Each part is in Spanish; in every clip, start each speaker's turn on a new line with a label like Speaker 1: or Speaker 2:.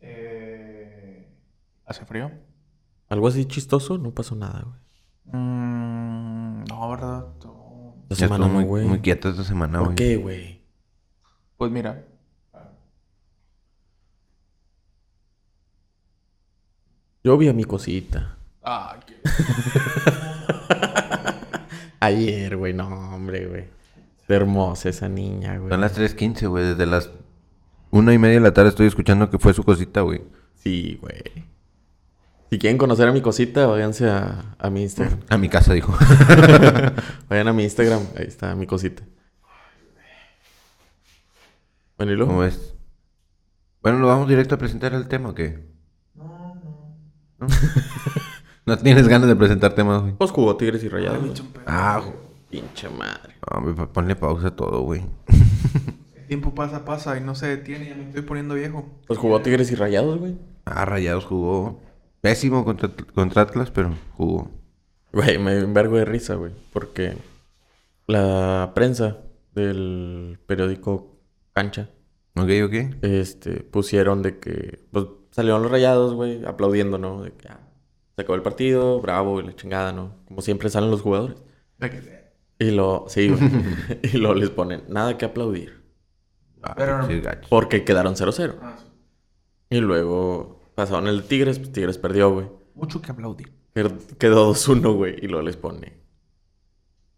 Speaker 1: Eh, ¿Hace frío?
Speaker 2: Algo así chistoso, no pasó nada, güey.
Speaker 1: Mm, no, ¿verdad? No.
Speaker 2: Esta
Speaker 3: Ya
Speaker 2: semana no,
Speaker 3: estuvo muy,
Speaker 2: güey.
Speaker 3: muy quieto esta semana,
Speaker 2: ¿Por
Speaker 3: güey.
Speaker 2: qué, güey?
Speaker 1: Pues mira.
Speaker 2: Yo vi a mi cosita.
Speaker 1: Ah, qué...
Speaker 2: Ayer, güey, no, hombre, güey. Está hermosa esa niña, güey.
Speaker 3: Son las 3.15, güey. Desde las una y media de la tarde estoy escuchando que fue su cosita, güey.
Speaker 2: Sí, güey. Si quieren conocer a mi cosita, váyanse a, a mi Instagram.
Speaker 3: A mi casa, dijo.
Speaker 2: Vayan a mi Instagram, ahí está mi cosita. Bueno, y
Speaker 3: ¿Cómo
Speaker 2: luego.
Speaker 3: ves? Bueno, ¿lo vamos directo a presentar el tema o qué? No, no. ¿No tienes ganas de presentar temas, güey?
Speaker 2: Pues jugó Tigres y Rayados. güey.
Speaker 3: Ah, güey.
Speaker 2: Pinche madre.
Speaker 3: No, hombre, pa- ponle pausa a todo, güey.
Speaker 1: El tiempo pasa, pasa y no se detiene. Ya me estoy poniendo viejo.
Speaker 2: Pues jugó Tigres y Rayados, güey.
Speaker 3: Ah, Rayados jugó pésimo contra, contra Atlas, pero jugó.
Speaker 2: Güey, me dio un vergo de risa, güey. Porque la prensa del periódico Cancha
Speaker 3: ¿Ok, ok?
Speaker 2: este, pusieron de que, pues, salieron los rayados, güey, aplaudiendo, ¿no? De que, ah, se acabó el partido, bravo, y la chingada, ¿no? Como siempre salen los jugadores.
Speaker 1: De que-
Speaker 2: Y lo, sí, güey. y lo les ponen, nada que aplaudir,
Speaker 3: Ah,
Speaker 1: Pero-
Speaker 3: sí, gacho.
Speaker 2: porque quedaron 0-0.
Speaker 1: Ah, sí.
Speaker 2: Y luego pasaron el de Tigres, pues Tigres perdió, güey.
Speaker 1: Mucho que aplaudir.
Speaker 2: Pero quedó 2-1, güey, y luego les pone.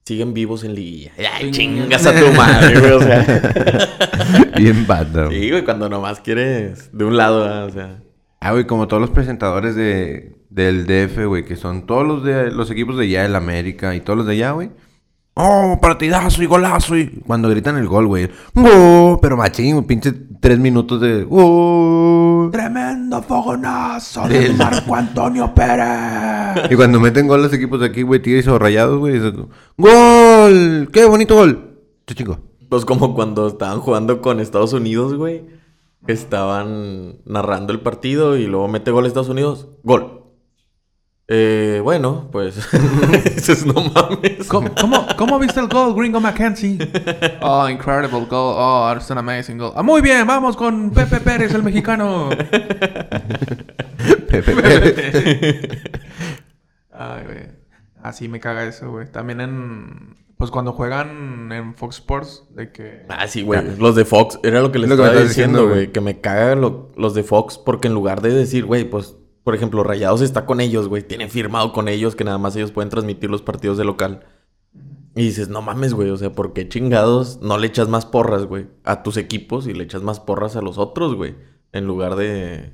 Speaker 2: Siguen vivos en liguilla. ¡Ay, chingas a tu madre, güey! O sea,
Speaker 3: Bien banda, güey.
Speaker 2: sí, güey, cuando nomás quieres de un lado, ¿verdad? o sea.
Speaker 3: Ah, güey, como todos los presentadores de, del DF, güey, que son todos los de los equipos de allá, el América y todos los de allá, güey. Oh, partidazo y golazo. Y cuando gritan el gol, güey. ¡Gol! Pero machín, un pinche tres minutos de. ¡Gol!
Speaker 1: Tremendo fogonazo
Speaker 3: de Del-
Speaker 1: Marco Antonio Pérez.
Speaker 3: Y cuando meten gol los equipos de aquí, güey, tigres o rayados, güey. es- ¡Gol! ¡Qué bonito gol! Che chingo.
Speaker 2: Pues como cuando estaban jugando con Estados Unidos, güey. Estaban narrando el partido y luego mete gol Estados Unidos. Gol. Eh, bueno, pues. Dices, no mames.
Speaker 1: ¿Cómo, cómo, cómo viste el gol, Gringo McKenzie? Oh, incredible goal. Oh, it's an amazing goal. Ah, muy bien, vamos con Pepe Pérez, el mexicano.
Speaker 3: Pepe, Pepe.
Speaker 1: Ay, güey. Así me caga eso, güey. También en. Pues cuando juegan en Fox Sports, de que.
Speaker 2: Ah, sí, güey. Los de Fox. Era lo que les
Speaker 3: Eh, Lo que me
Speaker 2: estaba
Speaker 3: estás diciendo,
Speaker 2: diciendo,
Speaker 3: güey.
Speaker 2: güey. Que me cagan lo- los de Fox porque en lugar de decir, güey, pues, por ejemplo, Rayados está con ellos, güey. Tiene firmado con ellos que nada más ellos pueden transmitir los partidos de local. Y dices, no mames, güey. O sea, ¿por qué chingados no le echas más porras, güey? A tus equipos y le echas más porras a los otros, güey. En lugar de. De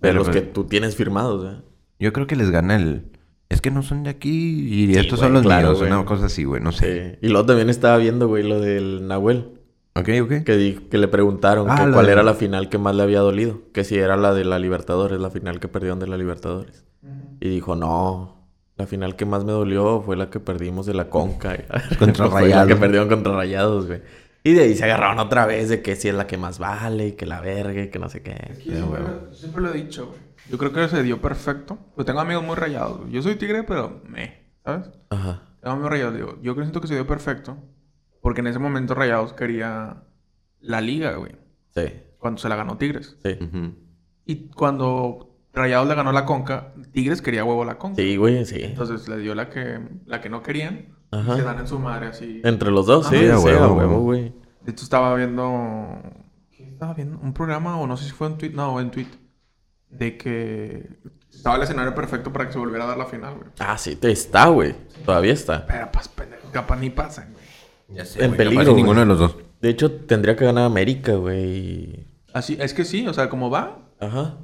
Speaker 3: Pero,
Speaker 2: los que
Speaker 3: pues-
Speaker 2: tú tienes firmados, ¿eh?
Speaker 3: Yo creo que les gana el. Es que no son de aquí y
Speaker 2: Sí,
Speaker 3: estos
Speaker 2: güey,
Speaker 3: son los
Speaker 2: claro,
Speaker 3: míos.
Speaker 2: güey.
Speaker 3: Una cosa así, güey, no sé.
Speaker 2: Sí. Eh, Y luego también estaba viendo, güey, lo del Nahuel.
Speaker 3: ¿Ok, ok?
Speaker 2: Que, di- que le preguntaron
Speaker 3: Ah,
Speaker 2: que
Speaker 3: la
Speaker 2: cuál
Speaker 3: de-
Speaker 2: era la final que más le había dolido. Que si era la de la Libertadores, la final que perdieron de la Libertadores. Y dijo, no, la final que más me dolió fue la que perdimos de la Conca.
Speaker 3: Contra
Speaker 2: Fue La
Speaker 3: Rayados.
Speaker 2: que perdieron contra Rayados, güey. Y de ahí se agarraron otra vez de que si es la que más vale, y que la verga, y que no sé qué.
Speaker 3: Sí,
Speaker 1: siempre,
Speaker 3: güey.
Speaker 1: lo- siempre lo he dicho, güey. Yo creo que se dio perfecto. Yo tengo amigos muy rayados, güey. Yo soy tigre, pero meh, ¿sabes?
Speaker 2: Ajá.
Speaker 1: Tengo amigos rayados, digo. Yo creo que siento que se dio perfecto. Porque en ese momento Rayados quería la liga, güey.
Speaker 2: Sí,
Speaker 1: Cuando se la ganó Tigres.
Speaker 2: sí.
Speaker 3: Ujú.
Speaker 1: Y cuando Rayados le ganó la conca, Tigres quería huevo la conca.
Speaker 2: Sí, güey, sí.
Speaker 1: Entonces le dio la que, la que no querían. y
Speaker 2: Ajá.
Speaker 1: se dan en su madre así.
Speaker 2: Entre los dos,
Speaker 1: Ah,
Speaker 2: sí,
Speaker 3: sí, a
Speaker 2: sí,
Speaker 3: huevo,
Speaker 2: a
Speaker 3: güey.
Speaker 2: huevo, güey.
Speaker 1: De hecho, estaba viendo. ¿Qué estaba viendo? Un programa, o no sé si fue un tweet. No, en tweet. De que estaba el escenario perfecto para que se volviera a dar la final, güey.
Speaker 2: Ah, sí, te está, güey. Todavía está.
Speaker 1: Pero, pues, pendejo, capaz ni pasan, güey.
Speaker 3: Ya sé,
Speaker 2: En
Speaker 3: güey,
Speaker 2: peligro,
Speaker 3: capaz y
Speaker 2: güey.
Speaker 3: ninguno de los dos.
Speaker 2: De hecho, tendría que ganar América, güey.
Speaker 1: Así, es que sí, o sea, como va,
Speaker 2: Ajá.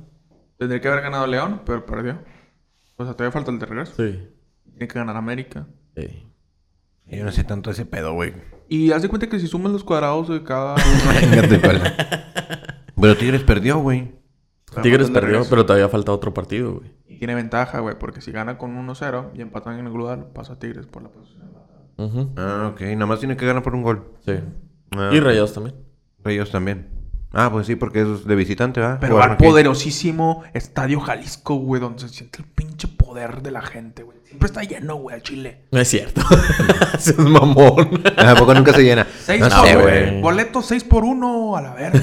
Speaker 1: tendría que haber ganado León, pero perdió. O sea, todavía falta el de regreso.
Speaker 2: Sí.
Speaker 1: Tiene que ganar América.
Speaker 2: Sí.
Speaker 3: Yo no sé tanto ese pedo, güey.
Speaker 1: Y haz de cuenta que si sumas los cuadrados de cada.
Speaker 3: Fíjate cuál. Pero Tigres perdió, güey.
Speaker 2: Tigres
Speaker 1: Falta el de
Speaker 2: perdió,
Speaker 1: regreso.
Speaker 2: pero todavía falta otro partido, güey.
Speaker 1: Y tiene ventaja, güey, porque si gana con 1-0 y empatan en el global, pasa a Tigres por la posición.
Speaker 2: Ujú,
Speaker 3: Ah, ok. Nada más tiene que ganar por un gol.
Speaker 2: Sí.
Speaker 3: Ah,
Speaker 2: Y Rayados también.
Speaker 3: Rayados también. Ah, pues sí, porque eso es de visitante,
Speaker 2: Ah,
Speaker 3: ¿verdad?
Speaker 1: Pero
Speaker 3: Jugaron
Speaker 1: al
Speaker 3: aquí.
Speaker 1: poderosísimo Estadio Jalisco, güey, donde se siente el pinche poder de la gente, güey. Siempre está lleno, güey, a Chile.
Speaker 2: No es cierto. Ese es mamón.
Speaker 3: ¿A poco nunca se llena?
Speaker 1: Seis
Speaker 3: no
Speaker 2: por-
Speaker 3: sé,
Speaker 1: por
Speaker 3: güey.
Speaker 2: güey.
Speaker 1: Boleto 6 por 1 a la verga.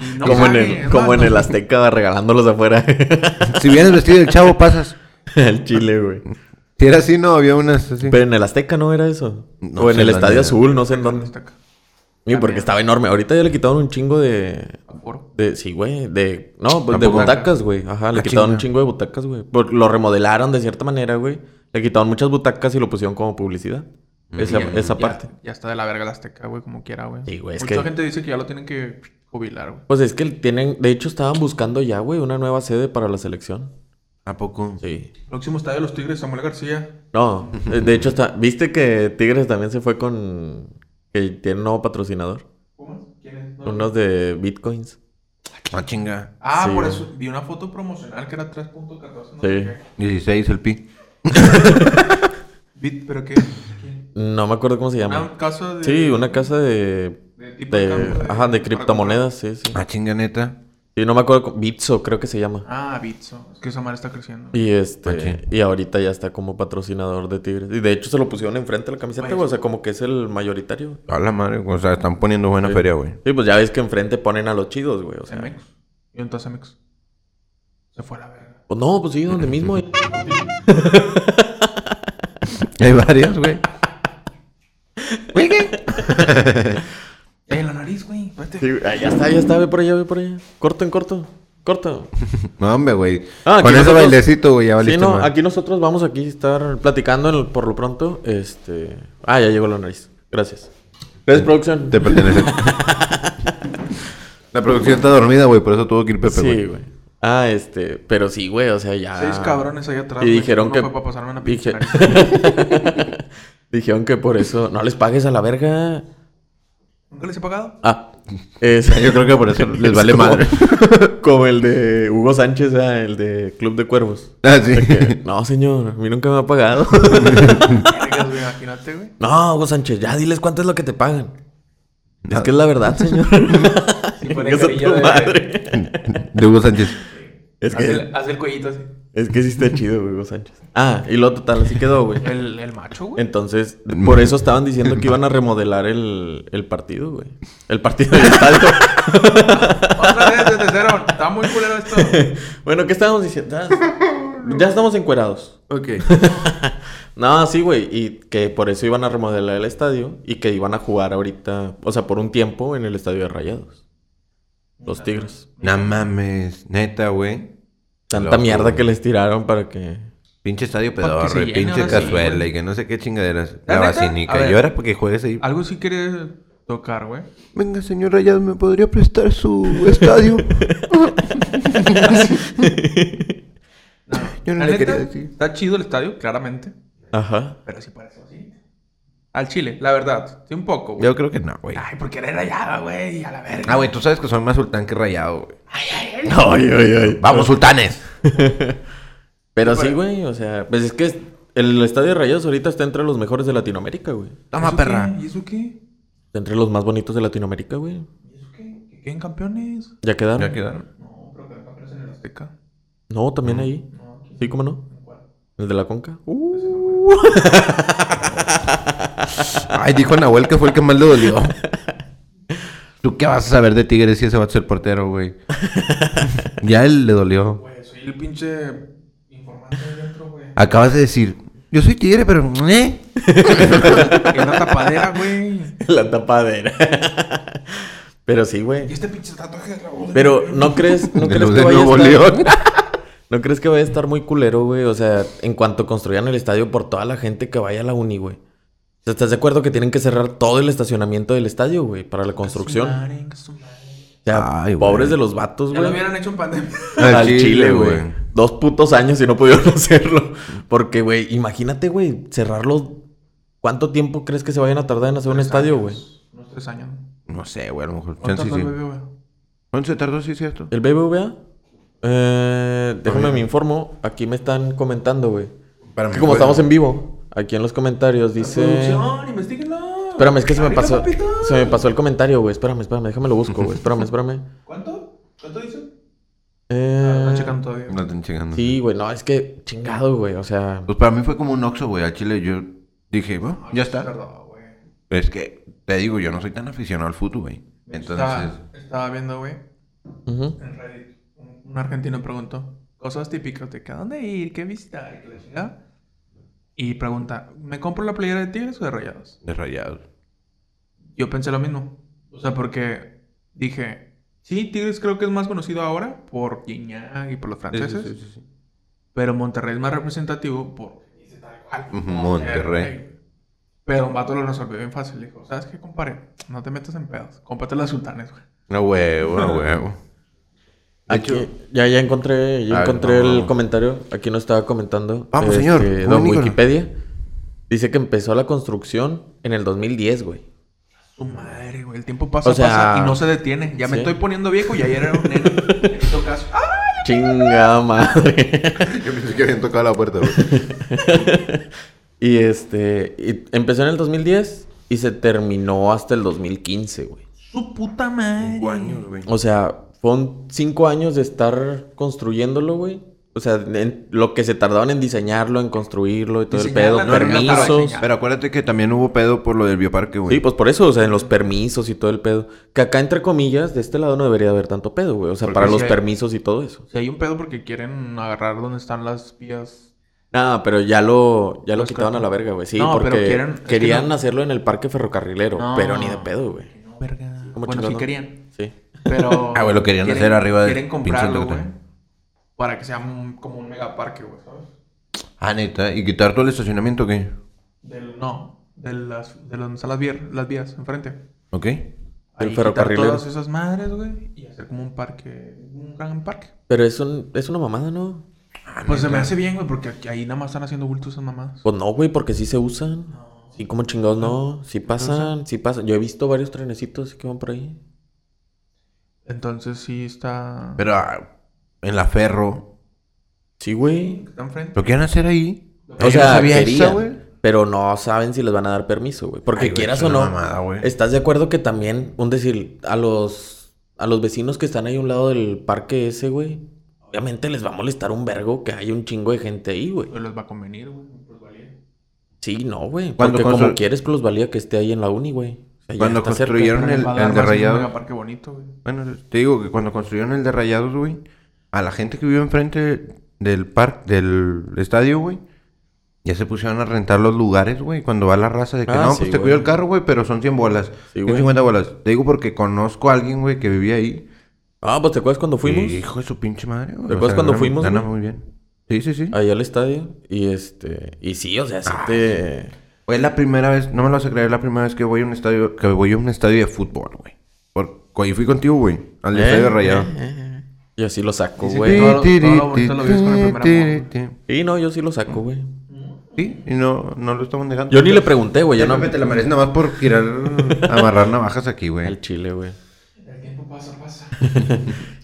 Speaker 1: Y no
Speaker 2: como en
Speaker 1: sale,
Speaker 2: el,
Speaker 1: es
Speaker 2: como
Speaker 1: más,
Speaker 2: en el
Speaker 1: no-
Speaker 2: Azteca regalándolos afuera.
Speaker 3: Si vienes vestido del chavo, pasas.
Speaker 2: el Chile, güey.
Speaker 3: Si era así, no, había unas así.
Speaker 2: Pero en el Azteca no era eso.
Speaker 3: No
Speaker 2: o en
Speaker 3: sé
Speaker 2: el
Speaker 3: dónde
Speaker 2: Estadio
Speaker 3: era.
Speaker 2: Azul, no sé en dónde.
Speaker 1: Azteca.
Speaker 2: Y porque estaba enorme. Ahorita ya le quitaron un chingo de.
Speaker 1: Aforo.
Speaker 2: de sí, güey. De. No, pues
Speaker 3: Ah,
Speaker 2: de
Speaker 3: pues,
Speaker 2: butacas, güey. Ajá, le
Speaker 3: Ah,
Speaker 2: quitaron un chingo
Speaker 3: chinga.
Speaker 2: de butacas, güey. Por- Lo remodelaron de cierta manera, güey. Le quitaron muchas butacas y lo pusieron como publicidad. Esa,
Speaker 3: Mm. ya,
Speaker 2: esa
Speaker 1: Ya-
Speaker 2: parte.
Speaker 1: Ya, está de la verga el Azteca, güey, como quiera, güey.
Speaker 2: Sí, güey, es
Speaker 1: Mucha
Speaker 2: que-
Speaker 1: gente dice que ya lo tienen que jubilar, güey.
Speaker 2: Pues es que tienen. De hecho, estaban buscando ya, güey, una nueva sede para la selección.
Speaker 3: ¿A poco?
Speaker 2: Sí.
Speaker 1: Próximo estadio de los Tigres, Samuel García.
Speaker 2: No, eh, de hecho, está. ¿Viste que Tigres también se fue con. que tiene un nuevo patrocinador?
Speaker 1: ¿Cómo? ¿Quién es? No.
Speaker 2: Unos de bitcoins.
Speaker 3: Ah, chinga.
Speaker 1: Ah,
Speaker 2: Sí,
Speaker 1: por
Speaker 2: güey.
Speaker 1: eso vi una foto promocional que era 3.14. No
Speaker 2: Sí.
Speaker 1: sé qué.
Speaker 3: 16 el pi.
Speaker 1: Bit, ¿Pero qué? ¿Quién?
Speaker 2: No me acuerdo cómo se llama.
Speaker 1: Una casa de.
Speaker 2: Sí, una casa de.
Speaker 1: de Ah, tipo de
Speaker 2: de
Speaker 1: cambio
Speaker 2: ajá, de
Speaker 1: para
Speaker 2: criptomonedas, sí, sí.
Speaker 3: Ah, chinga neta.
Speaker 2: Y no me acuerdo. cómo- Bitso, creo que se llama.
Speaker 1: comprar. Ah, Bitso. Es que esa madre está creciendo.
Speaker 2: Y este.
Speaker 3: Machín.
Speaker 2: Y ahorita ya está como patrocinador de Tigres. Y de hecho se lo pusieron enfrente a la camiseta, güey. O sea, como que es el mayoritario.
Speaker 3: A la madre, o sea, están poniendo buena feria, güey.
Speaker 2: Sí, pues ya ves que enfrente ponen a los chidos, güey. O sea.
Speaker 1: Cemex. Y entonces Cemex. Se fue a la verga.
Speaker 2: Pues no, pues sí, donde mismo.
Speaker 3: Hay varias, güey. Güey, ¿qué?
Speaker 1: En Eh, la nariz, güey. Vete.
Speaker 2: Sí, güey, ah, ya está, ya está, ve por allá, ve por allá. Corto en corto. Corto.
Speaker 3: No, hombre, güey.
Speaker 2: Ah, aquí
Speaker 3: Con ese
Speaker 2: nosotros-
Speaker 3: bailecito, güey, ya valiste
Speaker 2: Sí, no,
Speaker 3: más.
Speaker 2: aquí nosotros vamos aquí a estar platicando en el- por lo pronto. Este. Ah, ya llegó la nariz. Gracias. Gracias, producción.
Speaker 3: Te pertenece. La producción está dormida, güey, por eso tuvo que ir Pepe, güey.
Speaker 2: Sí, güey. Ah, este. Pero sí, güey, o sea, ya.
Speaker 1: Seis cabrones ahí atrás.
Speaker 2: Y
Speaker 1: güey.
Speaker 2: dijeron
Speaker 1: Uno
Speaker 2: que.
Speaker 1: fue para pasarme una pinche
Speaker 2: dije-
Speaker 1: nariz.
Speaker 2: Dijeron que por eso. No les pagues a la verga.
Speaker 1: ¿Nunca les he pagado?
Speaker 2: Ah. es-
Speaker 3: Yo creo que por eso les
Speaker 2: es
Speaker 3: vale
Speaker 2: como-
Speaker 3: madre.
Speaker 2: Como el de Hugo Sánchez, ah, el de Club de Cuervos.
Speaker 3: Ah, sí.
Speaker 2: De que, no, señor, a mí nunca me ha pagado.
Speaker 1: Vergas, güey, Imagínate, güey.
Speaker 2: no, Hugo Sánchez, ya diles cuánto es lo que te pagan.
Speaker 3: Ah.
Speaker 2: Es que es la verdad, señor.
Speaker 1: Sí, pone
Speaker 2: Chingas a
Speaker 1: carilla
Speaker 2: tu
Speaker 1: de-
Speaker 2: madre.
Speaker 3: De Hugo Sánchez.
Speaker 2: Es
Speaker 1: Haz
Speaker 2: que,
Speaker 1: el, haz el cuellito así.
Speaker 2: es que sí está chido, güey, Hugo Sánchez. Ah, y lo total, así quedó, güey.
Speaker 1: El, el macho, güey.
Speaker 2: Entonces, por eso estaban diciendo que iban a remodelar el, el partido, güey. El partido del estadio.
Speaker 1: Otra vez desde cero. Está muy culero esto.
Speaker 2: bueno, ¿qué estábamos diciendo? Ah, Ya estamos encuerados.
Speaker 3: Ok.
Speaker 2: No, sí, güey. Y que por eso iban a remodelar el estadio y que iban a jugar ahorita, o sea, por un tiempo en el estadio de Rayados. Los Tigres.
Speaker 3: No mames, neta, güey.
Speaker 2: Tanta
Speaker 3: Loco,
Speaker 2: mierda
Speaker 3: güey.
Speaker 2: que les tiraron para que.
Speaker 3: Pinche estadio
Speaker 1: Porque
Speaker 3: pedorro,
Speaker 1: se
Speaker 3: y
Speaker 1: llena,
Speaker 3: pinche
Speaker 1: ahora sí,
Speaker 3: cazuela
Speaker 1: güey.
Speaker 3: y que no sé qué chingaderas.
Speaker 1: ¿La
Speaker 3: La
Speaker 1: neta? A
Speaker 3: vacinica.
Speaker 1: ver.
Speaker 3: Y ahora porque juegues ahí.
Speaker 1: Algo sí quiere tocar, güey.
Speaker 3: Venga, señor Rayado, ¿me podría prestar su estadio?
Speaker 1: No.
Speaker 3: Yo no
Speaker 1: La
Speaker 3: le
Speaker 1: neta,
Speaker 3: quería decir.
Speaker 1: Está chido el estadio, claramente.
Speaker 2: Ajá.
Speaker 1: Pero sí parece así. Al Chile, la verdad. Sí, un poco, güey.
Speaker 3: Yo creo que no, güey.
Speaker 1: Ay, porque eres rayada, güey. A la verga.
Speaker 3: Ah, güey, tú sabes que soy más sultán que Rayado, güey.
Speaker 2: Ay, ay, ay.
Speaker 3: ¡Vamos, sultanes!
Speaker 2: Pero sí, güey, o sea, pues es que es- el estadio de Rayados ahorita está entre los mejores de Latinoamérica, güey.
Speaker 1: ¿Y
Speaker 3: Toma,
Speaker 1: eso
Speaker 3: perra.
Speaker 1: qué? ¿Y eso qué?
Speaker 2: Está entre los más bonitos de Latinoamérica, güey.
Speaker 1: ¿Y eso qué? ¿Que queden campeones?
Speaker 2: Ya quedaron.
Speaker 3: Ya quedaron.
Speaker 1: No, pero quedan campeones en el Azteca.
Speaker 2: No, también ahí.
Speaker 1: No, aquí.
Speaker 2: Sí, cómo no. El de la Conca.
Speaker 3: Pues
Speaker 2: ¡Uh!
Speaker 3: Ay, dijo Nahuel que fue el que más le dolió. ¿Tú qué vas a saber de Tigres si ese va a ser portero, güey? ya él le dolió.
Speaker 1: Güey, soy el pinche informante de dentro, güey.
Speaker 3: Acabas de decir, yo soy Tigre, pero... ¿eh?
Speaker 1: Que una tapadera, güey.
Speaker 2: la tapadera. Pero sí,
Speaker 1: Y
Speaker 2: güey.
Speaker 1: este pinche tatuaje de la voz.
Speaker 2: Pero no crees, no
Speaker 3: De
Speaker 2: crees
Speaker 3: los
Speaker 2: que
Speaker 3: de
Speaker 2: vaya a
Speaker 3: Nuevo
Speaker 2: estar-
Speaker 3: León.
Speaker 2: ¿No crees que vaya a estar muy culero, güey? O sea, en cuanto construyan el estadio por toda la gente que vaya a la uni, güey. O sea, ¿Estás de acuerdo que tienen que cerrar todo el estacionamiento del estadio, güey? Para la construcción. O sea,
Speaker 3: Ay, güey.
Speaker 2: pobres de los vatos,
Speaker 1: Ya lo
Speaker 2: güey.
Speaker 1: hubieran hecho en pandemia.
Speaker 3: Al
Speaker 2: Al
Speaker 3: Chile,
Speaker 2: Chile, güey.
Speaker 3: güey.
Speaker 2: Dos putos años y no pudieron hacerlo. Porque, güey, imagínate, güey, cerrarlo. ¿Cuánto tiempo crees que se vayan a tardar en hacer un estadio, güey?
Speaker 1: Unos tres años.
Speaker 3: No sé, güey, a lo mejor.
Speaker 1: ¿Cuánto
Speaker 3: Chance,
Speaker 1: tardó
Speaker 3: sí.
Speaker 1: el bebé, güey?
Speaker 3: ¿Cuánto se tardó? Sí, cierto.
Speaker 2: ¿El BBVA? Eh, déjame me informo. Aquí me están comentando, güey.
Speaker 3: Para
Speaker 2: Que
Speaker 3: mí
Speaker 2: como
Speaker 3: fue-
Speaker 2: estamos en vivo, aquí en los comentarios dice.
Speaker 1: Producción, investiguenlo.
Speaker 2: Espérame, es que se me
Speaker 1: Ahorita,
Speaker 2: pasó.
Speaker 1: papito.
Speaker 2: Se me pasó el comentario, güey. Espérame, espérame, déjame lo busco, güey. Espérame, espérame.
Speaker 1: ¿Cuánto? ¿Cuánto dice? Ah,
Speaker 2: Eh...
Speaker 1: No checan todavía.
Speaker 3: No están chingando.
Speaker 2: Sí, güey, no, es que chingado, güey. O sea,
Speaker 3: Pues para mí fue como un oxo, güey. Al chile yo dije, bueno, ya está.
Speaker 1: Ah, Perdón, güey.
Speaker 3: Es que, te digo, yo no soy tan aficionado al fútbol, güey. Entonces,
Speaker 1: Estaba, estaba viendo, güey,
Speaker 2: ujú.
Speaker 1: en Reddit. Un, un argentino preguntó cosas típicas de que a dónde ir, qué visitar, qué la chingada. Y pregunta, ¿me compro la playera de Tigres o de Rayados?
Speaker 3: de rayados.
Speaker 1: Yo pensé lo mismo. O sea, porque dije, sí, Tigres creo que es más conocido ahora por Guiñac y por los
Speaker 3: Ah, Sí, sí,
Speaker 1: franceses.
Speaker 3: sí, sí, sí.
Speaker 1: Pero Monterrey es más representativo por... dice tal cual,
Speaker 3: Ujú, Monterrey.
Speaker 1: Pero un vato lo resolvió bien fácil. Dijo, ¿sabes qué, compadre? No te metas en pedos. Cómprate las sultanes, güey.
Speaker 3: No huevo, no huevo. De
Speaker 2: Aquí,
Speaker 3: hecho,
Speaker 2: ya, ya encontré, ya
Speaker 3: A ver,
Speaker 2: encontré
Speaker 3: no,
Speaker 2: el
Speaker 3: no.
Speaker 2: comentario. Aquí nos estaba comentando. Este,
Speaker 3: Vamos, señor,
Speaker 2: Don
Speaker 3: comunícanos.
Speaker 2: Wikipedia dice que empezó la construcción en el 2010, güey.
Speaker 1: Su madre, güey. El tiempo pasa,
Speaker 2: O sea,
Speaker 1: pasa y no se detiene. Ya me
Speaker 2: sí.
Speaker 1: estoy poniendo viejo y ayer era un nene. En todo caso. ¡Ah!
Speaker 2: Chinga madre.
Speaker 3: yo pensé que habían tocado la puerta, güey.
Speaker 2: y este, y empezó en el 2010 y se terminó hasta el 2015, güey.
Speaker 1: Su puta madre.
Speaker 3: Cinco años, güey.
Speaker 2: O sea, fueron cinco años de estar construyéndolo, güey. O sea, en- lo que se tardaron en diseñarlo, en construirlo y todo
Speaker 1: Diseñar la
Speaker 2: el pedo,
Speaker 1: nave, pero
Speaker 2: permisos.
Speaker 1: diseñar.
Speaker 3: Pero acuérdate que también hubo pedo por lo del bioparque, güey.
Speaker 2: Sí, pues por eso, o sea, en los permisos y todo el pedo. Que acá, entre comillas, de este lado no debería haber tanto pedo, güey. O sea,
Speaker 1: Porque
Speaker 2: para
Speaker 1: sí
Speaker 2: los
Speaker 1: hay-
Speaker 2: permisos y todo eso.
Speaker 1: O sea, hay un pedo porque quieren agarrar donde están las vías.
Speaker 2: Nada, pero ya lo, ya lo
Speaker 1: Los
Speaker 2: quitaron a la verga, güey. Sí,
Speaker 1: No,
Speaker 2: porque
Speaker 1: pero quieren- es que
Speaker 2: querían
Speaker 1: no-
Speaker 2: hacerlo en el parque ferrocarrilero,
Speaker 1: No.
Speaker 2: pero ni de pedo, güey.
Speaker 1: No, verga.
Speaker 2: ¿Cómo
Speaker 1: Bueno,
Speaker 2: chingados
Speaker 1: sí
Speaker 2: no?
Speaker 1: querían.
Speaker 2: Sí.
Speaker 1: Pero.
Speaker 3: Ah, güey, lo querían hacer arriba del
Speaker 1: Quieren
Speaker 3: pinche
Speaker 1: comprarlo, güey.
Speaker 3: Tecatán.
Speaker 1: Para que sea un- como un megaparque, güey, ¿sabes?
Speaker 3: Ah, neta. ¿Y quitar todo el estacionamiento o qué?
Speaker 1: Del. No. De las. De donde están las vías, las vías enfrente.
Speaker 3: ¿Ok?
Speaker 2: Del
Speaker 1: Ahí quitar
Speaker 2: ferrocarrilero.
Speaker 1: Todas esas madres, güey. Y hacer como un parque. Un gran parque.
Speaker 2: Pero es, un, es una mamada, ¿no? Ah,
Speaker 1: Pues se me hace bien, güey, porque aquí, ahí nada más están haciendo bultos esas mamadas.
Speaker 2: Pues no, güey, porque sí se usan. Sí, como chingados, no. Sí pasan, sí pasan. Yo he visto varios trenecitos que van por ahí.
Speaker 1: Entonces sí está.
Speaker 3: Pero ah, en la ferro.
Speaker 2: Sí, güey.
Speaker 1: Está enfrente.
Speaker 3: ¿Lo quieren hacer ahí?
Speaker 2: O
Speaker 3: Yo
Speaker 2: sea,
Speaker 3: no sabía eso,
Speaker 2: querían,
Speaker 3: güey.
Speaker 2: pero no saben si les van a dar permiso, güey. Porque
Speaker 3: Ay, güey,
Speaker 2: quieras
Speaker 3: es
Speaker 2: o
Speaker 3: una
Speaker 2: no,
Speaker 3: mamada, güey.
Speaker 2: estás de acuerdo que también, un decir, a los, a los vecinos que están ahí a un lado del parque ese, güey, obviamente les va a molestar un vergo que hay un chingo de gente ahí, güey.
Speaker 1: Pues les va a convenir, güey. pues valía.
Speaker 2: Sí, no, güey.
Speaker 3: Cuando
Speaker 2: Porque como
Speaker 3: constru-
Speaker 2: quieres plusvalía que esté ahí en la uni, güey. O sea, ya
Speaker 3: Cuando
Speaker 2: está cerca.
Speaker 3: construyeron-
Speaker 1: Pero
Speaker 3: el-
Speaker 1: va a
Speaker 3: el
Speaker 1: dar
Speaker 3: de
Speaker 1: más un
Speaker 3: Rayados.
Speaker 1: megaparque bonito, güey.
Speaker 3: Bueno, te digo que cuando construyeron el de Rayados, güey, a la gente que vivió enfrente del parque, del estadio, güey, ya se pusieron a rentar los lugares, güey. Cuando va la raza de que
Speaker 2: Ah,
Speaker 3: no,
Speaker 2: sí,
Speaker 3: pues te
Speaker 2: güey.
Speaker 3: cuido el carro, güey, pero son 100 bolas.
Speaker 2: Sí, güey.
Speaker 3: 150 bolas. Te digo porque conozco a alguien, güey, que vivía ahí.
Speaker 2: Ah, pues te acuerdas cuando fuimos
Speaker 3: Y, hijo de su pinche madre, güey.
Speaker 2: ¿Te acuerdas cuando
Speaker 3: gana-
Speaker 2: fuimos,
Speaker 3: gana
Speaker 2: güey?
Speaker 3: muy bien. Sí, sí, sí.
Speaker 2: ahí al estadio y este, y sí, o sea, sí
Speaker 1: Ah.
Speaker 2: te...
Speaker 3: Güey, es la primera vez, no me lo vas a creer, es la primera vez que voy a un estadio, que voy a un estadio de fútbol, güey. Por, ahí fui contigo, güey, al
Speaker 2: Eh,
Speaker 3: estadio de Rayados.
Speaker 2: eh, eh, eh. Yo sí lo saco,
Speaker 1: Dice
Speaker 2: güey.
Speaker 1: que- todo- todo lo bonito lo vives con el primer amor,
Speaker 2: Sí, no, yo sí lo saco, güey.
Speaker 3: Sí, y no, no lo estamos dejando.
Speaker 2: Yo ni le pregunté, güey. Yo
Speaker 3: Yo
Speaker 2: no...
Speaker 3: te la mereces nada más por tirar, amarrar navajas aquí,
Speaker 2: El
Speaker 3: güey.
Speaker 2: chile, güey.
Speaker 1: El tiempo pasa, pasa.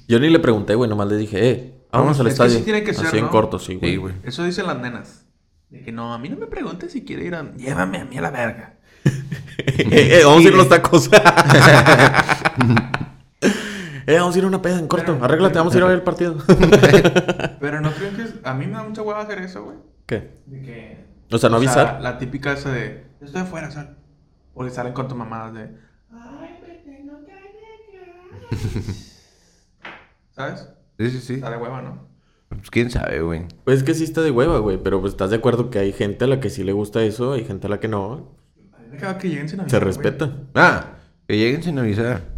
Speaker 2: Yo ni le pregunté, güey. Nomás le dije, eh, vámonos
Speaker 3: Vamos,
Speaker 2: al
Speaker 1: es que
Speaker 2: estadio.
Speaker 1: sí tiene que
Speaker 2: Así
Speaker 1: ser,
Speaker 2: en
Speaker 1: ¿no?
Speaker 2: corto, sí, güey.
Speaker 3: Sí, güey.
Speaker 1: Eso dicen las nenas. De que no, a mí no me preguntes si quiere ir a. Llévame a mí a la verga.
Speaker 2: eh, eh, vamos a ir a los tacos. eh, vamos a ir a una peda en corto.
Speaker 1: Pero-
Speaker 2: Arréglate, vamos a ir a ver el partido.
Speaker 1: Pero no creen que. es- A mí me da mucha hueva hacer eso, güey.
Speaker 2: ¿Qué?
Speaker 1: De que.
Speaker 2: O sea, no avisar.
Speaker 1: la típica esa de. Yo estoy afuera, sal. Porque salen con tu mamá de. Ay, me tengo que arreglar". ¿Sabes?
Speaker 3: Sí, sí, sí.
Speaker 1: Está de hueva, ¿no?
Speaker 3: Pues quién sabe, güey.
Speaker 2: Pues es que sí está de hueva, güey. Pero pues estás de acuerdo que hay gente a la que sí le gusta eso, hay gente a la que no.
Speaker 1: A mí me queda que lleguen sin
Speaker 2: Se
Speaker 1: avisar, güey.
Speaker 2: respeta.
Speaker 3: Ah, que lleguen sin avisar.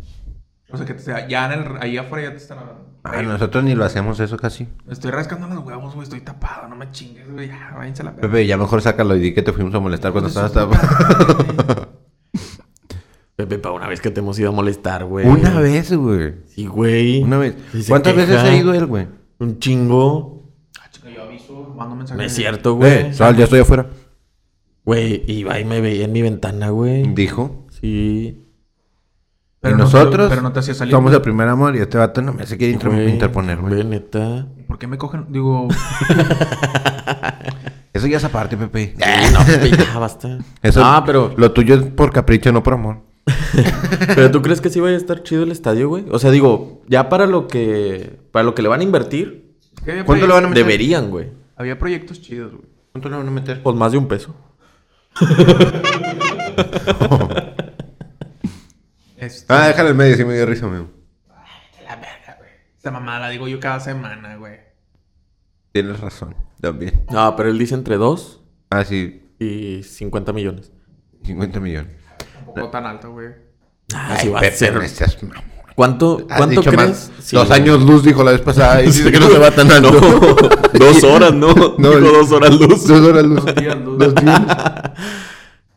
Speaker 1: O sea, que te sea, ya en el, ahí afuera ya te están hablando.
Speaker 3: Ah, nosotros ni lo hacemos eso casi.
Speaker 1: Me estoy rascando los huevos, güey. Estoy tapado, no me chingues, güey. Ya, váyanse a la verga.
Speaker 3: Pepe, ya mejor sácalo y di que te fuimos a molestar cuando
Speaker 1: Hijo de
Speaker 3: estabas...
Speaker 1: su puta madre.
Speaker 2: Pepe, para una vez que te hemos ido a molestar, güey.
Speaker 3: Una vez, güey.
Speaker 2: Sí, güey.
Speaker 3: Una vez.
Speaker 2: Sí se
Speaker 3: ¿Cuántas
Speaker 2: queja.
Speaker 3: veces ha ido él, güey?
Speaker 2: Un chingo.
Speaker 1: Ah, chica, yo aviso, mando mensaje.
Speaker 2: No es cierto, güey.
Speaker 3: Eh, sal, ya estoy afuera.
Speaker 2: Güey, iba y me veía en mi ventana, güey.
Speaker 3: Dijo.
Speaker 2: Sí.
Speaker 1: Pero
Speaker 3: y
Speaker 1: no te-
Speaker 3: nosotros
Speaker 1: pero no te hacía salir.
Speaker 3: somos
Speaker 1: güey.
Speaker 3: el primer amor y este vato no me se quiere inter-
Speaker 2: Güey,
Speaker 3: interponer, güey. Eh,
Speaker 2: Güey, neta.
Speaker 1: ¿Por qué me cogen? Digo,
Speaker 3: Eso ya es aparte, Pepe.
Speaker 2: Eh, no, ya, basta.
Speaker 3: Eso,
Speaker 2: ah, pero
Speaker 3: Lo tuyo es por capricho, no por amor.
Speaker 2: Pero tú crees que sí vaya a estar chido el estadio, güey? O sea, digo, ya para lo que para lo que le van a invertir,
Speaker 1: Es que había
Speaker 3: ¿Cuánto
Speaker 1: proye-
Speaker 3: le van a meter?
Speaker 2: deberían, güey.
Speaker 1: Había proyectos chidos, güey.
Speaker 3: ¿Cuánto le van a meter?
Speaker 2: Pues más de un peso.
Speaker 1: Este,
Speaker 3: Ah, déjale el medio, sí me dio risa, amigo.
Speaker 1: La verga, güey. Esa mamada la digo yo cada semana, güey.
Speaker 3: Tienes razón, también.
Speaker 2: No, pero él dice entre 2
Speaker 3: Ah, sí,
Speaker 2: y 50 millones.
Speaker 3: 50 millones.
Speaker 1: Tampoco tan alto, güey.
Speaker 2: Así va a
Speaker 3: Pepe,
Speaker 2: ser.
Speaker 3: no seas mamón.
Speaker 2: ¿Cuánto,
Speaker 3: Has
Speaker 2: cuánto
Speaker 3: dicho
Speaker 2: crees?
Speaker 3: más.
Speaker 2: Sí,
Speaker 3: Dos
Speaker 2: güey.
Speaker 3: años luz dijo la vez pasada. Y dice que no se va tan alto.
Speaker 2: No, dos horas, ¿no? Digo, dos horas luz.
Speaker 3: Dos horas luz.
Speaker 1: Dos días luz.
Speaker 3: Dos días.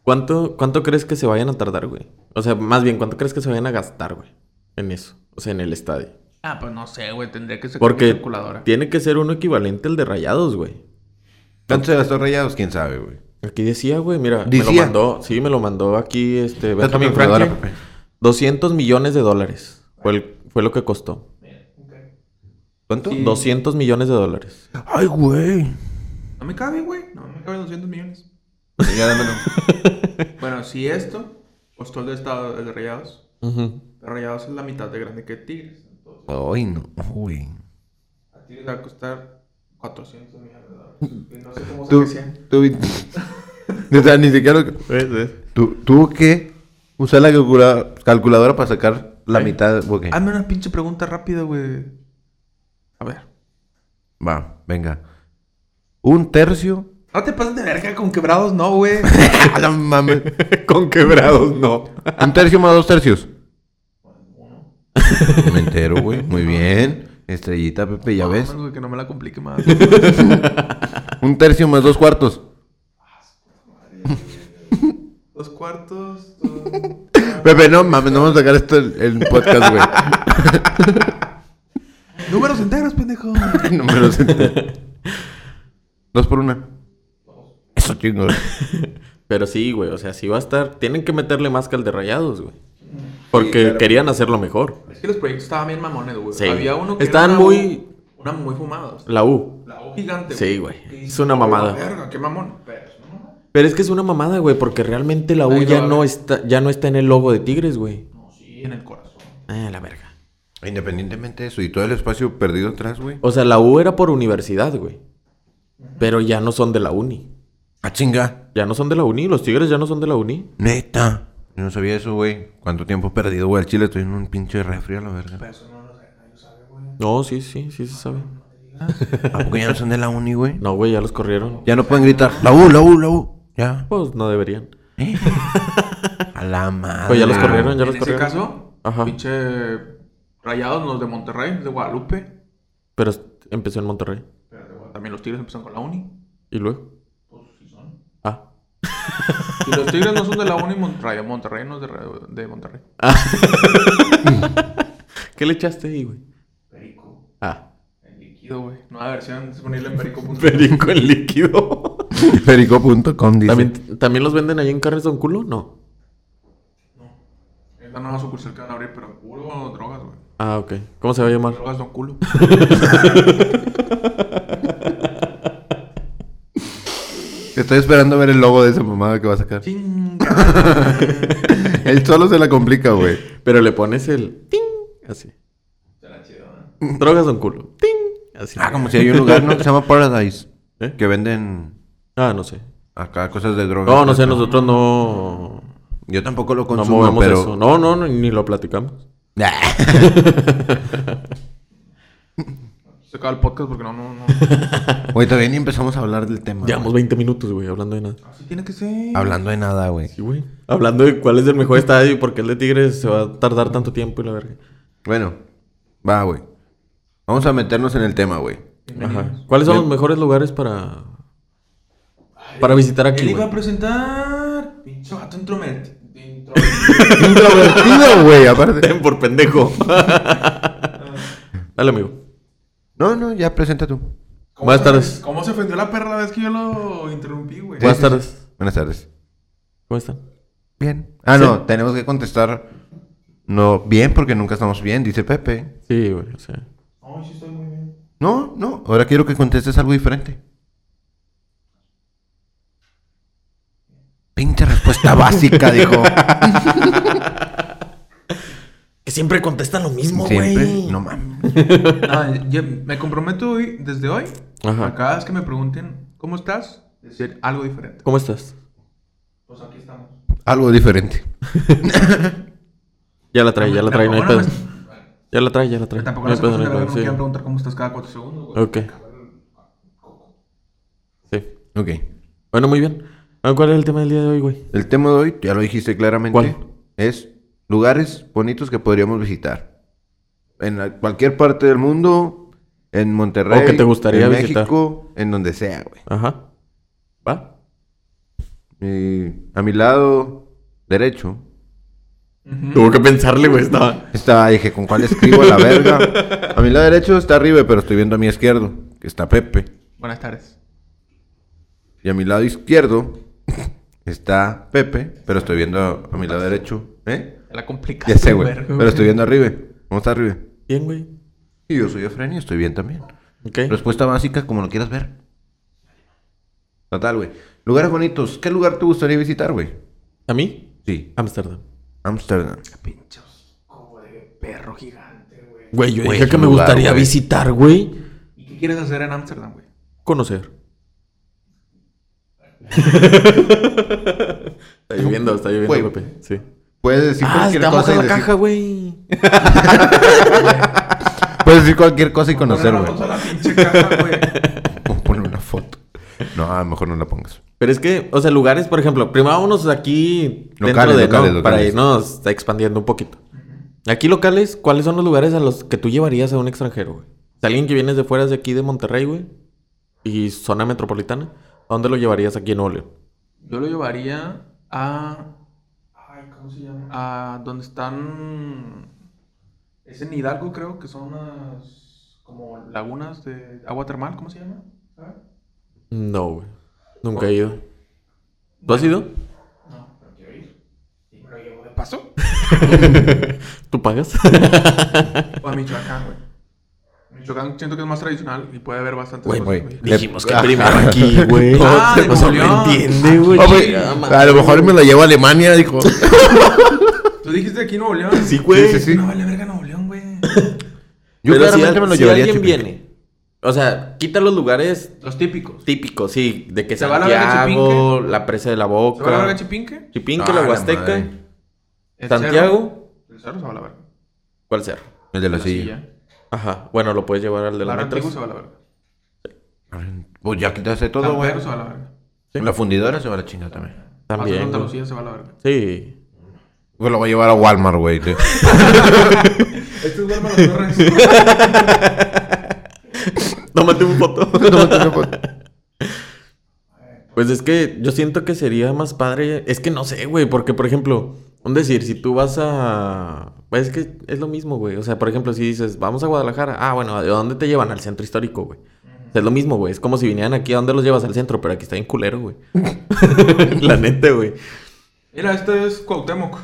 Speaker 2: ¿Cuánto, ¿Cuánto crees que se vayan a tardar, güey? O sea, más bien, ¿cuánto crees que se vayan a gastar, güey? En eso. O sea, en el estadio.
Speaker 1: Ah, pues no sé, güey. Tendría que ser
Speaker 2: Porque
Speaker 1: calculadora.
Speaker 2: tiene que ser uno equivalente al de rayados, güey.
Speaker 3: ¿Cuánto se gastó Rayados? ¿Quién sabe, güey?
Speaker 2: Aquí decía, güey, mira, me lo
Speaker 3: Decía.
Speaker 2: mandó, sí, me lo mandó aquí este Benjamin
Speaker 3: calculadora,
Speaker 2: Franklin.
Speaker 3: Pepe.
Speaker 2: 200 millones de dólares fue, el- fue lo que costó.
Speaker 3: ¿Cuánto?
Speaker 2: 200 millones de dólares.
Speaker 3: Ay, güey.
Speaker 1: No me cabe, güey. No me caben 200 millones.
Speaker 3: Ya dámelo.
Speaker 1: Bueno, si esto costó el de Estado el de Rayados,
Speaker 2: Ujú.
Speaker 1: pero Rayados es la mitad de grande que Tigres. Entonces,
Speaker 3: Ay, no, güey.
Speaker 1: a Tigres le va a costar 400 millones de dólares. Y No sé cómo
Speaker 3: Tú,
Speaker 1: se decía.
Speaker 3: tú... o sea, ni siquiera... lo-
Speaker 2: Pues,
Speaker 3: Tú, tuvo que usar la calcula- calculadora para sacar la
Speaker 1: ¿Eh?
Speaker 3: mitad. ok.
Speaker 1: Hazme una pinche pregunta rápida, güey. A ver.
Speaker 3: Va, venga. Un tercio.
Speaker 1: No te pases de verga con quebrados, no, güey.
Speaker 3: A la mames.
Speaker 2: Con quebrados, no.
Speaker 3: Un tercio más dos tercios. Me entero, güey. Muy bien. Estrellita, Pepe, ya ves.
Speaker 1: Vamos, güey, que no me la complique más.
Speaker 3: Un tercio más dos cuartos.
Speaker 1: Dos cuartos. dos-
Speaker 3: Pepe, no mames, no vamos a sacar esto en en podcast, güey.
Speaker 1: Números enteros, pendejo.
Speaker 3: No me lo senté. Dos por una. Eso chingos.
Speaker 2: Pero sí, güey, o sea, sí va a estar. Tienen que meterle más que al de rayados, güey. Porque querían hacerlo mejor.
Speaker 1: Es que los proyectos estaban bien mamones, güey.
Speaker 2: Sí.
Speaker 1: Había uno que
Speaker 2: Estaban
Speaker 1: era una
Speaker 2: muy-
Speaker 1: U- Una muy fumada.
Speaker 2: La U.
Speaker 1: La O gigante.
Speaker 2: Sí, güey.
Speaker 1: Que
Speaker 2: Es
Speaker 1: dices,
Speaker 2: una
Speaker 1: "Oh,
Speaker 2: mamada".
Speaker 1: Verga, qué mamón. Pero es una mamada.
Speaker 2: Pero es que es una mamada, güey, porque realmente la U
Speaker 1: Ahí lo
Speaker 2: ya
Speaker 1: va a
Speaker 2: no,
Speaker 1: ver.
Speaker 2: está, ya no está en el logo de Tigres, güey.
Speaker 1: No, sí, en el corazón.
Speaker 2: Ah, la verga.
Speaker 3: Independientemente de eso y todo el espacio perdido atrás, güey.
Speaker 2: O sea, la U era por universidad, güey. Pero ya no son de la uni.
Speaker 3: A Ah, chinga.
Speaker 2: Ya no son de la uni, los Tigres ya no son de la uni.
Speaker 3: Neta. Yo no sabía eso, güey. ¿Cuánto tiempo perdido, güey? Al chile estoy en un pinche refri a la
Speaker 1: Pero
Speaker 3: verga.
Speaker 1: eso no lo sé, nadie lo sabe, güey.
Speaker 2: No, sí, sí, sí se sabe.
Speaker 3: ¿A poco ya no son de la uni, güey?
Speaker 2: No, güey, ya los corrieron.
Speaker 3: Ya no pueden gritar. La U, la U, la U. Ya.
Speaker 2: Pues no deberían.
Speaker 3: A la madre.
Speaker 2: Pues ya los corrieron,
Speaker 1: En
Speaker 2: ya los
Speaker 1: ese
Speaker 2: corrieron.
Speaker 1: caso,
Speaker 2: Ajá.
Speaker 1: pinche rayados los de Monterrey, de Guadalupe.
Speaker 2: Pero es- empezó en Monterrey.
Speaker 1: Pero de Guadalupe También los tigres empezaron con la uni.
Speaker 2: ¿Y luego? Ah.
Speaker 1: Y los tigres no son de la uni Monterrey. Monterrey no es de, ra- de Monterrey.
Speaker 2: ¿Qué le echaste ahí, güey?
Speaker 1: Perico.
Speaker 2: Ah.
Speaker 1: El líquido, güey. Nueva versión disponible en perico.
Speaker 2: Perico en líquido.
Speaker 3: Perico.com dice.
Speaker 2: ¿También, ¿También los venden ahí en Carnes Don Culo? No.
Speaker 1: Es la nueva sucursal que van a abrir, pero puro drogas, güey.
Speaker 2: Ah, ok. ¿Cómo se va a llamar?
Speaker 1: Drogas don culo.
Speaker 3: Estoy esperando ver el logo de esa mamada que va a sacar.
Speaker 1: Chinga.
Speaker 3: Él solo se la complica, güey.
Speaker 2: Pero le pones el ting, así.
Speaker 1: Será chido, ¿eh?
Speaker 2: Drogas Don Culo. Ting, así.
Speaker 3: Ah, como si hay un lugar, ¿no? Que se llama Paradise.
Speaker 2: ¿Eh?
Speaker 3: Que venden
Speaker 2: Ah, no sé.
Speaker 3: acá cosas de drogas.
Speaker 2: No, no sé, nosotros no.
Speaker 3: Yo tampoco lo
Speaker 2: No
Speaker 3: consumo,
Speaker 2: movemos
Speaker 3: pero...
Speaker 2: eso. No, no, no, ni lo platicamos.
Speaker 1: Se acaba el podcast porque no, no, no.
Speaker 3: Güey, todavía ni empezamos a hablar del tema.
Speaker 2: Llevamos 20 minutos, güey, hablando de nada.
Speaker 1: Así tiene que ser.
Speaker 3: Hablando de nada, güey.
Speaker 2: Sí, güey. Hablando de cuál es el mejor estadio y por qué el de Tigres se va a tardar tanto tiempo y la verga.
Speaker 3: Bueno, va, güey. Vamos a meternos en el tema, güey.
Speaker 2: Ajá. ¿Cuáles son los mejores lugares para. para visitar
Speaker 1: Él
Speaker 2: aquí,
Speaker 1: iba
Speaker 2: güey?
Speaker 1: a presentar. Pinche vato intromet- intro-
Speaker 3: Introvertido, güey, aparte.
Speaker 2: Ten por pendejo. Dale, amigo.
Speaker 3: No, no, ya presenta tú.
Speaker 1: ¿Cómo
Speaker 2: Buenas
Speaker 1: se-
Speaker 2: tardes.
Speaker 1: ¿Cómo se ofendió la perra la vez que yo lo interrumpí, güey?
Speaker 2: Buenas tardes.
Speaker 3: Buenas tardes.
Speaker 2: ¿Cómo están?
Speaker 3: Bien. Ah,
Speaker 2: Sí.
Speaker 3: no, tenemos que contestar. No, bien, porque nunca estamos bien, dice Pepe.
Speaker 2: Sí, güey, o sea.
Speaker 1: Ay, sí, estoy muy bien.
Speaker 3: No, no, ahora quiero que contestes algo diferente. Pinche respuesta básica, dijo.
Speaker 2: Que siempre contesta lo mismo, güey.
Speaker 3: Siempre. No mames.
Speaker 1: No, yo me comprometo hoy, desde hoy,
Speaker 2: Ajá.
Speaker 1: a cada vez que me pregunten, ¿cómo estás? Decir algo diferente.
Speaker 2: ¿Cómo estás?
Speaker 1: Pues aquí estamos.
Speaker 3: Algo diferente.
Speaker 2: Ya la trae, ya la trae, no hay
Speaker 1: Bueno,
Speaker 2: pedo.
Speaker 1: pues,
Speaker 2: Ya la trae, ya la
Speaker 1: Pero
Speaker 2: trae.
Speaker 1: tampoco
Speaker 2: No hay
Speaker 1: las
Speaker 2: pedo,
Speaker 1: cosas
Speaker 2: no
Speaker 1: de
Speaker 2: hay
Speaker 1: verdad no
Speaker 2: pedo,
Speaker 1: quieran
Speaker 2: sí.
Speaker 1: preguntar cómo estás cada cuatro segundos, güey.
Speaker 2: Ok. Sí.
Speaker 3: Ok.
Speaker 2: Bueno, muy bien. Ah, ¿Cuál es el tema del día de hoy, güey?
Speaker 3: El tema de hoy, ya lo dijiste claramente,
Speaker 2: ¿Cuál?
Speaker 3: es lugares bonitos que podríamos visitar. En la- cualquier parte del mundo, en Monterrey,
Speaker 2: O que te gustaría
Speaker 3: en
Speaker 2: visitar.
Speaker 3: México, en donde sea, güey.
Speaker 2: Ajá. ¿Va?
Speaker 3: Y a mi lado derecho
Speaker 1: Ujú.
Speaker 2: Tuvo que pensarle, güey. Estaba.
Speaker 3: está, dije, ¿con cuál escribo la verga? A mi lado derecho está Ribe, pero estoy viendo a mi izquierdo, que está Pepe.
Speaker 1: Buenas tardes.
Speaker 3: Y a mi lado izquierdo está Pepe, pero estoy viendo a, a mi lado derecho, ¿eh?
Speaker 1: La complicaste.
Speaker 3: Ya sé, güey.
Speaker 1: verga,
Speaker 3: Pero estoy viendo a Ribe. ¿Cómo está Ribe?
Speaker 2: Bien, güey. Pues,
Speaker 3: Y yo soy Efraín y estoy bien también.
Speaker 2: Ok.
Speaker 3: Respuesta básica, como lo quieras ver. Total, güey. Lugares bonitos. ¿Qué lugar te gustaría visitar, güey?
Speaker 2: ¿A mí?
Speaker 3: Sí,
Speaker 2: Ámsterdam.
Speaker 3: Ámsterdam.
Speaker 1: Pinchos. Como de perro gigante, güey.
Speaker 2: Güey, yo
Speaker 3: Güey,
Speaker 2: dije
Speaker 3: es
Speaker 2: que
Speaker 3: un
Speaker 2: me
Speaker 3: lugar,
Speaker 2: gustaría
Speaker 3: güey.
Speaker 2: visitar, güey.
Speaker 1: ¿Y qué quieres hacer en Ámsterdam, güey?
Speaker 2: Conocer. está lloviendo, está lloviendo,
Speaker 3: Güey.
Speaker 2: Pepe. Sí.
Speaker 3: Puedes decir
Speaker 2: Ah,
Speaker 3: cualquier
Speaker 2: estamos
Speaker 3: cosa.
Speaker 2: en
Speaker 3: Y
Speaker 2: la
Speaker 3: decir-
Speaker 2: caja, güey.
Speaker 3: Puedes decir cualquier cosa y
Speaker 1: Poner
Speaker 3: conocer,
Speaker 1: la
Speaker 3: güey.
Speaker 1: foto a la pinche caja, güey.
Speaker 3: Poner una foto. No, a lo mejor no la pongas.
Speaker 2: Pero es que, o sea, lugares, por ejemplo, primero vámonos aquí dentro
Speaker 3: Locales,
Speaker 2: de
Speaker 3: locales,
Speaker 2: ¿no?
Speaker 3: locales.
Speaker 2: para irnos expandiendo un poquito. Aquí locales, ¿cuáles son los lugares a los que tú llevarías a un extranjero, güey? Si alguien que vienes de fuera de aquí de Monterrey, güey, y zona metropolitana, ¿a dónde lo llevarías aquí en Nuevo León?
Speaker 1: Yo lo llevaría a. Ay, ¿cómo se llama? A donde están. Es en Hidalgo, creo que son unas. Como lagunas de agua termal, ¿cómo se llama? ¿Sabes?
Speaker 2: No, güey. Nunca he ido. ¿Tú has ido?
Speaker 1: No, pero quiero ir. Y me lo llevo de paso.
Speaker 2: ¿Tú pagas?
Speaker 1: O a Michoacán, güey. Michoacán siento que es más tradicional y puede haber bastantes
Speaker 2: Güey,
Speaker 1: cosas.
Speaker 3: güey.
Speaker 1: güey.
Speaker 2: Dijimos que
Speaker 3: Ajá.
Speaker 2: primero aquí, güey.
Speaker 1: Ah,
Speaker 2: No,
Speaker 1: de
Speaker 2: o sea, me
Speaker 1: Nuevo León.
Speaker 2: entiende, güey.
Speaker 3: Ah, güey,
Speaker 2: Chingada madre.
Speaker 3: a lo mejor me la llevo a Alemania, dijo.
Speaker 1: Tú dijiste aquí Nuevo León.
Speaker 2: Sí, güey.
Speaker 3: Sí, sí, sí.
Speaker 1: No vale verga Nuevo León, güey.
Speaker 3: Yo
Speaker 2: Pero si,
Speaker 3: claramente
Speaker 2: al-
Speaker 3: me lo
Speaker 2: si
Speaker 3: llevaría a
Speaker 2: alguien
Speaker 3: Chipinque.
Speaker 2: viene. O sea, quita los lugares
Speaker 1: Los típicos.
Speaker 2: típicos, sí. De que
Speaker 1: Se va la verga
Speaker 2: Santiago, la presa de la
Speaker 1: ¿Se va a la verga
Speaker 2: boca.
Speaker 1: Chipinque?
Speaker 2: Chipinque,
Speaker 3: Ah,
Speaker 2: la
Speaker 3: la
Speaker 2: Huasteca.
Speaker 3: madre.
Speaker 1: El cerro.
Speaker 2: Santiago.
Speaker 1: El cerro se va a la verga.
Speaker 2: ¿Cuál cerro?
Speaker 3: El de la
Speaker 1: La
Speaker 3: silla.
Speaker 2: Ajá. Bueno, lo puedes llevar al de la
Speaker 1: Barrio
Speaker 2: metro.
Speaker 1: Antiguo se va a la verga.
Speaker 3: Pues ya quitaste todo,
Speaker 1: San
Speaker 3: güey.
Speaker 1: Pedro se va a la verga.
Speaker 2: Sí.
Speaker 3: La fundidora se va a la chingada también.
Speaker 1: Paso de
Speaker 2: También. güey.
Speaker 1: Andalucía se va a la verga.
Speaker 2: Sí.
Speaker 3: Pues lo voy a llevar a Walmart, güey. te-
Speaker 1: Este es Guermán Los Torres.
Speaker 2: Tómate un foto.
Speaker 3: Pero
Speaker 2: Pues es que yo siento que sería más padre. Es que no sé, güey, porque por ejemplo, un decir, si tú vas a. Pues es que es lo mismo, güey. O sea, por ejemplo, si dices, vamos a Guadalajara. Ah, bueno, ¿a dónde te llevan? Al centro histórico, güey. O sea, es lo mismo, güey. Es como si vinieran aquí, ¿a dónde los llevas? Al centro, pero aquí está bien culero, güey. La neta, güey.
Speaker 1: Mira, este es Cuauhtémoc.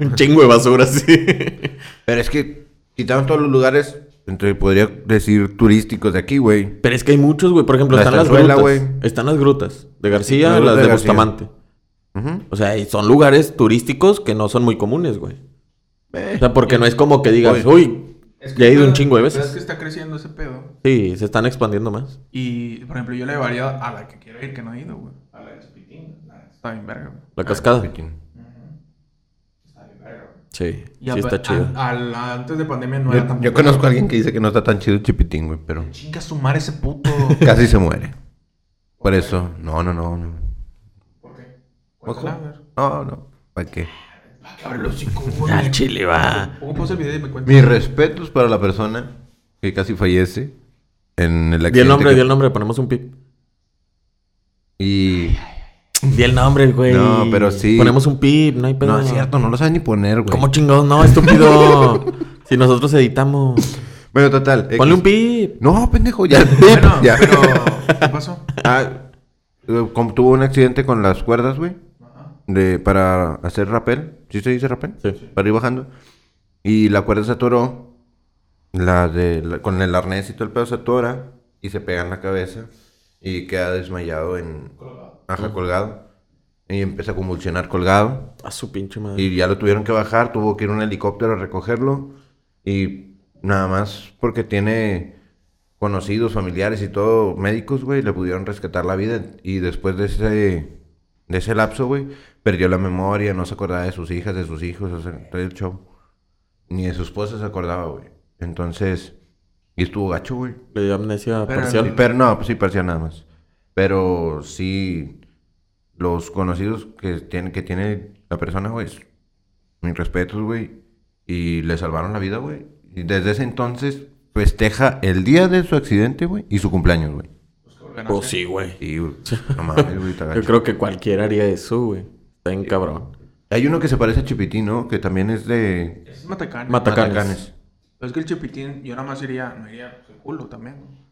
Speaker 2: Un chingo de basura, sí.
Speaker 3: es que quitaron todos los lugares, entonces podría decir turísticos de aquí, güey.
Speaker 2: Pero es que hay muchos, güey. Por ejemplo,
Speaker 3: La
Speaker 2: están las
Speaker 3: Estanzuela,
Speaker 2: grutas.
Speaker 3: güey.
Speaker 2: Están las grutas. De García, las
Speaker 3: Las grutas
Speaker 2: de,
Speaker 3: de García.
Speaker 2: Bustamante.
Speaker 3: Ujú.
Speaker 2: O sea, y son lugares turísticos que no son muy comunes, güey. O sea, porque no es como que digas,
Speaker 3: Eh. Oye.
Speaker 2: uy,
Speaker 1: Es
Speaker 2: ya he ido
Speaker 1: está-
Speaker 2: un chingo de
Speaker 1: Es que
Speaker 2: veces.
Speaker 1: está creciendo ese pedo.
Speaker 2: Sí, se están expandiendo más.
Speaker 1: Y, por ejemplo, yo le llevaría a la que quiero ir, que no he ido, güey. A la de Chipitín. Está bien verga, güey.
Speaker 3: Ah,
Speaker 2: La cascada.
Speaker 3: Pichín.
Speaker 1: Está bien verga, güey.
Speaker 2: Sí,
Speaker 1: Y a-
Speaker 2: sí está
Speaker 3: ah,
Speaker 2: chido.
Speaker 1: a- al- antes de pandemia no era
Speaker 3: Yo,
Speaker 1: tan
Speaker 3: yo conozco a alguien que dice que no está tan chido Chipitín, güey, pero
Speaker 1: Chinga su madre ese puto.
Speaker 3: casi se muere. Por eso, no, no, no. No,
Speaker 1: ¿Por qué?
Speaker 3: Ojo. no. no. ¿Para qué?
Speaker 1: Abre los cinco, güey.
Speaker 2: Al chile va.
Speaker 1: ¿Cómo pausa el video y me cuentas?
Speaker 3: Mis respetos para la persona que casi fallece en el accidente.
Speaker 2: Di el nombre,
Speaker 3: que-
Speaker 2: di el nombre, ponemos un pip.
Speaker 3: Y...
Speaker 2: Di el nombre, güey.
Speaker 3: No, pero sí.
Speaker 2: Ponemos un pip, no hay pedo.
Speaker 3: No, es cierto, no lo saben ni poner, güey.
Speaker 2: ¿Cómo chingados? No, estúpido. si nosotros editamos.
Speaker 3: Bueno, total. X.
Speaker 2: Ponle un pip.
Speaker 3: No, pendejo, ya.
Speaker 1: Bueno,
Speaker 3: ya.
Speaker 1: pero. ¿Qué pasó?
Speaker 3: Ah, eh, como tuvo un accidente con las cuerdas, güey.
Speaker 1: Ajá.
Speaker 3: De, para hacer rappel. ¿Sí se dice rappel?
Speaker 2: Sí.
Speaker 3: Para ir bajando. Y la cuerda se atoró. La de, la- con el arnés y todo el pedo se atora. Y se pega en la cabeza. Y queda desmayado en... Ajá, colgado. Y empieza a convulsionar colgado.
Speaker 2: A su pinche madre.
Speaker 3: Y ya lo tuvieron que bajar, tuvo que ir un helicóptero a recogerlo. Y nada más porque tiene conocidos, familiares y todo, médicos, güey, le pudieron rescatar la vida. Y después de ese, de ese lapso, güey, perdió la memoria, no se acordaba de sus hijas, de sus hijos, o sea, todo el show. Ni de su esposa se acordaba, güey. Entonces, y estuvo gacho, güey.
Speaker 2: Le dio amnesia
Speaker 1: Pero-
Speaker 2: parcial.
Speaker 3: Sí, pero no, pues sí, parecía nada más. Pero sí, los conocidos que tiene, que tiene la persona, güey, es- mis respetos, güey. Y le salvaron la vida, güey. Y desde ese entonces festeja el día de su accidente, güey, y su cumpleaños, güey.
Speaker 1: Pues, que vuelven a
Speaker 2: Pues
Speaker 1: hacer.
Speaker 2: sí, güey.
Speaker 3: Y, güey, no mames, güey, está
Speaker 2: Yo
Speaker 3: gacho.
Speaker 2: creo que cualquiera haría eso, güey. Está bien cabrón.
Speaker 3: Hay uno que se parece a Chipitín, ¿no? Que también es de
Speaker 1: Es Matacán.
Speaker 2: Mata- Matacanes.
Speaker 3: Matacanes.
Speaker 1: Pero es que el Chipitín, yo nada más iría, me iría pues, el culo también. ¿no? Nada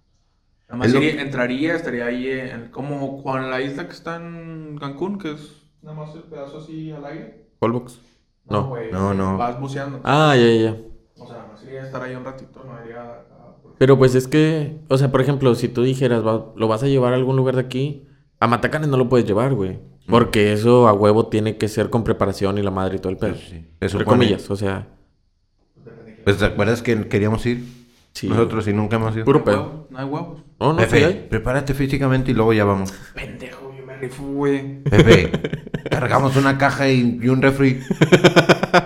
Speaker 3: Es
Speaker 1: más
Speaker 3: lo
Speaker 1: iría- entraría, estaría ahí, eh, en- como con la isla que está en Cancún, que es nada más el pedazo así al aire.
Speaker 2: Colbox. No.
Speaker 1: güey,
Speaker 3: no, no.
Speaker 1: Vas buceando.
Speaker 2: Ah, ya, ya, ya.
Speaker 1: O sea, nada más iría a estar ahí un ratito, no iría a- porque-
Speaker 2: Pero pues es que, o sea, por ejemplo, si tú dijeras, va- lo vas a llevar a algún lugar de aquí, a Matacanes no lo puedes llevar, güey.
Speaker 3: Mm.
Speaker 2: Porque eso a huevo tiene que ser con preparación y la madre y todo el pedo.
Speaker 3: Sí. Se
Speaker 2: Entre
Speaker 3: supone-
Speaker 2: comillas, o sea,
Speaker 1: pues, depende de quién.
Speaker 3: Pues, ¿te acuerdas que queríamos ir?
Speaker 2: sí.
Speaker 3: Nosotros sí nunca hemos ido.
Speaker 2: Puro
Speaker 1: No hay
Speaker 2: pedo.
Speaker 1: huevos, No hay huevos.
Speaker 2: No, no, sí
Speaker 3: Pepe,
Speaker 2: hay.
Speaker 3: prepárate físicamente y luego ya vamos.
Speaker 1: Pendejo, yo me rifo, güey.
Speaker 3: Pepe, cargamos una caja y, y un refri.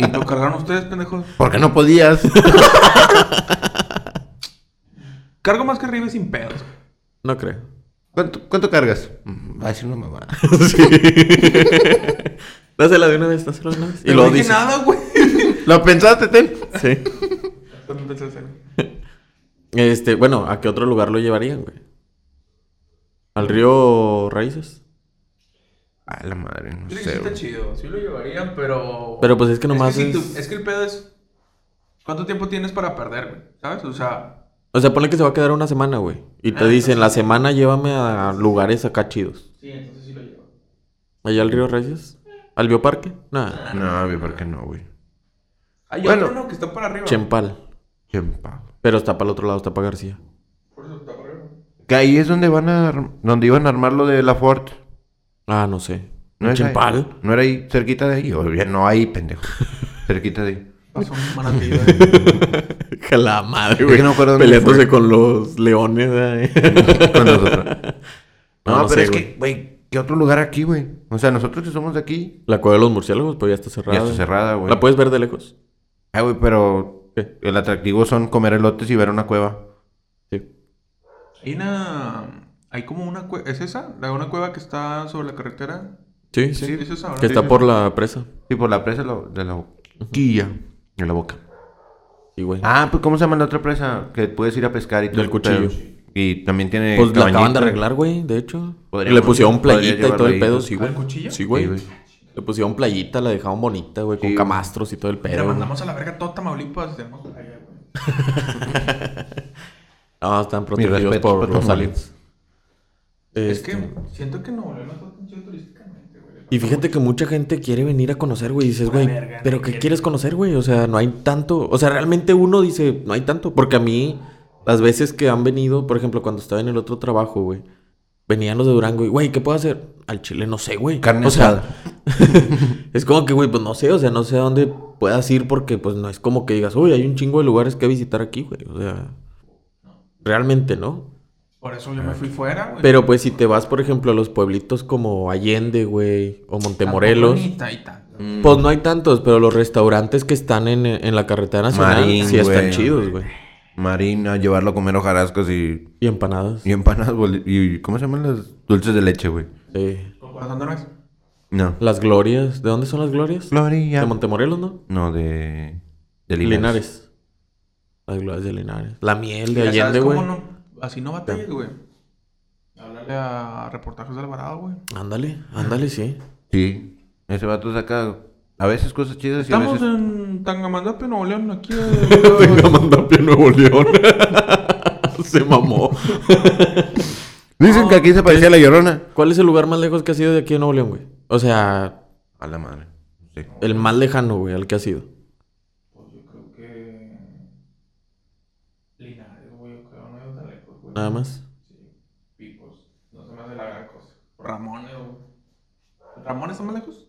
Speaker 1: ¿Y lo cargaron ustedes, pendejos?
Speaker 3: ¿Por qué no podías?
Speaker 1: Cargo más que arriba y sin pedos.
Speaker 2: No creo.
Speaker 3: ¿Cuánto, cuánto cargas? Mm, Va a decir una mamá.
Speaker 2: sí. dásela de una vez, dásela de una vez. Y
Speaker 1: Pero
Speaker 2: lo
Speaker 1: no dije
Speaker 2: dices.
Speaker 1: nada, güey.
Speaker 3: ¿Lo pensaste, Ten?
Speaker 2: Sí.
Speaker 1: También pensé en serio.
Speaker 2: Este, bueno, ¿a qué otro lugar lo llevarían, güey? ¿Al río Raíces?
Speaker 3: A la madre, no
Speaker 1: Yo creo que sí
Speaker 3: sé.
Speaker 1: está
Speaker 3: güey.
Speaker 1: chido, sí lo llevarían, pero.
Speaker 2: Pero pues es que nomás
Speaker 1: Es que, si
Speaker 2: es-
Speaker 1: tú- es que el pedo es. ¿Cuánto tiempo tienes para perder, güey? ¿Sabes? O sea,
Speaker 2: O sea, ponle que se va a quedar una semana, güey. Y te
Speaker 1: Ah,
Speaker 2: dicen,
Speaker 1: entonces-
Speaker 2: la semana llévame a lugares acá chidos.
Speaker 1: sí, entonces sí lo llevo.
Speaker 2: ¿Allá al río Raíces? ¿Al bioparque? Nada.
Speaker 3: No, güey, ¿por qué no, güey?
Speaker 1: Hay
Speaker 3: Bueno.
Speaker 1: otro, ¿no? Que está para arriba.
Speaker 2: Chempal.
Speaker 3: Chempa.
Speaker 2: Pero está para el otro lado, está para García.
Speaker 1: Por eso está para arriba.
Speaker 3: Que ahí es donde van a ar- donde iban a armar lo de la Ford.
Speaker 2: Ah, no sé.
Speaker 3: ¿No
Speaker 2: ¿En
Speaker 3: es ahí?
Speaker 2: Chempal?
Speaker 3: ¿No era ahí, cerquita de ahí? O bien, no, ahí, pendejo. Cerquita de ahí.
Speaker 1: Pasó un manatí, güey.
Speaker 2: Que la madre,
Speaker 3: Es
Speaker 2: güey.
Speaker 3: que no me acuerdo dónde
Speaker 2: Peleándose
Speaker 3: fue.
Speaker 2: con los leones. eh.
Speaker 3: Con nosotros. No,
Speaker 2: No, no
Speaker 3: pero
Speaker 2: sé,
Speaker 3: es
Speaker 2: güey.
Speaker 3: que, güey, ¿qué otro lugar aquí, güey? O sea, nosotros que somos de aquí.
Speaker 2: La cueva de los murciélagos, pues ya está cerrada.
Speaker 3: Ya está cerrada, güey.
Speaker 2: ¿La puedes ver de lejos?
Speaker 3: Ah, güey, pero
Speaker 2: ¿Qué?
Speaker 3: el atractivo son comer elotes y ver una cueva.
Speaker 2: Sí.
Speaker 1: Hay una. Hay como una cueva. ¿Es esa? ¿La una cueva que está sobre la carretera?
Speaker 2: Sí,
Speaker 1: Sí,
Speaker 2: sí.
Speaker 1: es esa, ¿verdad?
Speaker 2: Que está
Speaker 1: Sí,
Speaker 2: por la presa.
Speaker 3: Sí, por pues, la presa de la- de la boquilla. De la boca.
Speaker 2: Sí, güey.
Speaker 3: Ah, pues ¿cómo se llama la otra presa? Que puedes ir a pescar y todo.
Speaker 2: Del
Speaker 3: el
Speaker 2: cuchillo.
Speaker 3: pedo. Y también tiene.
Speaker 2: pues la acaban de
Speaker 3: cabañita.
Speaker 2: arreglar, güey, de hecho.
Speaker 3: Podríamos-
Speaker 2: le pusieron playita
Speaker 3: podría
Speaker 2: y todo el
Speaker 3: llevarlo
Speaker 2: pedo,
Speaker 3: ahí.
Speaker 2: sí,
Speaker 1: ¿Al
Speaker 2: güey.
Speaker 1: cuchillo?
Speaker 2: Sí, güey.
Speaker 3: Sí, güey.
Speaker 2: le pusieron playita, la dejaron bonita, güey, con
Speaker 3: Sí, güey.
Speaker 2: camastros y todo el
Speaker 1: Mira,
Speaker 2: pedo. güey.
Speaker 1: mandamos a la verga todo Tamaulipas. y Tenemos playa, güey.
Speaker 2: Ah, están protegidos
Speaker 3: respeto
Speaker 2: por
Speaker 3: para
Speaker 2: los
Speaker 3: Tomás.
Speaker 2: aliens.
Speaker 1: Es
Speaker 2: Este,
Speaker 1: que siento que no, no está atención turísticamente, güey.
Speaker 2: Y fíjate que mucha gente quiere venir a conocer, güey. Y dices, güey,
Speaker 1: verga,
Speaker 2: ¿pero
Speaker 1: no
Speaker 2: qué
Speaker 1: quiero".
Speaker 2: quieres conocer, güey? O sea, no hay tanto. O sea, realmente uno dice, no hay tanto. Porque a mí, las veces que han venido, por ejemplo, cuando estaba en el otro trabajo, güey, venían los de Durango y, güey, ¿qué puedo hacer? Al chile, no sé, güey.
Speaker 3: Carne
Speaker 2: o sea,
Speaker 3: asada.
Speaker 2: es como que, güey, pues no sé, o sea, no sé a dónde puedas ir porque, pues no es como que digas, uy, hay un chingo de lugares que visitar aquí, güey. O sea, realmente, ¿no?
Speaker 1: Por eso yo me fui fuera, güey.
Speaker 2: Pero pues si te vas, por ejemplo, a los pueblitos como Allende, güey, o Montemorelos,
Speaker 1: Tampoco ni ta- y ta.
Speaker 3: Mm.
Speaker 2: pues no hay tantos, pero los restaurantes que están en, en la carretera nacional
Speaker 3: Marín,
Speaker 2: sí están
Speaker 3: güey.
Speaker 2: chidos, güey.
Speaker 3: Marina, llevarlo a comer hojarascos y,
Speaker 2: Y empanadas.
Speaker 3: y empanadas. boli- Y, ¿Cómo se llaman las dulces de leche, güey?
Speaker 2: Sí.
Speaker 1: Con corazón de nuez.
Speaker 3: No.
Speaker 2: Las glorias, ¿de dónde son las glorias?
Speaker 3: Gloria.
Speaker 2: De Montemorelos, ¿no?
Speaker 3: No, de. De
Speaker 2: Linares.
Speaker 3: Linares.
Speaker 2: Las glorias de Linares. La miel
Speaker 1: Ya
Speaker 2: de
Speaker 1: sabes
Speaker 2: Allende,
Speaker 1: cómo
Speaker 2: güey.
Speaker 1: no- así no batallas, güey. Háblale a reportajes de Alvarado, güey.
Speaker 2: Ándale, ándale, sí.
Speaker 3: Sí. Ese vato saca a veces cosas chidas y a
Speaker 1: Estamos
Speaker 3: veces.
Speaker 1: en Tangamandapio, Nuevo León, aquí. eh,
Speaker 2: Tenga Mandapio Nuevo León. Se mamó.
Speaker 3: Dicen que aquí se parecía a la llorona.
Speaker 2: ¿Cuál es el lugar más lejos que has ido de aquí en Nuevo León, güey? O sea,
Speaker 3: A la madre. Sí.
Speaker 2: el más lejano, güey, al que has ido.
Speaker 1: Pues yo creo que... Linares, güey, yo creo, no es tan lejos, güey.
Speaker 2: Nada más.
Speaker 1: Sí, Pipos, no se me hace la gran cosa. Ramones, güey. Ramones Ramón está más lejos?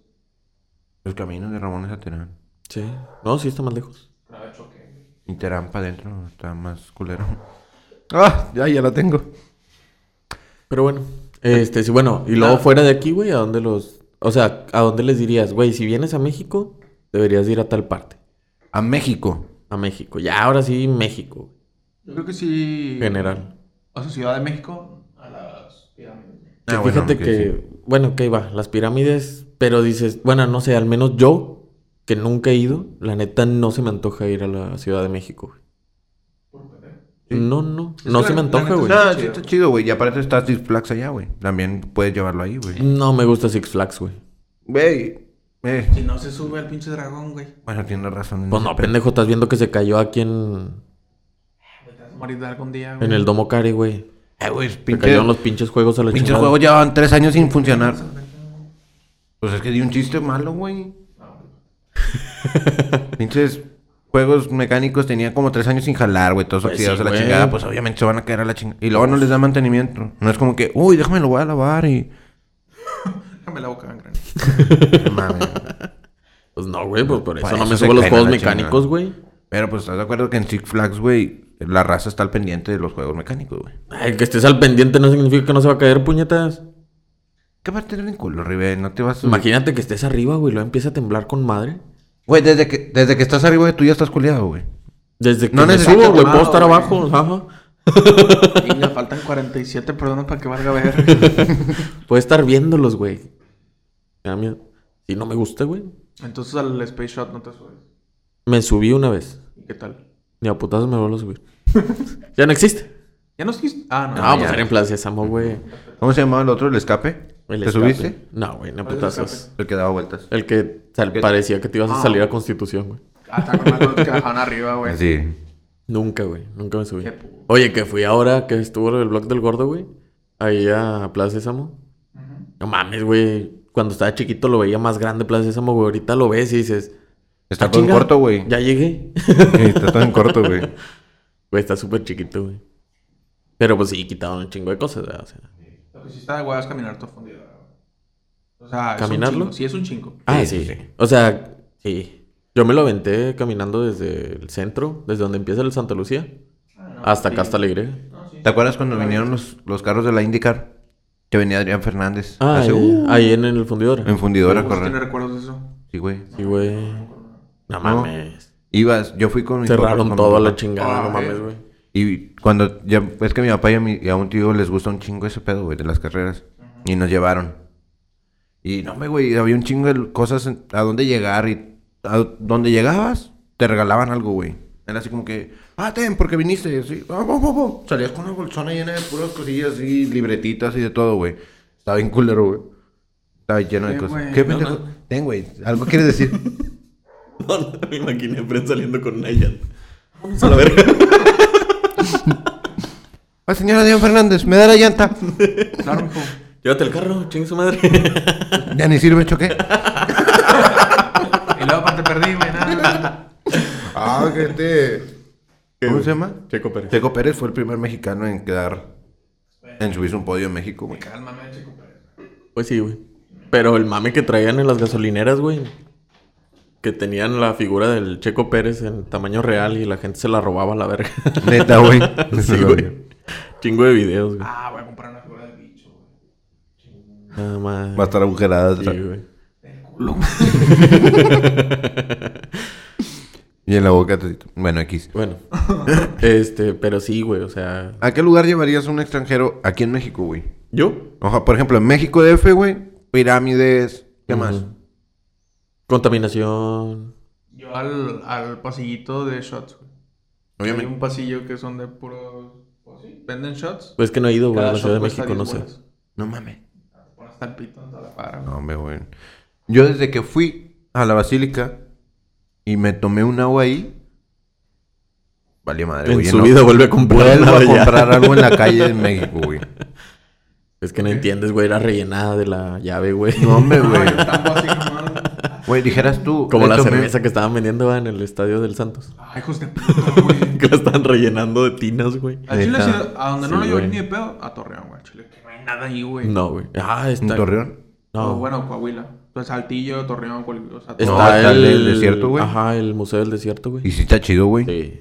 Speaker 3: Los caminos de Ramones a Terán.
Speaker 2: Sí. No, sí está más lejos.
Speaker 1: Una vez choqué.
Speaker 3: Y Terán para adentro está más culero. Ah, ya, ya la tengo.
Speaker 2: Pero bueno. Este, sí, bueno. Y luego fuera de aquí, güey, ¿a dónde los... O sea, ¿a dónde les dirías? Güey, si vienes a México, deberías ir a tal parte.
Speaker 3: A México.
Speaker 2: A México. Ya, ahora sí, México.
Speaker 1: Yo creo que sí.
Speaker 2: General.
Speaker 1: O sea, Ciudad de México a las pirámides.
Speaker 2: Que
Speaker 3: Ah, bueno,
Speaker 2: fíjate
Speaker 3: ok,
Speaker 2: que,
Speaker 3: sí.
Speaker 2: bueno, que va, las pirámides, pero dices, bueno, no sé, al menos yo, que nunca he ido, la neta no se me antoja ir a la Ciudad de México, güey. No, no, no
Speaker 1: que
Speaker 2: se
Speaker 1: la- la
Speaker 2: me antoja,
Speaker 1: neta
Speaker 2: güey.
Speaker 1: está
Speaker 3: Ah, sí, está chido, güey. Y aparte está Six Flags allá, güey. También puedes llevarlo ahí, güey.
Speaker 2: No me gusta Six Flags, güey.
Speaker 3: Güey. Eh,
Speaker 1: Si no se sube al pinche dragón, güey.
Speaker 3: Bueno, tienes razón. en
Speaker 2: Pues no,
Speaker 3: ese pe-
Speaker 2: pendejo, estás viendo que se cayó aquí en,
Speaker 1: Te vas Ah, a morir de algún día, güey.
Speaker 2: en el Domo Cari, güey.
Speaker 3: Eh, güey, es
Speaker 2: Se
Speaker 3: pinche-
Speaker 2: cayeron los pinches juegos a la
Speaker 3: Pinches
Speaker 2: chingada.
Speaker 3: juegos llevan tres años sin funcionar. Pues es que di un chiste malo, güey. Pinches juegos mecánicos tenían como tres años sin jalar, güey. Todos
Speaker 2: Pues
Speaker 3: oxidados
Speaker 2: sí,
Speaker 3: a la
Speaker 2: güey.
Speaker 3: chingada. Pues obviamente se van a caer a la chingada. Y luego no les da mantenimiento. No es como que, uy, déjame lo voy a lavar y...
Speaker 1: Déjame la boca, gran.
Speaker 3: No mames.
Speaker 2: Pues no, güey, pues por eso
Speaker 3: Por
Speaker 2: no
Speaker 3: eso
Speaker 2: me
Speaker 3: se
Speaker 2: subo a los
Speaker 3: caen a
Speaker 2: juegos
Speaker 3: la chingada.
Speaker 2: mecánicos, güey.
Speaker 3: Pero pues estás de acuerdo que en Six Flags, güey, la raza está al pendiente de los juegos mecánicos, güey.
Speaker 2: Ay, que estés al pendiente no significa que no se va a caer, puñetas.
Speaker 3: ¿Qué parte del culo, Ribe? No te vas a... subir?
Speaker 2: Imagínate que estés arriba, güey, lo empieza a temblar con madre.
Speaker 3: Güey, desde que, desde que estás arriba, güey, tú ya estás culiado, güey.
Speaker 2: Desde que
Speaker 3: No
Speaker 2: me
Speaker 3: necesitas
Speaker 2: subo, güey,
Speaker 3: llamado,
Speaker 2: puedo estar
Speaker 1: güey.
Speaker 2: abajo, ajá.
Speaker 1: Y le faltan 47 personas para que valga ver.
Speaker 2: Puedo estar viéndolos, güey. Me da miedo. Si no me gusta, güey.
Speaker 1: Entonces al Space Shot no te subes.
Speaker 2: Me subí una vez.
Speaker 1: ¿Y qué tal?
Speaker 2: Ni a putazos me vuelvo a subir. ya no existe.
Speaker 1: ¿Ya no existe? Ah, no.
Speaker 2: No,
Speaker 1: ya.
Speaker 2: pues era en Plaza Samo, güey.
Speaker 3: ¿Cómo se llamaba el otro? ¿El escape?
Speaker 2: El
Speaker 3: ¿Te
Speaker 2: escape.
Speaker 3: subiste?
Speaker 2: No, güey, ni a
Speaker 1: ¿Cuál es el
Speaker 2: putazos.
Speaker 1: escape?
Speaker 3: El que daba vueltas.
Speaker 2: El que sal- parecía que te ibas a
Speaker 1: Ah.
Speaker 2: salir a Constitución, güey.
Speaker 1: Ah, está con algo que bajaron arriba, güey.
Speaker 3: Así.
Speaker 2: Nunca, güey. Nunca me subí.
Speaker 1: Qué pu-
Speaker 2: Oye, que fui ahora que estuvo el blog del gordo, güey. Ahí a Plaza Samo.
Speaker 1: Ujú.
Speaker 2: No mames, güey. Cuando estaba chiquito lo veía más grande Plaza Samo, güey. Ahorita lo ves y dices...
Speaker 3: Está
Speaker 2: "Ah,
Speaker 3: todo en
Speaker 2: chinga,
Speaker 3: corto, güey.
Speaker 2: Ya llegué.
Speaker 3: Sí, Está todo en corto, güey.
Speaker 2: Güey, está súper chiquito, güey. Pero pues sí, quitaron un chingo de cosas, ¿verdad? O sea,
Speaker 1: Lo que sí está de huevo es caminar todo fundido. güey. O sea, es un
Speaker 2: ¿Caminarlo?
Speaker 1: chingo. Sí, es un chingo.
Speaker 2: ah, sí,
Speaker 3: sí, sí.
Speaker 2: O sea, sí. Yo me lo aventé caminando desde el centro, desde donde empieza el Santa Lucía,
Speaker 1: Ah, no,
Speaker 2: hasta
Speaker 1: sí.
Speaker 2: acá, hasta la Y.
Speaker 1: No, sí.
Speaker 3: ¿Te acuerdas cuando vinieron los, los carros de la IndyCar? Que venía Adrián Fernández.
Speaker 2: Ah,
Speaker 3: Hace-
Speaker 2: ahí,
Speaker 3: uh,
Speaker 2: ahí en el fundidor.
Speaker 3: en fundidora,
Speaker 1: Pues, ¿Tiene
Speaker 3: correcto.
Speaker 1: recuerdos de eso?
Speaker 3: Sí, güey.
Speaker 2: Sí, güey. No mames.
Speaker 3: Ibas, yo fui con mi papá,
Speaker 2: Cerraron
Speaker 3: con
Speaker 2: todo a
Speaker 3: mi
Speaker 2: la
Speaker 3: papá.
Speaker 2: chingada,
Speaker 1: Ah,
Speaker 2: no
Speaker 1: eh.
Speaker 2: mames, güey.
Speaker 3: Y cuando ya, es que mi papá y a, mi- y a un tío les gusta un chingo ese pedo, güey, de las carreras. Y nos llevaron. Y no, me, güey, había un chingo de cosas en- a dónde llegar y a dónde llegabas, te regalaban algo, güey. Era así como que, ah, ten, porque viniste. Así, "Ah, bo, bo, bo". Salías con una bolsona llena de puras cosillas y libretitas y de todo, güey. Estaba bien culero, güey. Estaba lleno de
Speaker 1: Eh,
Speaker 3: cosas.
Speaker 1: güey,
Speaker 3: ¿Qué
Speaker 1: no,
Speaker 3: pendejo?
Speaker 1: no.
Speaker 3: Ten, güey, algo quieres decir.
Speaker 2: No, no me imaginé a Fred saliendo con una llanta. Vamos a la verga.
Speaker 3: ah, señora Dian Fernández, me da la llanta.
Speaker 1: Claro, hijo.
Speaker 2: Llévate el carro, chingue su madre.
Speaker 3: ya ni sirve, choqué.
Speaker 1: Y luego, pa, te perdí, güey, nada.
Speaker 3: Ah, gente. Eh, ¿Cómo
Speaker 2: güey?
Speaker 3: se llama?
Speaker 2: Checo Pérez.
Speaker 3: Checo Pérez fue el primer mexicano en quedar. En subirse un podio en México, güey.
Speaker 1: Cálmame, chico. Pérez.
Speaker 2: Pues sí, güey. Pero el mame que traían en las gasolineras, güey. Que tenían la figura del Checo Pérez en tamaño real y la gente se la robaba a la verga.
Speaker 3: Neta, güey.
Speaker 2: sí, güey. Chingo de videos, güey.
Speaker 1: Ah, voy a comprar una figura de bicho, güey.
Speaker 2: Nada más.
Speaker 3: Va a estar agujerada.
Speaker 2: Sí,
Speaker 3: atrás.
Speaker 2: güey.
Speaker 1: El culo.
Speaker 3: Y en la boca. te- Bueno, X.
Speaker 2: Bueno. este, pero sí, güey. O sea,
Speaker 3: ¿A qué lugar llevarías a un extranjero aquí en México, güey?
Speaker 2: yo
Speaker 3: Oja, por ejemplo, en México DF, güey. Pirámides. ¿Qué más?
Speaker 2: Ujú. Contaminación.
Speaker 1: Yo al, al pasillito de shots, güey. Hay
Speaker 3: Obviamente.
Speaker 1: un pasillo que son de puros. Pues sí, venden shots.
Speaker 2: Pues que no he ido, güey, a
Speaker 1: Cada
Speaker 2: la Ciudad de
Speaker 1: shot cuesta
Speaker 2: México, no
Speaker 1: 10
Speaker 2: sé.
Speaker 1: bolas.
Speaker 3: No mames.
Speaker 1: Te pones hasta el pito en toda la cara, güey.
Speaker 3: No, hombre, güey. Yo desde que fui a la basílica y me tomé un agua ahí. Valió madre,
Speaker 2: En
Speaker 3: güey.
Speaker 2: su
Speaker 3: no-
Speaker 2: vida vuelve a comprar
Speaker 3: Vuelvo
Speaker 2: nada
Speaker 3: a
Speaker 2: ya.
Speaker 3: comprar algo en la calle de México, güey.
Speaker 2: Es que no entiendes, güey. Era rellenada de la llave, güey.
Speaker 3: No, hombre, güey.
Speaker 1: Ah, yo tampoco así, nomás.
Speaker 3: Güey, dijeras tú.
Speaker 2: Como
Speaker 3: le
Speaker 2: la
Speaker 3: tomé-
Speaker 2: cerveza que estaban vendiendo güey, en el estadio del Santos.
Speaker 1: Ay, hijos de puta, güey.
Speaker 2: Que la estaban rellenando de tinas, güey.
Speaker 1: Al Chile,
Speaker 3: Neta.
Speaker 1: sí, a donde no
Speaker 2: Sí,
Speaker 1: lo llevé
Speaker 2: güey.
Speaker 1: ni de pedo, a Torreón, güey. al Chile, que no hay nada ahí, güey.
Speaker 2: No, güey. Ah,
Speaker 3: ¿En
Speaker 2: está.
Speaker 3: Torreón?
Speaker 1: O
Speaker 2: No,
Speaker 1: bueno, Coahuila. pues, Saltillo, Torreón, cual- o sea, todo.
Speaker 2: Está,
Speaker 3: No, está
Speaker 2: el...
Speaker 3: el del desierto, güey.
Speaker 2: Ajá, el Museo del Desierto, güey.
Speaker 3: Y sí está chido, güey.
Speaker 2: Sí.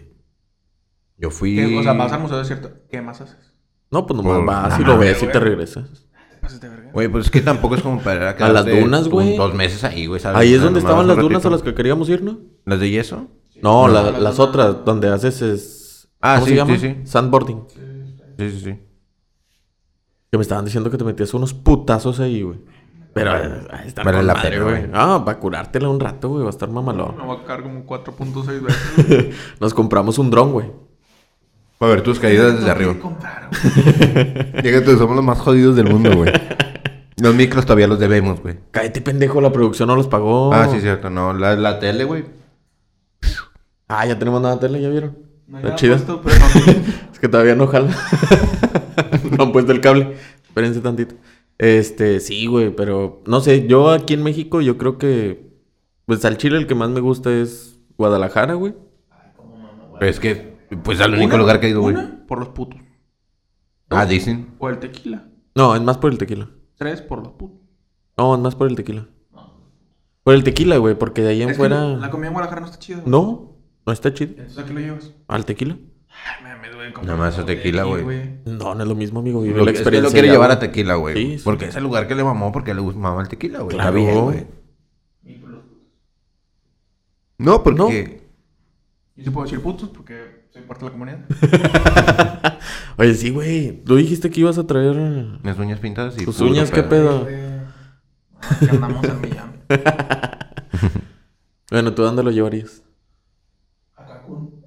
Speaker 3: Yo fui...
Speaker 1: Que, O sea, vas al museo desierto, ¿qué más haces?
Speaker 2: No, pues nomás
Speaker 3: Por-
Speaker 2: vas y
Speaker 3: Ajá,
Speaker 2: lo ves y
Speaker 1: güey.
Speaker 2: te regresas.
Speaker 1: Te pasas de verga.
Speaker 3: Güey, pues es que tampoco es como para...
Speaker 2: A las
Speaker 3: quedarte
Speaker 2: dunas,
Speaker 3: un-
Speaker 2: güey.
Speaker 3: Dos meses ahí, güey, ¿sabes?
Speaker 2: Ahí
Speaker 3: O
Speaker 2: es
Speaker 3: sea,
Speaker 2: donde
Speaker 3: nomás
Speaker 2: estaban
Speaker 3: un
Speaker 2: las dunas
Speaker 3: ratito.
Speaker 2: a las que queríamos ir, ¿no?
Speaker 3: ¿Las de yeso?
Speaker 2: No,
Speaker 1: No,
Speaker 2: la-
Speaker 1: la
Speaker 2: las
Speaker 1: duna-
Speaker 2: otras, donde haces es...
Speaker 3: Ah,
Speaker 2: ¿Cómo
Speaker 3: sí,
Speaker 2: se llama?
Speaker 3: sí, sí.
Speaker 2: Sandboarding.
Speaker 3: Sí, sí, sí.
Speaker 2: Que me estaban diciendo que te metías unos putazos ahí, güey. Pero eh, ah, está
Speaker 3: Vale
Speaker 2: con
Speaker 3: la
Speaker 2: madre,
Speaker 3: pena,
Speaker 2: güey.
Speaker 3: güey.
Speaker 2: Ah, va a curártela un rato, güey. Va a estar mamalón.
Speaker 1: Me voy a cagar como 4.6 veces.
Speaker 2: Nos compramos un dron, güey.
Speaker 3: Para ver tus caídas desde arriba.
Speaker 1: Comprar,
Speaker 3: Fíjate, somos los más jodidos del mundo, güey. Los micros todavía los debemos, güey.
Speaker 2: Cállate, pendejo. La producción no los pagó.
Speaker 3: Ah, sí, cierto, no. La, la tele, güey.
Speaker 2: Ah, ya tenemos nada de tele, ¿ya vieron?
Speaker 1: No
Speaker 2: Está
Speaker 1: hay
Speaker 2: chida.
Speaker 1: chida. Puesto, pero no.
Speaker 2: Es que todavía no jala. no han puesto el cable. Espérense tantito. Este, sí, güey, pero no sé, yo aquí en México yo creo que pues al Chile el que más me gusta es Guadalajara, güey.
Speaker 3: Pero es que, pues, al único
Speaker 1: Una-
Speaker 3: lugar que he ido, güey.
Speaker 1: una por los putos.
Speaker 3: Ah, dicen.
Speaker 1: O el tequila.
Speaker 2: No, es más por el tequila.
Speaker 1: Tres por los putos.
Speaker 2: No, es más por el tequila. Por el tequila, güey, porque de ahí en
Speaker 1: Es que
Speaker 2: fuera
Speaker 1: La comida en Guadalajara no está chida. güey.
Speaker 2: no, no está chido.
Speaker 1: Entonces, ¿a qué lo llevas?
Speaker 2: Al tequila.
Speaker 1: Ay, Ah, me, me duele
Speaker 3: Nada más a tequila, güey.
Speaker 2: No, no es lo mismo, amigo, vive
Speaker 3: Lo,
Speaker 2: la
Speaker 3: es que
Speaker 2: experiencia.
Speaker 3: lo quiere
Speaker 2: ya,
Speaker 3: llevar
Speaker 2: güey.
Speaker 3: a tequila, güey.
Speaker 2: Sí, sí.
Speaker 3: Porque es el lugar que le mamó, porque le gusta mamá el tequila, güey.
Speaker 2: Claro.
Speaker 3: Está bien, güey.
Speaker 1: pues
Speaker 3: No, porque...
Speaker 1: Yo sí puedo decir putos porque soy parte de la comunidad.
Speaker 2: Pues, Oye, sí, güey, tú dijiste que ibas a traer eh,
Speaker 3: Mis uñas pintadas y...
Speaker 2: tus
Speaker 3: puro
Speaker 2: uñas, qué pedo.
Speaker 1: Eh, que andamos en Miami.
Speaker 2: Bueno, ¿tú dónde lo llevarías?
Speaker 1: A Cancún.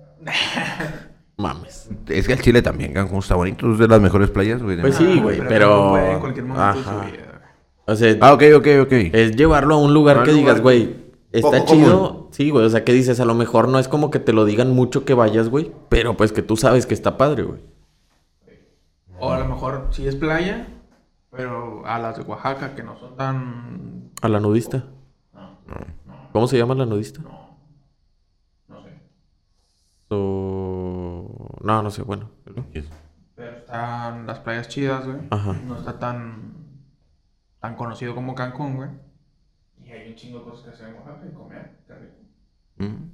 Speaker 2: Mames.
Speaker 3: Es que el Chile también, Cancún, está bonito. Es de las mejores playas, güey. de
Speaker 2: Pues sí,
Speaker 3: México.
Speaker 2: güey,
Speaker 1: Cancún
Speaker 2: pero-
Speaker 1: puede En cualquier momento
Speaker 2: Ajá.
Speaker 1: de su vida. güey.
Speaker 2: O sea,
Speaker 3: Ah, ok, ok, ok.
Speaker 2: es llevarlo a un lugar
Speaker 3: A un
Speaker 2: que digas,
Speaker 3: lugar
Speaker 2: güey, está
Speaker 3: poco
Speaker 2: chido.
Speaker 3: común.
Speaker 2: Sí, güey, o sea, que dices, a lo mejor no es como que te lo digan mucho que vayas, güey, pero pues que tú sabes que está padre, güey.
Speaker 1: O a lo mejor sí es playa, pero a las de Oaxaca que no son tan.
Speaker 2: A la nudista. ¿Cómo se llama la nudista?
Speaker 1: No sé.
Speaker 2: O- No, no sé, bueno.
Speaker 1: Pero están las playas chidas, güey.
Speaker 2: Ajá.
Speaker 1: No está tan. tan conocido como Cancún, güey. Y hay un chingo de cosas que hacer en Oaxaca y comer. Qué rico.
Speaker 3: Mm.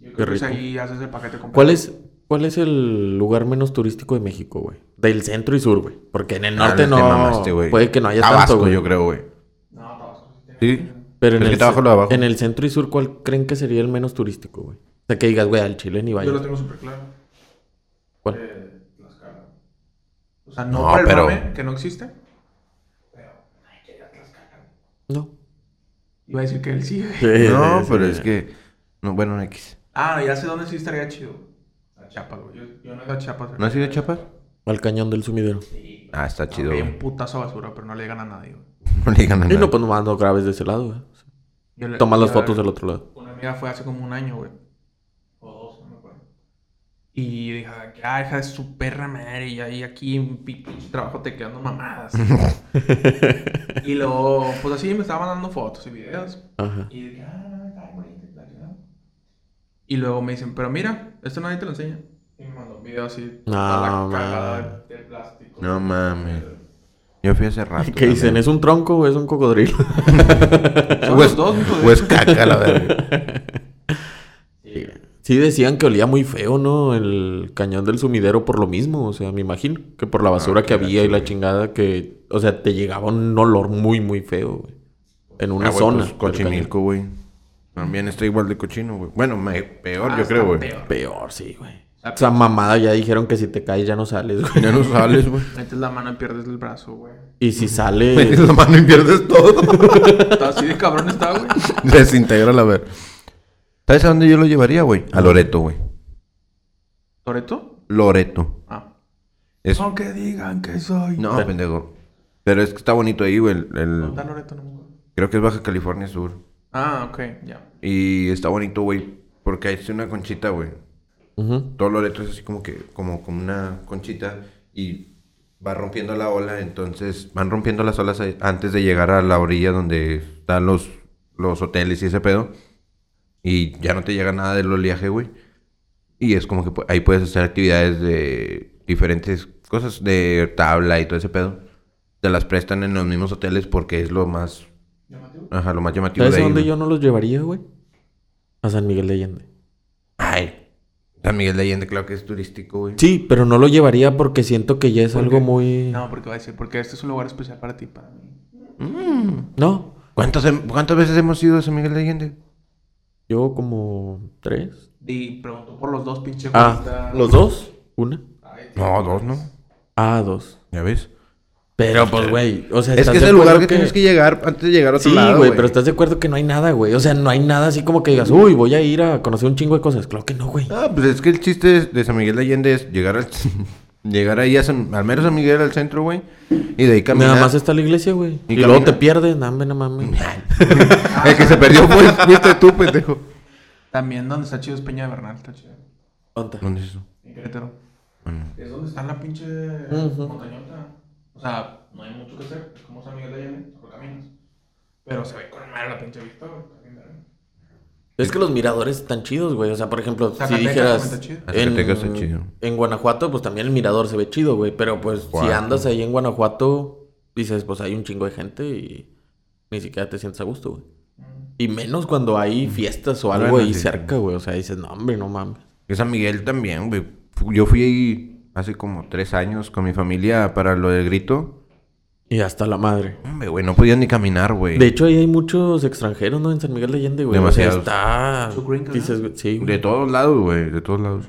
Speaker 1: Yo
Speaker 2: Qué
Speaker 1: creo que si
Speaker 2: rico.
Speaker 1: ahí haces el paquete completo.
Speaker 2: ¿Cuál es, ¿Cuál es el lugar menos turístico de México, güey? Del centro y sur, güey. Porque en el norte
Speaker 3: Ah,
Speaker 2: no.
Speaker 3: te mamaste, güey.
Speaker 2: puede que no haya
Speaker 3: Tabasco,
Speaker 2: tanto, güey.
Speaker 3: yo creo, güey.
Speaker 1: No, Tabasco sí tiene-
Speaker 3: Sí.
Speaker 2: Pero en
Speaker 3: Es
Speaker 2: el,
Speaker 3: que está
Speaker 2: ce-
Speaker 3: abajo lo de abajo.
Speaker 2: en el centro y sur, ¿cuál creen que sería el menos turístico, güey? O sea, que digas, güey, al Chile ni
Speaker 1: Yo lo
Speaker 2: vayas.
Speaker 1: tengo súper claro.
Speaker 2: ¿Cuál?
Speaker 1: Eh, Tlaxcala. O sea, no,
Speaker 3: No,
Speaker 1: por el
Speaker 3: pero-
Speaker 1: mame, que no existe. Pero hay que ir a Tlaxcala.
Speaker 2: No.
Speaker 1: Iba a decir que él sí. güey.
Speaker 3: No,
Speaker 2: Sí, sí,
Speaker 3: pero
Speaker 2: sí.
Speaker 3: es que... No, bueno, X.
Speaker 1: Ah, ya sé dónde sí estaría chido. A Chiapas, güey. Yo, yo no he ido a Chiapas. güey.
Speaker 3: ¿No has ido a Chiapas?
Speaker 2: Al cañón del sumidero.
Speaker 1: Sí.
Speaker 3: Ah, está chido,
Speaker 1: Hay
Speaker 3: güey.
Speaker 1: un putazo de basura, pero no le llegan a nadie, güey.
Speaker 3: No le digan a
Speaker 2: Y no,
Speaker 3: nadie.
Speaker 2: pues nomás no grabes de ese lado, güey.
Speaker 1: Yo le-
Speaker 2: Toma las
Speaker 1: yo-
Speaker 2: fotos del otro lado.
Speaker 1: Una amiga fue hace como un año, güey. O dos, no me acuerdo. Y dije, ah, hija de su perra madre, y ahí aquí en pi- pinche trabajo tecleando mamadas. y luego, pues así me estaba mandando fotos y videos.
Speaker 2: Ajá.
Speaker 1: Y dije, ah, está bonito, la chingada". Y luego me dicen, pero mira, esto nadie te lo enseña. Y me mandó un video así, toda
Speaker 2: No,
Speaker 1: la cagada
Speaker 2: man.
Speaker 1: de plástico.
Speaker 3: No mames. Yo fui hace rato.
Speaker 2: ¿Qué dicen?
Speaker 3: también.
Speaker 2: ¿Es un tronco o es un cocodrilo?
Speaker 1: Son
Speaker 3: O
Speaker 1: los
Speaker 3: es-
Speaker 1: dos, hijo de-
Speaker 3: O es Pues caca, la verdad.
Speaker 2: Sí decían que olía muy feo, ¿no? El cañón del sumidero por lo mismo, o sea, me imagino que por la basura
Speaker 3: Ah,
Speaker 2: que había y la chingada que, o sea, te llegaba un olor muy muy feo, güey. En una
Speaker 3: Ah, güey,
Speaker 2: zona.
Speaker 3: pues,
Speaker 2: del
Speaker 3: Cochimilco, güey. También está igual de cochino, güey. Bueno, me- peor,
Speaker 1: Ah,
Speaker 3: yo
Speaker 1: está
Speaker 3: creo, güey.
Speaker 1: peor.
Speaker 2: cañón. Peor, sí, güey. O sea, mamada ya dijeron que si te caes ya no sales, güey.
Speaker 3: Ah, pues. Ya no sales, güey.
Speaker 1: Metes la mano y pierdes el brazo, güey.
Speaker 2: Y si
Speaker 3: Metes
Speaker 2: sales,
Speaker 3: la mano y pierdes todo.
Speaker 1: Está así de cabrón está, güey.
Speaker 3: Desintegra la ver. ¿Sabes a dónde yo lo llevaría, güey? A Loreto, güey.
Speaker 1: ¿Toreto?
Speaker 3: Loreto.
Speaker 1: Ah.
Speaker 3: Es...
Speaker 1: Aunque digan que soy.
Speaker 3: No, pendejo. Pero es que está bonito ahí, güey. el- el-
Speaker 1: ¿Dónde está Loreto? No me acuerdo.
Speaker 3: Creo que es Baja California Sur.
Speaker 1: Ah, ok, ya.
Speaker 3: Y está bonito, güey. Porque ahí está una conchita, güey.
Speaker 2: Ujú.
Speaker 3: todo Loreto es así como que, como, como una conchita y va rompiendo la ola, entonces van rompiendo las olas a- antes de llegar a la orilla donde están los, los hoteles y ese pedo. Y ya no te llega nada del oleaje, güey. Y es como que pu- ahí puedes hacer actividades de diferentes cosas, de tabla y todo ese pedo. Te las prestan en los mismos hoteles porque es lo más
Speaker 1: Llamativo.
Speaker 3: Ajá, lo más llamativo
Speaker 2: ¿Sabes
Speaker 3: de
Speaker 2: a
Speaker 3: ahí,
Speaker 2: dónde
Speaker 3: güey.
Speaker 2: yo no los llevaría, güey? A San Miguel de Allende.
Speaker 3: Ay. San Miguel de Allende, claro que es turístico, güey.
Speaker 2: Sí, pero no lo llevaría porque siento que ya es
Speaker 1: ¿Por
Speaker 2: algo
Speaker 1: qué?
Speaker 2: muy... No.
Speaker 1: No, porque va a decir, porque este es un lugar especial para ti, para mí.
Speaker 3: Mm. ¿Cuántas, hem- ¿Cuántas veces hemos ido a San Miguel de Allende?
Speaker 2: Yo como tres.
Speaker 1: Y preguntó por los dos pinche
Speaker 2: Ah,
Speaker 1: güeyes,
Speaker 2: ¿los dos? Una.
Speaker 1: ay,
Speaker 3: No, dos, ¿no?
Speaker 2: Ah, dos.
Speaker 3: Ya ves.
Speaker 2: Pero pues, güey, o sea...
Speaker 3: Es
Speaker 2: ¿estás
Speaker 3: que es
Speaker 2: de
Speaker 3: el lugar
Speaker 2: acuerdo
Speaker 3: que, tienes que llegar antes de llegar a otro
Speaker 2: Sí,
Speaker 3: lado,
Speaker 2: güey, pero estás de acuerdo que no hay nada, güey. O sea, no hay nada así como que digas, uy, voy a ir a conocer un chingo de cosas. Claro que no, güey.
Speaker 3: Ah, pues es que el chiste es- de San Miguel de Allende es llegar al... llegar ahí a San... al mero San Miguel, al centro, güey. Y de ahí caminar.
Speaker 2: Nada más está la iglesia, güey.
Speaker 3: Y
Speaker 2: Y, luego te
Speaker 3: camina.
Speaker 2: pierdes, no, hombre, no mames.
Speaker 3: El que se perdió fue, fuiste tú, pendejo.
Speaker 1: También donde está chido es Peña de Bernal, está chido.
Speaker 2: Tonta.
Speaker 3: ¿Dónde es eso?
Speaker 1: En Querétaro.
Speaker 3: Bueno.
Speaker 1: Es donde está la pinche
Speaker 2: Ujú.
Speaker 1: montañota. O sea, no hay mucho que hacer. Es como San Miguel de Allende, solo caminas. Pero se ve con mal la pinche vista, güey. Está bien verga.
Speaker 2: Es que los miradores están chidos, güey. O sea, por ejemplo, si
Speaker 1: Zacatecas
Speaker 2: dijeras.
Speaker 1: también está chido.
Speaker 2: En,
Speaker 3: Zacatecas está chido.
Speaker 2: en Guanajuato, pues también el mirador se ve chido, güey. Pero pues si
Speaker 3: Guau.
Speaker 2: andas ahí en Guanajuato, dices, pues hay un chingo de gente y ni siquiera te sientes a gusto, güey.
Speaker 1: Mm.
Speaker 2: Y menos cuando hay fiestas o algo
Speaker 3: Bueno,
Speaker 2: ahí
Speaker 3: sí.
Speaker 2: cerca, güey. O sea, dices, no, hombre, no mames.
Speaker 3: Que San Miguel también, güey. Fu- Yo fui ahí hace como tres años con mi familia para lo del grito.
Speaker 2: Y hasta la madre.
Speaker 3: Hombre, güey, no podían ni caminar, güey.
Speaker 2: De hecho, ahí hay muchos extranjeros, ¿no? En San Miguel de Allende, güey.
Speaker 3: Demasiados.
Speaker 2: O sea,
Speaker 1: Mucho
Speaker 2: está.
Speaker 1: gringo, ¿no?
Speaker 2: Dices, güey, sí,
Speaker 3: De
Speaker 2: güey.
Speaker 3: todos lados, güey. De todos lados.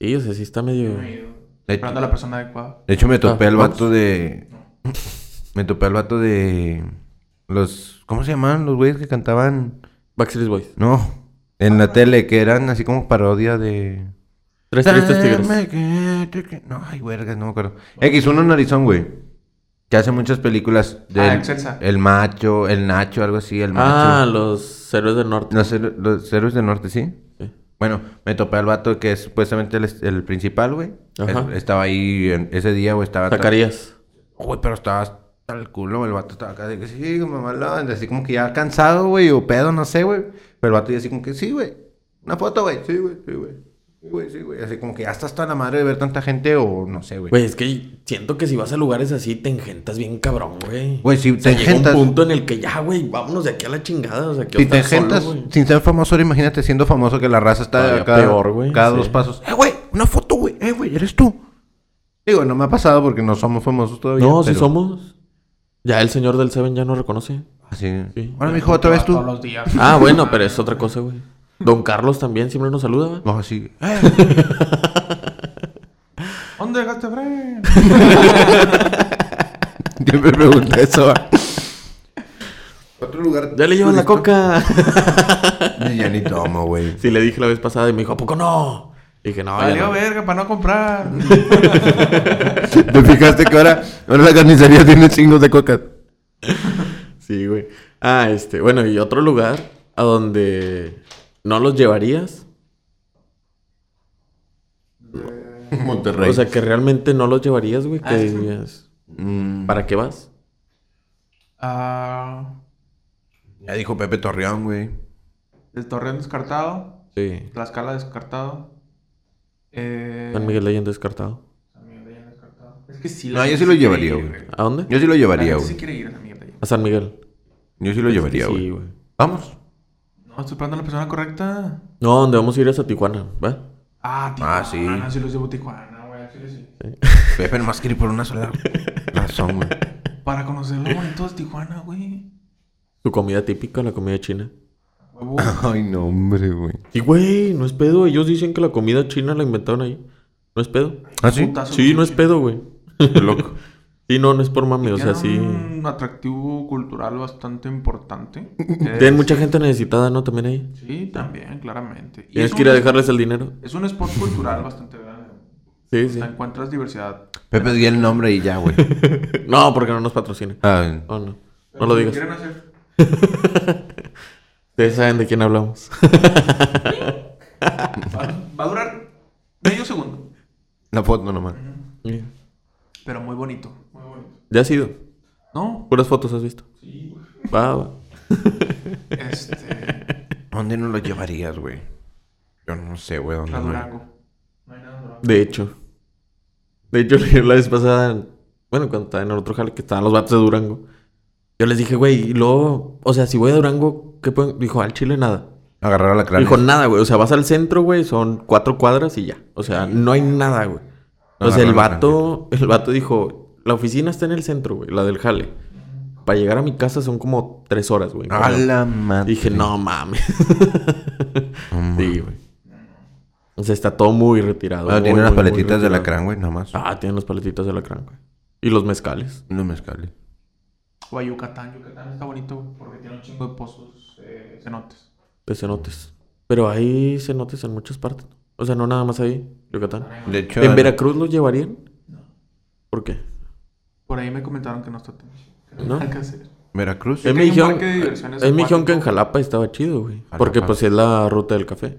Speaker 2: Sí, o sea, sí está medio.
Speaker 1: No he ido.
Speaker 3: De-
Speaker 1: Esperando a la persona adecuada.
Speaker 3: De hecho, me topé
Speaker 2: Ah,
Speaker 3: al
Speaker 2: ¿no?
Speaker 3: vato de... Me topé al vato de... Los... ¿Cómo se llamaban los güeyes que cantaban?
Speaker 2: Backstreet Boys.
Speaker 3: No. En la tele, que eran así como parodia de...
Speaker 2: Tres tristes tigres.
Speaker 3: Dame que te que- No, ay, vergas, no me acuerdo. X, uno narizón, güey. Que hace muchas películas del
Speaker 1: Ah, Excelsa.
Speaker 3: El Macho, El Nacho, algo así, El
Speaker 2: Ah,
Speaker 3: Macho.
Speaker 2: los héroes del norte.
Speaker 3: Los, héro- los héroes del norte, ¿sí?
Speaker 2: Sí.
Speaker 3: Bueno, me topé al vato que es supuestamente el, el principal, güey.
Speaker 2: Ajá.
Speaker 3: Es- Estaba ahí en- ese día, güey, estaba...
Speaker 2: Zacarías.
Speaker 3: Güey, pero estaba hasta el culo, el vato estaba acá de que sí, mamá, la", así como que ya cansado, güey, o pedo, no sé, güey. Pero el vato ya así como que sí, güey. Una foto, güey. Sí, güey, sí, güey. Sí, güey, sí, güey. Así como que ya estás toda la madre de ver tanta gente o no sé, güey.
Speaker 2: Güey, es que siento que si vas a lugares así te engentas bien cabrón, güey.
Speaker 3: Güey, si
Speaker 2: O
Speaker 3: te
Speaker 2: sea, llega
Speaker 3: engentas,
Speaker 2: un punto en el que ya, güey, vámonos de aquí a la chingada. O sea, que
Speaker 3: si te engentas sin ser famoso, ahora imagínate siendo famoso que la raza está
Speaker 2: Todavía
Speaker 3: cada,
Speaker 2: peor, güey,
Speaker 3: cada
Speaker 2: sí.
Speaker 3: dos pasos. Eh, güey, una foto, güey. Eh, güey, eres tú. Digo, no me ha pasado porque no somos famosos todavía.
Speaker 2: No, si
Speaker 3: pero-
Speaker 2: somos. Ya el señor del Seven ya no reconoce.
Speaker 3: Así.
Speaker 2: Sí.
Speaker 3: Ahora, mijo, otra vez tú.
Speaker 1: Todos los días.
Speaker 2: Ah, bueno, pero es otra cosa, güey. Don Carlos también siempre nos saluda, güey.
Speaker 3: No, así.
Speaker 1: ¿Dónde dejaste Brian?
Speaker 3: Siempre pregunta eso. va. Otro lugar.
Speaker 2: Ya le llevan la
Speaker 3: turístico.
Speaker 2: coca.
Speaker 3: Ya ni tomo, güey.
Speaker 2: Sí, le dije la vez pasada y me dijo, ¿a poco no? Dije,
Speaker 3: Ah,
Speaker 2: no, ya
Speaker 1: Valió
Speaker 2: no.
Speaker 1: verga para no comprar.
Speaker 3: ¿Te fijaste que ahora, ahora la carnicería tiene chingos de coca?
Speaker 2: Sí, güey. Ah, este, bueno, y otro lugar a donde no los llevarías.
Speaker 3: Monterrey.
Speaker 2: O sea, que realmente no los llevarías, güey. Que
Speaker 1: Ah, sí.
Speaker 2: dirías,
Speaker 3: Mm,
Speaker 2: ¿para qué vas?
Speaker 1: Ah,
Speaker 3: ya dijo Pepe Torreón, güey.
Speaker 1: el Torreón descartado.
Speaker 2: Sí.
Speaker 1: Tlaxcala descartado. Eh,
Speaker 2: San Miguel de Allende descartado.
Speaker 1: San Miguel de Allende descartado. Es que sí.
Speaker 3: No,
Speaker 1: la
Speaker 3: yo
Speaker 1: gente
Speaker 3: sí lo
Speaker 1: quiere
Speaker 3: llevaría,
Speaker 1: ir,
Speaker 3: güey.
Speaker 2: ¿A dónde?
Speaker 3: Yo sí lo
Speaker 1: La
Speaker 3: llevaría,
Speaker 1: gente sí
Speaker 3: güey.
Speaker 1: quiere ir a San Miguel de Allende.
Speaker 2: A San Miguel.
Speaker 3: Yo sí lo llevaría,
Speaker 2: Sí,
Speaker 3: güey.
Speaker 2: güey.
Speaker 3: Vamos.
Speaker 1: No, estoy esperando a la persona correcta.
Speaker 2: No, donde vamos a ir es a Tijuana, ¿va?
Speaker 1: Ah, Tijuana.
Speaker 3: Ah, sí.
Speaker 1: sí los llevo a Tijuana, güey. al chile sí.
Speaker 3: Pepe nomás quiere ir por una sola razón, güey.
Speaker 1: Para conocer lo bonito de Tijuana, güey.
Speaker 2: Su comida típica, la comida china.
Speaker 1: Huevo.
Speaker 3: Ay, no, hombre, güey.
Speaker 2: Y, güey, no es pedo. Ellos dicen que la comida china la inventaron ahí. ¿No es pedo?
Speaker 3: ¿Ah, sí?
Speaker 1: Putazo,
Speaker 2: Sí, no es pedo, güey.
Speaker 3: Loco.
Speaker 2: Sí, no, no es por mame. O sea,
Speaker 1: Tiene
Speaker 2: sí.
Speaker 1: un atractivo cultural bastante importante.
Speaker 2: Tienen mucha gente necesitada, ¿no? También ahí.
Speaker 1: Sí, también, claramente. Y
Speaker 2: Tienes
Speaker 1: es
Speaker 2: que ir a
Speaker 1: un-
Speaker 2: dejarles el dinero.
Speaker 1: Es un spot cultural bastante grande.
Speaker 2: Sí,
Speaker 1: O
Speaker 2: sí.
Speaker 1: sea, encuentras diversidad.
Speaker 3: Pepe di el nombre y ya, güey.
Speaker 2: No, porque no nos patrocina.
Speaker 3: Ah,
Speaker 2: Oh, no. No lo digas.
Speaker 1: ¿Quieren hacer?
Speaker 2: Ustedes saben de quién hablamos.
Speaker 1: Va, va a durar medio segundo.
Speaker 3: la foto nomás.
Speaker 1: Pero muy bonito. Muy bonito.
Speaker 2: ya has ido.
Speaker 1: ¿No?
Speaker 2: Puras fotos has visto.
Speaker 1: Sí, güey.
Speaker 2: Va, va.
Speaker 1: Este.
Speaker 3: ¿Dónde no lo llevarías, güey? Yo no sé, güey, dónde.
Speaker 1: A
Speaker 3: no-
Speaker 1: Durango. No hay nada en Durango.
Speaker 2: De hecho. De hecho, la vez pasada. Bueno, cuando estaba en el otro jale que estaban los vatos de Durango. Yo les dije, güey, y luego, o sea, si voy a Durango, ¿qué pueden? Dijo, al Chile nada.
Speaker 3: Agarrar a la cráneo.
Speaker 2: Dijo, nada, güey. O sea, vas al centro, güey, son cuatro cuadras y ya. O sea, no hay nada, güey. O sea, el
Speaker 3: Agarraron la
Speaker 2: vato, el vato dijo, la oficina está en el centro, güey, la del jale. Para llegar a mi casa son como tres horas, güey.
Speaker 3: A la madre.
Speaker 2: Dije, no mames.
Speaker 3: No mames.
Speaker 2: sí, güey. O sea, está todo muy retirado. muy,
Speaker 3: Bueno, Ah, tiene unas
Speaker 2: muy, muy
Speaker 3: paletitas de
Speaker 2: retirado.
Speaker 3: alacrán, güey, nada más.
Speaker 2: Ah, tienen las paletitas de alacrán, güey. Y los mezcales.
Speaker 3: No mezcales.
Speaker 1: O a Yucatán. Yucatán está bonito güey, porque tiene un chingo de pozos, eh, cenotes.
Speaker 2: De cenotes. Pero hay cenotes en muchas partes. O sea, no nada más ahí, Yucatán.
Speaker 3: De hecho,
Speaker 2: ¿En Veracruz los llevarían?
Speaker 1: No.
Speaker 2: ¿Por qué?
Speaker 1: Por ahí me comentaron que no está tan que
Speaker 2: ¿No?
Speaker 1: hay que hacer.
Speaker 3: Veracruz.
Speaker 1: Es
Speaker 2: Es
Speaker 1: que
Speaker 2: mi
Speaker 1: hay un
Speaker 2: dijeron,
Speaker 1: parque de diversiones
Speaker 2: es mi dijeron que en
Speaker 1: acuático.
Speaker 2: Jalapa estaba chido, güey.
Speaker 3: Jalapa.
Speaker 2: Porque pues es la ruta del café.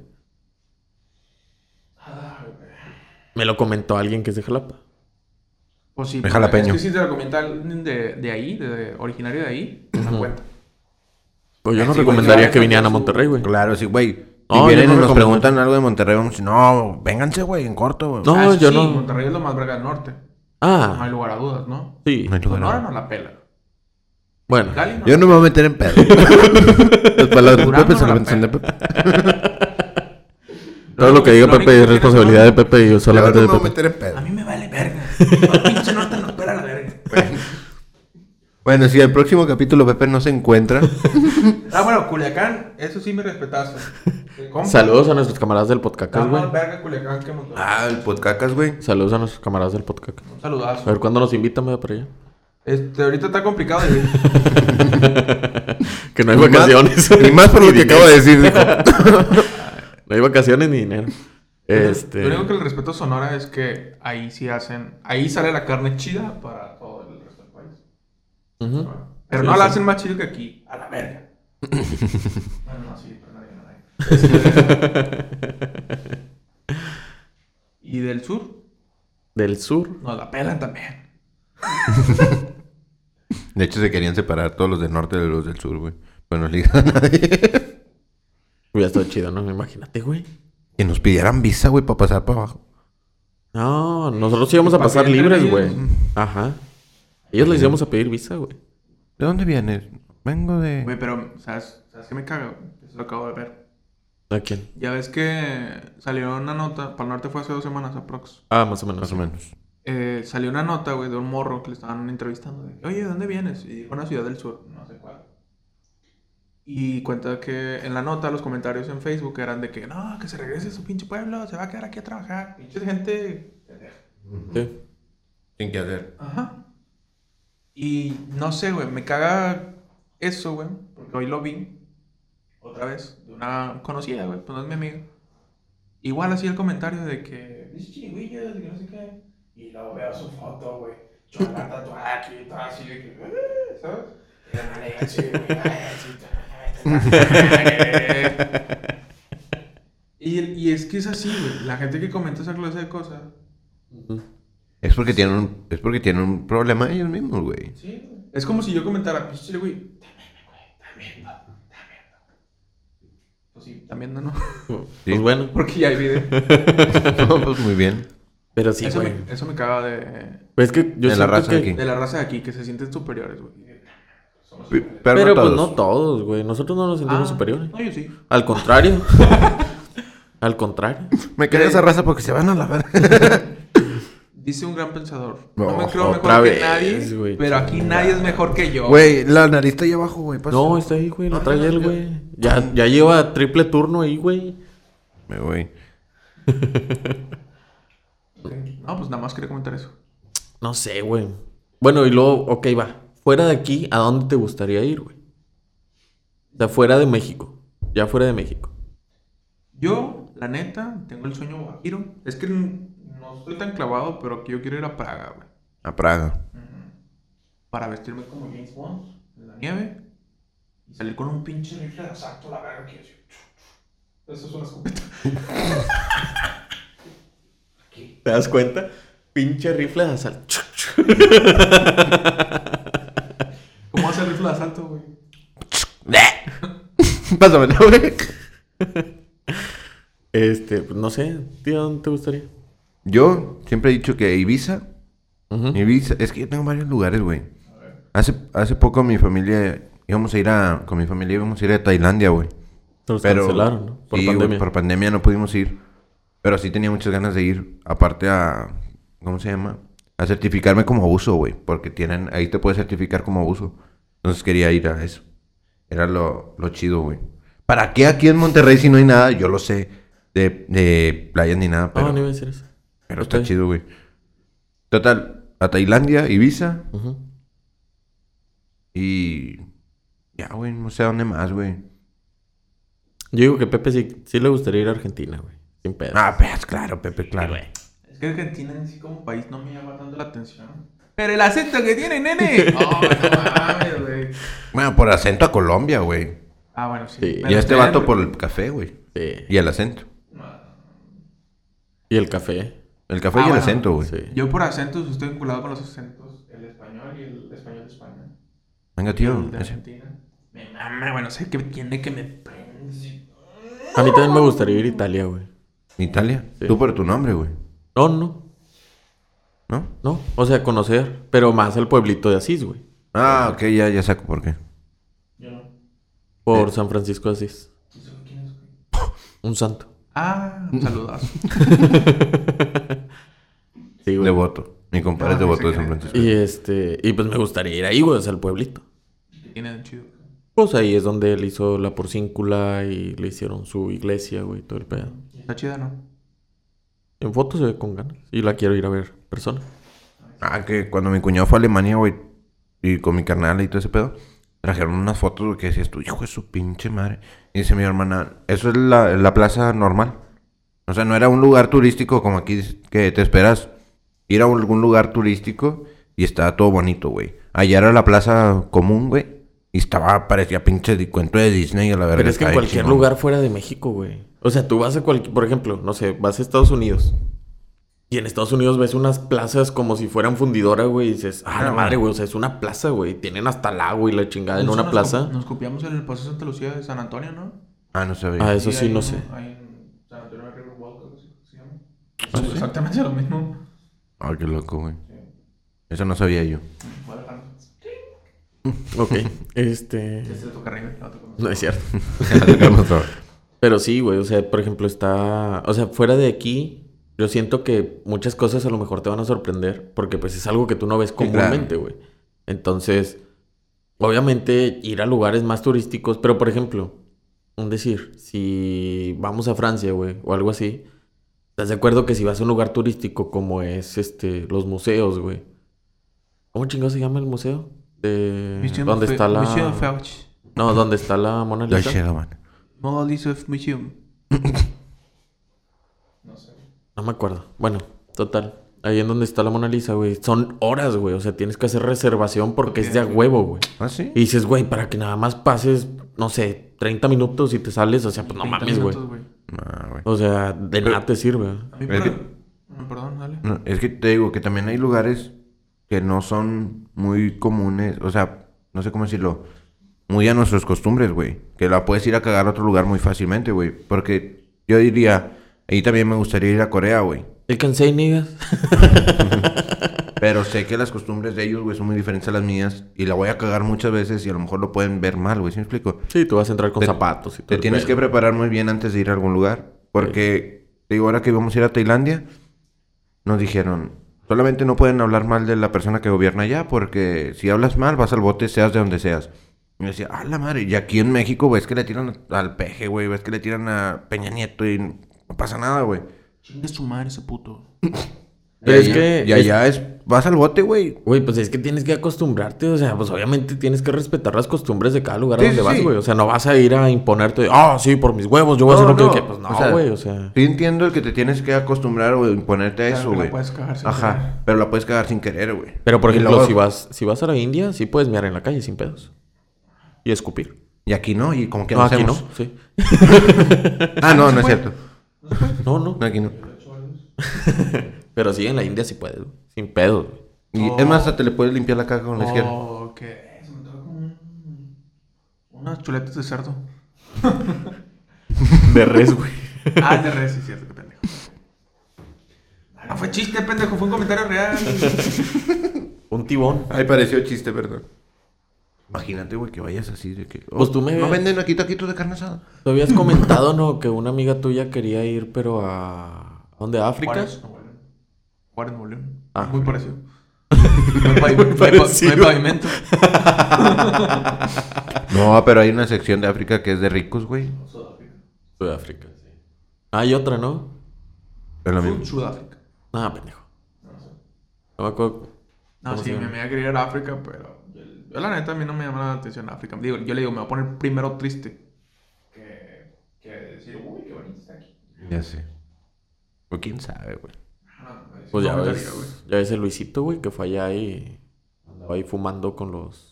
Speaker 2: Me lo comentó alguien que es de Jalapa.
Speaker 1: Pues sí,
Speaker 3: Es
Speaker 1: porque
Speaker 3: jalapeño.
Speaker 1: Es que si te lo comenta alguien de, de ahí, de, de- originario de ahí, no
Speaker 2: Ujú.
Speaker 1: cuenta.
Speaker 2: Pues yo no
Speaker 3: Sí, güey,
Speaker 2: recomendaría
Speaker 1: ya,
Speaker 2: que
Speaker 1: ya,
Speaker 2: vinieran
Speaker 1: ya,
Speaker 2: a
Speaker 1: su-
Speaker 2: Monterrey, güey.
Speaker 3: Claro, sí, güey. Si
Speaker 2: No,
Speaker 3: vienen
Speaker 2: yo
Speaker 3: y
Speaker 2: no
Speaker 3: nos
Speaker 2: recomiendo.
Speaker 3: preguntan algo de Monterrey, vamos a decir, no, vénganse, güey, en corto, güey.
Speaker 2: No,
Speaker 1: Ah,
Speaker 2: yo
Speaker 1: sí,
Speaker 2: no.
Speaker 1: Monterrey es lo más verga del norte. No hay
Speaker 2: Ah,
Speaker 1: lugar a dudas, ¿no?
Speaker 2: sí.
Speaker 3: No hay lugar a
Speaker 1: Sonora no
Speaker 3: dudas.
Speaker 1: la pela.
Speaker 2: Bueno,
Speaker 1: Cali no.
Speaker 3: Yo no me voy a meter en pedo. Las palabras de
Speaker 1: Durango
Speaker 3: Pepe
Speaker 1: no
Speaker 3: se
Speaker 1: la
Speaker 3: las son de Pepe.
Speaker 2: todo lo que diga
Speaker 1: único
Speaker 2: Pepe es
Speaker 1: que
Speaker 2: responsabilidad de Pepe y yo
Speaker 3: Yo no
Speaker 2: solamente
Speaker 3: me
Speaker 2: de
Speaker 3: voy a
Speaker 2: Pepe.
Speaker 3: meter en pedo.
Speaker 1: A mí me vale verga. La pinche norte nos pela la verga.
Speaker 3: Bueno, si el próximo capítulo Pepe no se encuentra,
Speaker 1: Ah, bueno, Culiacán, eso sí me respetaste. ¿Cómo?
Speaker 2: Saludos a nuestros camaradas del podcast,
Speaker 1: Está
Speaker 2: güey.
Speaker 1: más verga Culiacán que Monterrey.
Speaker 3: ah, el podcacas, güey.
Speaker 2: Saludos a nuestros camaradas del podcast.
Speaker 1: Un
Speaker 2: A
Speaker 1: saludazo.
Speaker 2: ver cuándo nos invitan, güey, para allá.
Speaker 1: Este, ahorita está complicado de ir.
Speaker 2: que no hay
Speaker 3: Y más-
Speaker 2: vacaciones.
Speaker 3: Y más por lo que
Speaker 2: dinero.
Speaker 3: acabo de decir, dijo.
Speaker 2: No hay vacaciones ni dinero. Este.
Speaker 1: Lo único que el respeto a Sonora es que ahí sí hacen... Ahí sale la carne chida para todo el resto del país.
Speaker 2: ujú.
Speaker 1: Pero
Speaker 2: Sí,
Speaker 1: no la
Speaker 2: sí.
Speaker 1: hacen más chido que aquí. A la verga. bueno, no, sí, pero nadie, nadie. y del sur
Speaker 2: Del sur.
Speaker 1: nos la pelan también.
Speaker 3: De hecho, se querían separar todos los del norte de los del sur, güey. Pues Pero nos liga a nadie.
Speaker 2: Hubiera estado chido, ¿no? Imagínate, güey.
Speaker 3: Que nos pidieran visa, güey, para pasar para abajo.
Speaker 2: No, nosotros íbamos a
Speaker 1: Para
Speaker 2: pasar
Speaker 1: que entren
Speaker 2: libres,
Speaker 1: ellos.
Speaker 2: güey. Ajá. Ellos les íbamos a pedir visa, güey.
Speaker 3: ¿De dónde vienes? Vengo de.
Speaker 1: Güey, pero, ¿sabes, ¿sabes qué me caga? güey? Eso lo acabo de ver.
Speaker 2: ¿A quién?
Speaker 1: Ya ves que salió una nota, para el norte fue hace dos semanas aprox.
Speaker 2: Ah, más o menos.
Speaker 3: Más o menos.
Speaker 1: Eh, salió una nota, güey, de un morro que le estaban entrevistando. De, Oye, ¿de dónde vienes? Y dijo una ciudad del sur, no sé cuál. Y cuenta que en la nota, los comentarios en Facebook eran de que no, que se regrese a su pinche pueblo, se va a quedar aquí a trabajar. Pinche gente.
Speaker 2: Sí.
Speaker 3: Sin que hacer.
Speaker 1: Ajá. Y no sé, güey, me caga eso, güey, porque hoy lo vi otra vez de una conocida, güey, pues no es mi amiga. Igual así el comentario de que. "Dice chihuillas", y que no sé qué. Y luego veo su foto, güey. Chola tatuada aquí y todo así, de que. "Eh", ¿Sabes? Y la manera así, güey, ay, así, Y, y es que es así, güey. La gente que comenta esa clase de cosas.
Speaker 3: Es porque tienen un, es porque tienen un problema ellos mismos, güey.
Speaker 1: Sí, güey. Es como si yo comentara, pinche güey, también, güey, también, no, también, no". Pues sí, también no, no.
Speaker 2: Pues bueno.
Speaker 1: Porque ya hay video.
Speaker 3: No, pues muy bien.
Speaker 2: Pero sí,
Speaker 1: eso,
Speaker 2: güey.
Speaker 1: me, eso me caga de,
Speaker 2: Pues es que yo
Speaker 3: De la
Speaker 2: siento
Speaker 3: raza
Speaker 2: que...
Speaker 3: de aquí.
Speaker 1: de la raza de aquí, que se sienten superiores, güey. Somos
Speaker 3: Pe-
Speaker 1: superiores.
Speaker 2: Pero,
Speaker 3: no
Speaker 2: pues
Speaker 3: todos.
Speaker 2: no todos, güey. Nosotros no nos sentimos
Speaker 1: Ah,
Speaker 2: superiores.
Speaker 1: No, yo sí.
Speaker 2: Al contrario. Al contrario.
Speaker 3: Me
Speaker 2: Eh.
Speaker 3: quedé esa raza porque se van a la verga.
Speaker 1: Dice un gran pensador. No,
Speaker 3: No,
Speaker 1: me creo mejor
Speaker 2: otra
Speaker 1: que
Speaker 2: vez,
Speaker 1: nadie,
Speaker 2: güey,
Speaker 1: pero aquí nadie es mejor que yo.
Speaker 3: Güey, la nariz está ahí abajo, güey. pasa.
Speaker 2: No, está ahí, güey. Lo
Speaker 1: Ah,
Speaker 2: trae él,
Speaker 1: ya.
Speaker 2: güey. Ya, ya lleva triple turno ahí, güey.
Speaker 3: Me voy.
Speaker 1: Ok. No, pues nada más quería comentar eso.
Speaker 2: No sé, güey. Bueno, y luego, ok, va. Fuera de aquí, ¿a dónde te gustaría ir, güey? O sea, fuera de México. Ya fuera de México.
Speaker 1: Yo, la neta, tengo el sueño vampiro. Es que n- no estoy tan clavado, pero que yo quiero ir a Praga, güey.
Speaker 3: A Praga.
Speaker 1: para vestirme como James Bond en la nieve y salir con un pinche rifle de asalto a la verga que yo así, Eso es una escopeta.
Speaker 2: ¿Te das cuenta? Pinche rifle de asalto.
Speaker 1: ¿Cómo hace el rifle de asalto, güey?
Speaker 3: Pásame la verga.
Speaker 2: Este, pues no sé, tío, ¿dónde te gustaría?
Speaker 3: Yo siempre he dicho que Ibiza.
Speaker 2: Ujú.
Speaker 3: Ibiza. Es que yo tengo varios lugares, güey. Hace, hace poco mi familia íbamos a ir a. Con mi familia íbamos a ir a Tailandia, güey.
Speaker 2: Los
Speaker 3: Pero.
Speaker 2: cancelaron, ¿no? Ah,
Speaker 3: Por, pandemia. por pandemia no pudimos ir. Pero sí tenía muchas ganas de ir. Aparte a. ¿Cómo se llama? A certificarme como abuso, güey. Porque tienen. Ahí te puedes certificar como abuso. Entonces quería ir a eso. Era lo, lo chido, güey. ¿Para qué aquí en Monterrey si no hay nada? Yo lo sé. De, de playas ni nada. Pero,
Speaker 2: Ah, no iba a decir eso.
Speaker 3: pero está
Speaker 2: ok.
Speaker 3: chido, güey. Total. A Tailandia, Ibiza.
Speaker 2: Ujú.
Speaker 3: Y. Ya, güey, no sé a dónde más, güey.
Speaker 2: Yo digo que Pepe sí, sí le gustaría ir a Argentina, güey. Sin pedo.
Speaker 3: Ah, pues claro, Pepe, claro.
Speaker 1: Es que Argentina en sí como país no me llama tanto la atención. Pero el acento que tiene, nene. Oh, no mames, güey.
Speaker 3: Bueno, por acento a Colombia, güey.
Speaker 1: Ah, bueno, sí.
Speaker 2: Sí,
Speaker 1: Me
Speaker 3: Y
Speaker 1: lo
Speaker 3: a este
Speaker 1: creo.
Speaker 3: vato por el café, güey.
Speaker 2: Sí.
Speaker 3: Y el acento.
Speaker 2: Y el café.
Speaker 3: El café
Speaker 1: Ah,
Speaker 3: y el
Speaker 1: bueno,
Speaker 3: acento, güey.
Speaker 2: Sí.
Speaker 1: Yo por acentos estoy vinculado con los acentos. El español y el español de España.
Speaker 3: Venga, tío.
Speaker 1: El de
Speaker 3: ese.
Speaker 1: Argentina. Me mama, bueno, sé que tiene que me prende.
Speaker 2: A mí también me gustaría ir a Italia, güey.
Speaker 3: Italia.
Speaker 2: Sí.
Speaker 3: Tú por tu nombre, güey.
Speaker 2: No, no.
Speaker 3: ¿No?
Speaker 2: No. O sea, conocer. Pero más el pueblito de Asís, güey.
Speaker 3: Ah, ok, ya, ya saco por qué.
Speaker 1: Yo no.
Speaker 3: Eh.
Speaker 2: Por San Francisco de Asís.
Speaker 1: ¿Y eso quién es, güey?
Speaker 2: Un santo.
Speaker 1: Ah, un saludazo.
Speaker 2: Sí, güey.
Speaker 3: Devoto. Mi compadre es
Speaker 1: No,
Speaker 3: devoto
Speaker 1: sí,
Speaker 3: de San
Speaker 1: sí.
Speaker 3: Francisco.
Speaker 2: Y este. Y pues me gustaría ir ahí, güey. O sea, al pueblito.
Speaker 1: ¿Qué tiene de chido?
Speaker 2: Pues ahí es donde él hizo la porcíncula y le hicieron su iglesia, güey, todo el pedo.
Speaker 1: Está chida, ¿no?
Speaker 2: En fotos se ve con ganas. Y la quiero ir a ver, persona.
Speaker 3: Ah, que cuando mi cuñado fue a Alemania, güey, y con mi carnal y todo ese pedo, trajeron unas fotos güey, que decías tú, hijo de su pinche madre. Y dice mi hermana, eso es la, la plaza normal. O sea, no era un lugar turístico como aquí que te esperas ir a algún lugar turístico y estaba todo bonito, güey. Allá era la plaza común, güey. Y estaba, parecía pinche di- cuento de Disney a la verga.
Speaker 2: Pero es que en
Speaker 3: estaba
Speaker 2: cualquier
Speaker 3: chingón.
Speaker 2: lugar fuera de México, güey. O sea, tú vas a cualquier, por ejemplo, no sé, vas a Estados Unidos. Y en Estados Unidos ves unas plazas como si fueran fundidora, güey. Y dices, ah, la
Speaker 3: No.
Speaker 2: madre, güey. O sea, es una plaza, güey. Tienen hasta el agua y la chingada Ah, en
Speaker 1: Eso
Speaker 2: una
Speaker 1: nos
Speaker 2: plaza.
Speaker 1: co- Nos copiamos el Paseo Santa Lucía de San Antonio, ¿no?
Speaker 3: Ah, no sabía.
Speaker 2: Ah, eso sí,
Speaker 1: hay
Speaker 2: no
Speaker 1: un-
Speaker 2: sé.
Speaker 1: Hay en San Antonio de River Walk, algo así se llama.
Speaker 2: ¿Ah,
Speaker 1: Es Exactamente lo mismo.
Speaker 3: Ah, qué loco, güey. Eso no sabía yo.
Speaker 1: Voy a dejarlo.
Speaker 2: Ok. este.
Speaker 1: Este le toca a River, no te
Speaker 2: No es cierto.
Speaker 3: Ajá.
Speaker 2: Pero sí, güey. O sea, por ejemplo, está. O sea, fuera de aquí, yo siento que muchas cosas a lo mejor te van a sorprender. Porque, pues, es algo que tú no ves
Speaker 3: claro.
Speaker 2: comúnmente, güey. Entonces, obviamente, ir a lugares más turísticos. Pero, por ejemplo, un decir, si vamos a Francia, güey, o algo así. ¿Estás de acuerdo que si vas a un lugar turístico como es este, los museos, güey? ¿Cómo chingado se llama el museo? De...
Speaker 1: Museum
Speaker 2: ¿Dónde
Speaker 1: of-
Speaker 2: está la...?
Speaker 1: Museum of Fauci.
Speaker 2: No, ¿dónde está la Mona
Speaker 3: Ya
Speaker 2: Lisa?
Speaker 3: llegaban.
Speaker 1: Mona Lisa of Museum. no sé.
Speaker 2: No me acuerdo. Bueno, total. Ahí en donde está la Mona Lisa, güey. Son horas, güey. O sea, tienes que hacer reservación porque es de a huevo, güey.
Speaker 3: ¿Ah, sí?
Speaker 2: Y dices, güey, para que nada más pases, no sé, 30 minutos y te sales. O sea, pues no
Speaker 1: 30
Speaker 2: mames, güey.
Speaker 1: minutos, güey.
Speaker 3: Ah, güey.
Speaker 2: O sea, de nada te sirve. güey.
Speaker 1: A mí
Speaker 3: Es
Speaker 1: por...
Speaker 3: que-
Speaker 1: Ah, Perdón, dale.
Speaker 3: No, es que te digo que también hay lugares que no son muy comunes, o sea, no sé cómo decirlo, muy a nuestras costumbres, güey. Que la puedes ir a cagar a otro lugar muy fácilmente, güey. Porque yo diría, ahí también me gustaría ir a Corea, güey.
Speaker 2: El cansei, niggas.
Speaker 3: Pero sé que las costumbres de ellos, güey, son muy diferentes a las mías. Y la voy a cagar muchas veces y a lo mejor lo pueden ver mal, güey. ¿Sí me explico?
Speaker 2: Sí, tú vas a entrar con
Speaker 3: Te-
Speaker 2: zapatos y todo.
Speaker 3: Te
Speaker 2: el
Speaker 3: tienes que
Speaker 2: pedo.
Speaker 3: preparar muy bien antes de ir a algún lugar. Porque, te digo, ahora que íbamos a ir a Tailandia, nos dijeron, solamente no pueden hablar mal de la persona que gobierna allá, porque si hablas mal, vas al bote, seas de donde seas. Y yo decía, ah, la madre, y aquí en México, ves que le tiran al peje, güey, ves que le tiran a Peña Nieto y no pasa nada, güey.
Speaker 1: Chingue su madre ese puto.
Speaker 3: Y
Speaker 2: Es
Speaker 3: allá-
Speaker 2: que-
Speaker 3: Y allá es, vas al bote, güey.
Speaker 2: Güey, pues es que tienes que acostumbrarte, o sea, pues obviamente tienes que respetar las costumbres de cada lugar a
Speaker 3: Sí,
Speaker 2: donde
Speaker 3: sí,
Speaker 2: vas,
Speaker 3: sí.
Speaker 2: güey. O sea, no vas a ir a imponerte, ah, sí, por mis huevos, yo voy a hacer lo que... que-". Pues no, güey, o sea...
Speaker 3: Sí entiendo el que te tienes que acostumbrar o imponerte a
Speaker 1: Claro
Speaker 3: eso,
Speaker 1: que la
Speaker 3: güey.
Speaker 1: puedes cagar sin
Speaker 3: Ajá,
Speaker 1: querer.
Speaker 3: pero la puedes cagar sin querer, güey.
Speaker 2: Pero por
Speaker 3: Y
Speaker 2: ejemplo,
Speaker 3: luego-
Speaker 2: si vas si vas a la India, sí puedes mirar en la calle sin pedos. Y escupir.
Speaker 3: Y aquí no, y como que
Speaker 2: No,
Speaker 3: no
Speaker 2: aquí no.
Speaker 3: hacemos.
Speaker 2: Sí.
Speaker 3: Ah, no, no es cierto.
Speaker 2: No, no.
Speaker 3: No, aquí no.
Speaker 2: Pero sí, en la India sí puedes, güey. Sin pedos, güey.
Speaker 3: Y
Speaker 1: Oh.
Speaker 3: es más, hasta te le puedes limpiar la caca con la izquierda.
Speaker 1: Oh, ¿qué? Se me antoja como un- unas chuletas de cerdo.
Speaker 2: De res, güey.
Speaker 1: Ah, de res, sí, cierto, qué pendejo. Ah, No fue chiste, pendejo, fue un comentario real.
Speaker 2: Un tibón.
Speaker 3: Ay, pareció chiste, perdón. Imagínate, güey, que vayas así de que. oh,
Speaker 2: Pues tú me
Speaker 3: ¿No
Speaker 2: ves.
Speaker 3: venden aquí taquitos de carne asada?
Speaker 2: Tú habías comentado, ¿no? Que una amiga tuya quería ir, pero a... ¿a ¿Dónde? ¿A África?
Speaker 1: Juárez, Nuevo León. Juárez, Nuevo León.
Speaker 2: Ah.
Speaker 1: Muy parecido. No hay pavi-
Speaker 2: Muy
Speaker 1: no hay pa-
Speaker 2: parecido.
Speaker 1: no hay pavimento.
Speaker 3: No, pero hay una sección de África que es de ricos, güey.
Speaker 1: Sudáfrica.
Speaker 2: Sudáfrica, sí. Ah, Hay otra, ¿no?
Speaker 3: Es lo mismo.
Speaker 1: Sud- Sudáfrica.
Speaker 2: Ah, pendejo.
Speaker 1: No sé.
Speaker 2: No me acuerdo.
Speaker 1: No,
Speaker 2: ¿Cómo
Speaker 1: sí,
Speaker 2: se
Speaker 1: me,
Speaker 2: llama?
Speaker 1: me iba a querer ir a África, pero yo, yo la neta a mí no me llama la atención África. Digo, yo le digo, me voy a poner primero triste. Que, que decir, uy, qué bonito está aquí.
Speaker 3: Ya sé. Pues quién sabe, güey.
Speaker 1: Ah,
Speaker 2: Pues ya ves, ya ves el Luisito, güey, que fue allá y andaba ahí fumando con los...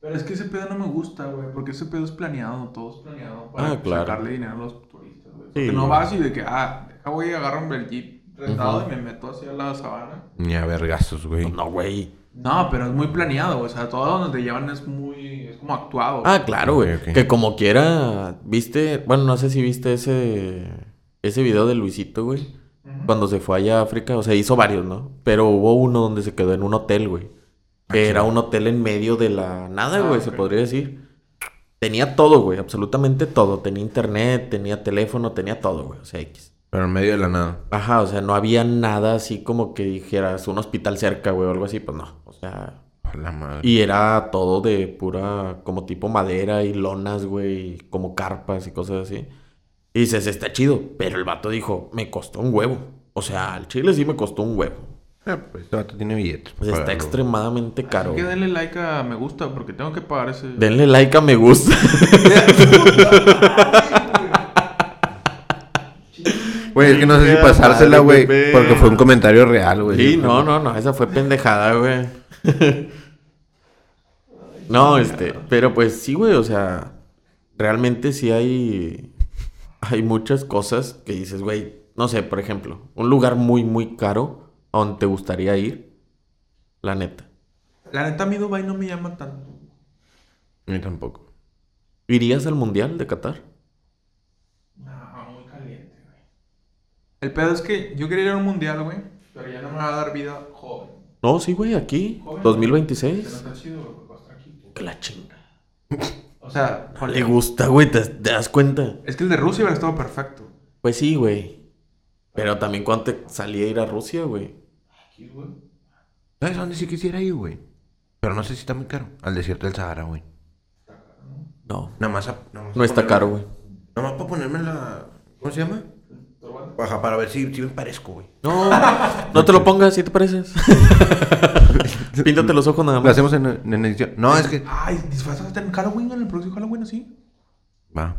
Speaker 1: Pero es que ese pedo no me gusta, güey, porque ese pedo es planeado, todo es planeado para
Speaker 2: Ah, claro.
Speaker 1: sacarle dinero a los turistas, güey.
Speaker 2: Sí,
Speaker 1: que no
Speaker 2: güey.
Speaker 1: vas y de que, ah, deja voy y agarro el jeep rentado y me meto hacia la sabana.
Speaker 3: Ni a vergazos, güey.
Speaker 2: No, güey.
Speaker 1: No, pero es muy planeado, o sea, todo donde te llevan es muy, es como actuado.
Speaker 2: Ah, claro, güey.
Speaker 3: Ok, ok.
Speaker 2: Que como quiera, viste, bueno, no sé si viste ese, ese video de Luisito, güey.
Speaker 1: Ujú.
Speaker 2: Cuando se fue allá a África, o sea, hizo varios, ¿no? Pero hubo uno donde se quedó en un hotel, güey. Que era un hotel en medio de la nada,
Speaker 1: Ah,
Speaker 2: güey, se
Speaker 1: ok.
Speaker 2: podría decir. Tenía todo, güey, absolutamente todo. Tenía internet, tenía teléfono, tenía todo, güey. O sea, X.
Speaker 3: Pero en medio de la nada.
Speaker 2: Ajá, o sea, no había nada así como que dijeras un hospital cerca, güey, o algo así, pues no. O sea,
Speaker 3: A la madre.
Speaker 2: y era todo de pura, como tipo madera y lonas, güey, y como carpas y cosas así. Y dices, está chido, pero el vato dijo, me costó un huevo. O sea, al chile sí me costó un huevo.
Speaker 3: Eh, pues este vato tiene billetes.
Speaker 2: O sea, Pues está extremadamente caro.
Speaker 1: Así que
Speaker 2: güey.
Speaker 1: denle like a me gusta porque tengo que pagar ese.
Speaker 2: Denle like a me gusta.
Speaker 3: Güey, es que no sé si pasársela, güey. Porque fue un comentario real, güey.
Speaker 2: Sí, no, no, no, esa fue pendejada, güey. no, este, pero pues sí, güey, o sea, realmente sí hay, hay muchas cosas que dices, güey, no sé, por ejemplo, un lugar muy, muy caro a donde te gustaría ir, la neta.
Speaker 1: La neta, a mí Dubai no me llama tanto.
Speaker 3: Ni tampoco.
Speaker 2: ¿Irías al Mundial de Qatar?
Speaker 1: No, muy caliente, güey. El pedo es que yo quería ir a un mundial, güey, pero ya no me va a dar vida joven.
Speaker 2: No, sí, güey, aquí,
Speaker 1: Joven, Pero no
Speaker 2: 2026.
Speaker 1: está chido, güey, porque va a estar aquí.
Speaker 2: Que la chinga.
Speaker 1: O sea,
Speaker 2: No le gusta, güey, ¿te, te das cuenta?
Speaker 1: es que el de Rusia hubiera estado perfecto.
Speaker 2: Pues sí, güey. Pero también cuando te salía a ir a Rusia, güey.
Speaker 1: Aquí, güey.
Speaker 3: ¿Sabes a dónde sí quisiera ir, güey? Pero no sé si está muy caro. Al desierto del Sahara, güey.
Speaker 2: No.
Speaker 3: Nada más. a- nada más
Speaker 2: No
Speaker 3: a
Speaker 2: está
Speaker 3: ponerme-
Speaker 2: caro, güey.
Speaker 3: Nada más para ponerme la. ¿Cómo se llama? Baja, para ver si, si me parezco, güey.
Speaker 2: No, no te lo pongas, si te pareces. Píntate los ojos nada
Speaker 3: Lo
Speaker 2: más.
Speaker 3: hacemos en, en edición. No, es que.
Speaker 1: Ay, disfrazate en Halloween, en el próximo Halloween, así.
Speaker 3: Va.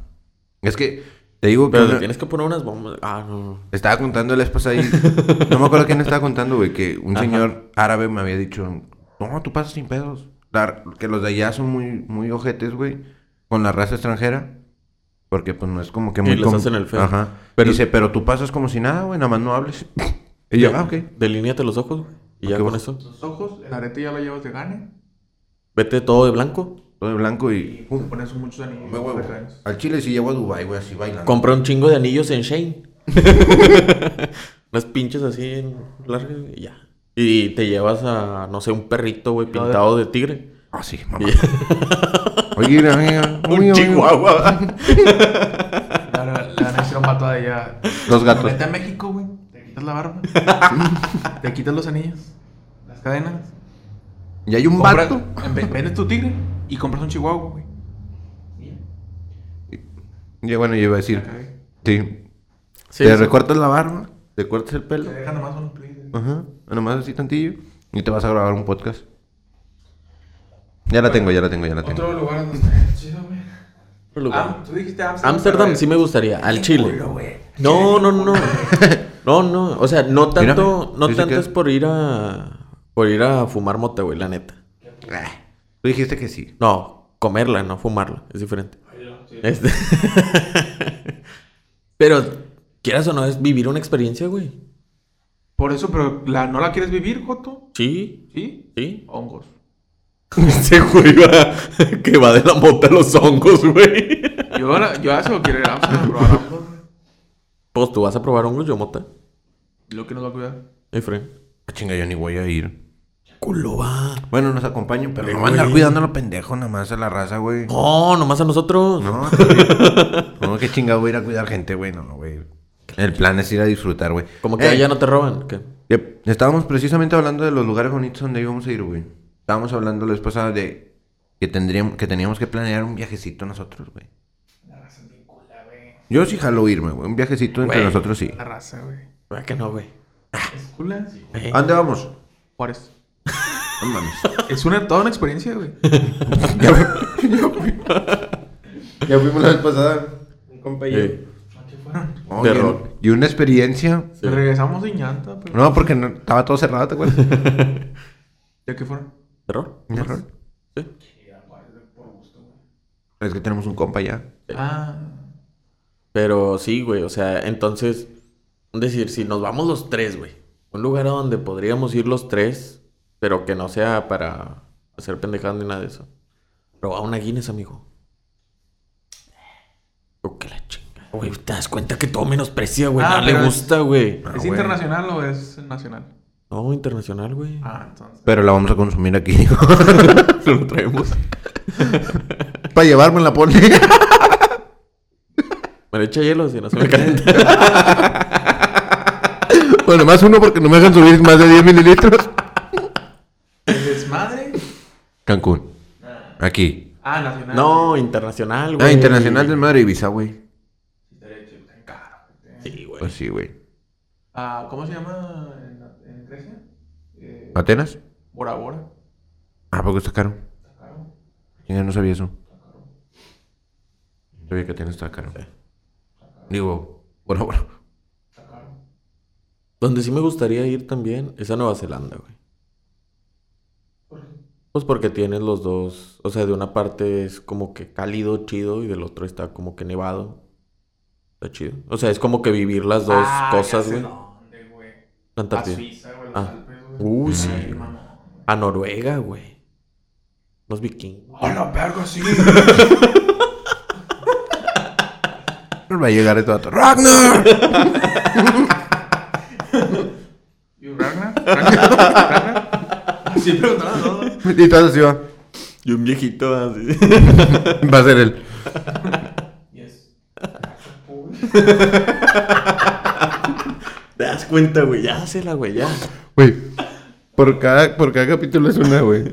Speaker 3: Es que. Te digo que.
Speaker 2: Pero le
Speaker 3: una-
Speaker 2: tienes que poner unas bombas. Ah, no, no.
Speaker 3: Estaba contando la vez pasada y... No me acuerdo quién estaba contando, güey, que un señor árabe me había dicho... No, tú pasas sin pedos. La- que los de allá son muy, muy ojetes, güey. Con la raza extranjera. Porque, pues, no es como que
Speaker 2: Y
Speaker 3: muy...
Speaker 2: les
Speaker 3: com-
Speaker 2: hacen el feo.
Speaker 3: Ajá.
Speaker 2: Pero-
Speaker 3: Dice, pero tú pasas como si nada, güey. Nada más no hables. Y yo, ah, ok.
Speaker 2: Delíneate los ojos, güey. Y ya
Speaker 3: Ok,
Speaker 2: con
Speaker 3: va.
Speaker 2: eso.
Speaker 1: Los ojos, el arete ya lo llevas de gane.
Speaker 2: Vete todo de blanco.
Speaker 3: Todo de blanco
Speaker 1: Y
Speaker 3: y...
Speaker 1: te
Speaker 3: pum,
Speaker 1: pones muchos anillos.
Speaker 3: me huevo.
Speaker 1: recaes.
Speaker 3: Al chile sí llevo a Dubai, güey, así bailando.
Speaker 2: Compra un chingo de anillos en Shane. Unas pinches así largas y ya. Y te llevas a, no sé, un perrito, güey,
Speaker 1: No, de-
Speaker 2: pintado de tigre.
Speaker 3: Ah, sí, mamá. Oye, mira, mira,
Speaker 2: Un
Speaker 3: oye, oye.
Speaker 2: chihuahua.
Speaker 1: La van a hacer un vato de allá.
Speaker 3: Los gatos.
Speaker 1: Vete a México, güey. Te quitas la barba. te quitas los anillos. Las cadenas.
Speaker 3: Y hay un
Speaker 1: Compra-
Speaker 3: vato.
Speaker 1: en ve- Vendes tu tigre y compras un chihuahua, güey.
Speaker 3: Y bueno, yo iba a decir...
Speaker 1: La cagué.
Speaker 3: Sí,
Speaker 2: Sí,
Speaker 3: te
Speaker 2: sí.
Speaker 3: recortas la barba, te cortas el
Speaker 1: Te
Speaker 3: pelo,
Speaker 1: dejan nomás unos pliegues.
Speaker 3: ajá, nomás así tantillo, y te vas a grabar un podcast. Ya la tengo, ya la tengo, ya la tengo.
Speaker 1: Otro lugar donde está chido, güey.
Speaker 2: Otro lugar.
Speaker 1: Am- tú dijiste Amsterdam.
Speaker 2: Ámsterdam sí me gustaría, al Chile. No, no, no, no. No, no, o sea, no tanto,
Speaker 3: Mírame,
Speaker 2: no
Speaker 3: dice
Speaker 2: tanto
Speaker 3: que-
Speaker 2: es por ir a por ir a fumar mota, güey, la neta.
Speaker 3: Ah, Tú dijiste que sí.
Speaker 2: No, comerla, no fumarla, es diferente. Este- Pero quieras o no es vivir una experiencia, güey.
Speaker 1: Por eso, pero la, ¿no la quieres vivir, Joto?
Speaker 2: Sí,
Speaker 1: ¿Sí?
Speaker 2: sí.
Speaker 1: Hongos.
Speaker 2: Ese güey va que va de la mota a los hongos, güey.
Speaker 1: Yo, la- yo a eso quiero ir a Amsterdam, probar hongos, güey.
Speaker 2: Pues tú vas a probar hongos yo mota,
Speaker 1: Lo que nos va a cuidar.
Speaker 2: Efren.
Speaker 3: Ah, chinga, yo ni voy a ir.
Speaker 2: culo va.
Speaker 3: Bueno, nos acompañan, pero
Speaker 2: Sí,
Speaker 3: no van a andar
Speaker 2: güey.
Speaker 3: cuidando a los pendejos nada más a la raza, güey.
Speaker 2: No, nomás a nosotros.
Speaker 3: No, güey. no, qué chingado voy a ir a cuidar gente, güey. No, güey. El plan es ir a disfrutar, güey.
Speaker 2: Como que
Speaker 3: Eh,
Speaker 2: allá no te roban. ¿qué?
Speaker 3: Yep. Estábamos precisamente hablando de los lugares bonitos donde íbamos a ir, güey. Estábamos hablando la vez pasada de que, tendríamos, que teníamos que planear un viajecito nosotros, güey.
Speaker 1: La raza es bien cula, güey.
Speaker 3: Yo sí jalo irme, güey. Un viajecito entre
Speaker 2: Güey.
Speaker 3: nosotros sí.
Speaker 1: La raza, güey.
Speaker 2: ¿Verdad Ah, que no, güey?
Speaker 1: ¿Es cula? Sí.
Speaker 2: Eh,
Speaker 3: ¿A dónde vamos?
Speaker 1: Juárez.
Speaker 3: No mames.
Speaker 1: Es una, toda una experiencia, güey.
Speaker 3: ya, fui- ya fui- ya fuimos la vez pasada. Un compa y yo.
Speaker 2: eh,
Speaker 1: ¿A qué fueron?
Speaker 3: No,
Speaker 2: De
Speaker 3: y-
Speaker 2: rock.
Speaker 3: y una experiencia.
Speaker 2: Sí.
Speaker 1: Regresamos en llanta, pues. pero...
Speaker 3: No, porque no- estaba todo cerrado, ¿te acuerdas?
Speaker 1: ¿Ya qué fueron?
Speaker 2: ¿Terror?
Speaker 3: De rock.
Speaker 2: Sí.
Speaker 3: Es que tenemos un compa ya.
Speaker 1: Ah...
Speaker 2: Pero sí, güey, o sea, entonces, decir, si nos vamos los tres, güey, un lugar a donde podríamos ir los tres, pero que no sea para hacer pendejadas ni nada de eso. Roba una Guinness, amigo. Oh, que la chinga. Güey, te das cuenta que todo menosprecia, güey.
Speaker 1: Ah,
Speaker 2: no le
Speaker 1: pero es-
Speaker 2: gusta, güey.
Speaker 3: Ah,
Speaker 1: ¿Es
Speaker 3: güey.
Speaker 1: internacional o es nacional?
Speaker 2: No, internacional, güey.
Speaker 1: Ah, entonces.
Speaker 3: Pero la vamos a consumir aquí.
Speaker 2: Se lo traemos.
Speaker 3: Para llevarme la pone.
Speaker 2: Me le echa hielo si no se me calienta.
Speaker 3: bueno, más uno porque no me dejan subir más de 10 mililitros.
Speaker 1: ¿El desmadre?
Speaker 3: Cancún. Aquí.
Speaker 1: Ah, nacional.
Speaker 2: No, internacional, güey.
Speaker 3: Ah, Internacional del Madre Ibiza, güey.
Speaker 1: Está caro, güey.
Speaker 2: Sí, güey.
Speaker 3: Pues sí, güey.
Speaker 1: Ah, ¿Cómo se llama en, en Grecia? Eh,
Speaker 3: ¿Atenas?
Speaker 1: Bora Bora.
Speaker 3: Ah, porque está caro.
Speaker 1: Está caro.
Speaker 3: Yo no sabía eso. No sabía que Atenas está caro. Digo, bueno, bueno.
Speaker 1: Está caro.
Speaker 2: Donde sí me gustaría ir también es a Nueva Zelanda, güey.
Speaker 1: ¿Por qué?
Speaker 2: Pues porque tienes los dos, o sea, de una parte es como que cálido, chido, y del otro está como que nevado. Está chido. O sea, es como que vivir las dos
Speaker 1: Ah, ya
Speaker 2: cosas,
Speaker 1: sé
Speaker 2: güey.
Speaker 1: dónde, güey. A
Speaker 2: La Antártida.
Speaker 1: Suiza, güey, los
Speaker 2: Ah.
Speaker 1: Alpes, güey.
Speaker 2: Uy, sí.
Speaker 1: Ay,
Speaker 2: güey.
Speaker 1: mamá, güey.
Speaker 2: A Noruega, güey. Los vikingos.
Speaker 1: ¡A la verga, sí!
Speaker 3: Va a llegar esto a ¡Ragnar!
Speaker 1: ¿Y Ragnar? ¿Ragnar? ¿Ragnar? Así preguntaron a todos.
Speaker 3: y todo así va.
Speaker 2: Y un viejito así.
Speaker 3: Va a ser él.
Speaker 1: Yes.
Speaker 2: Te das cuenta, güey. Ya la güey, ya.
Speaker 3: Güey. Por cada, por cada capítulo es una, güey.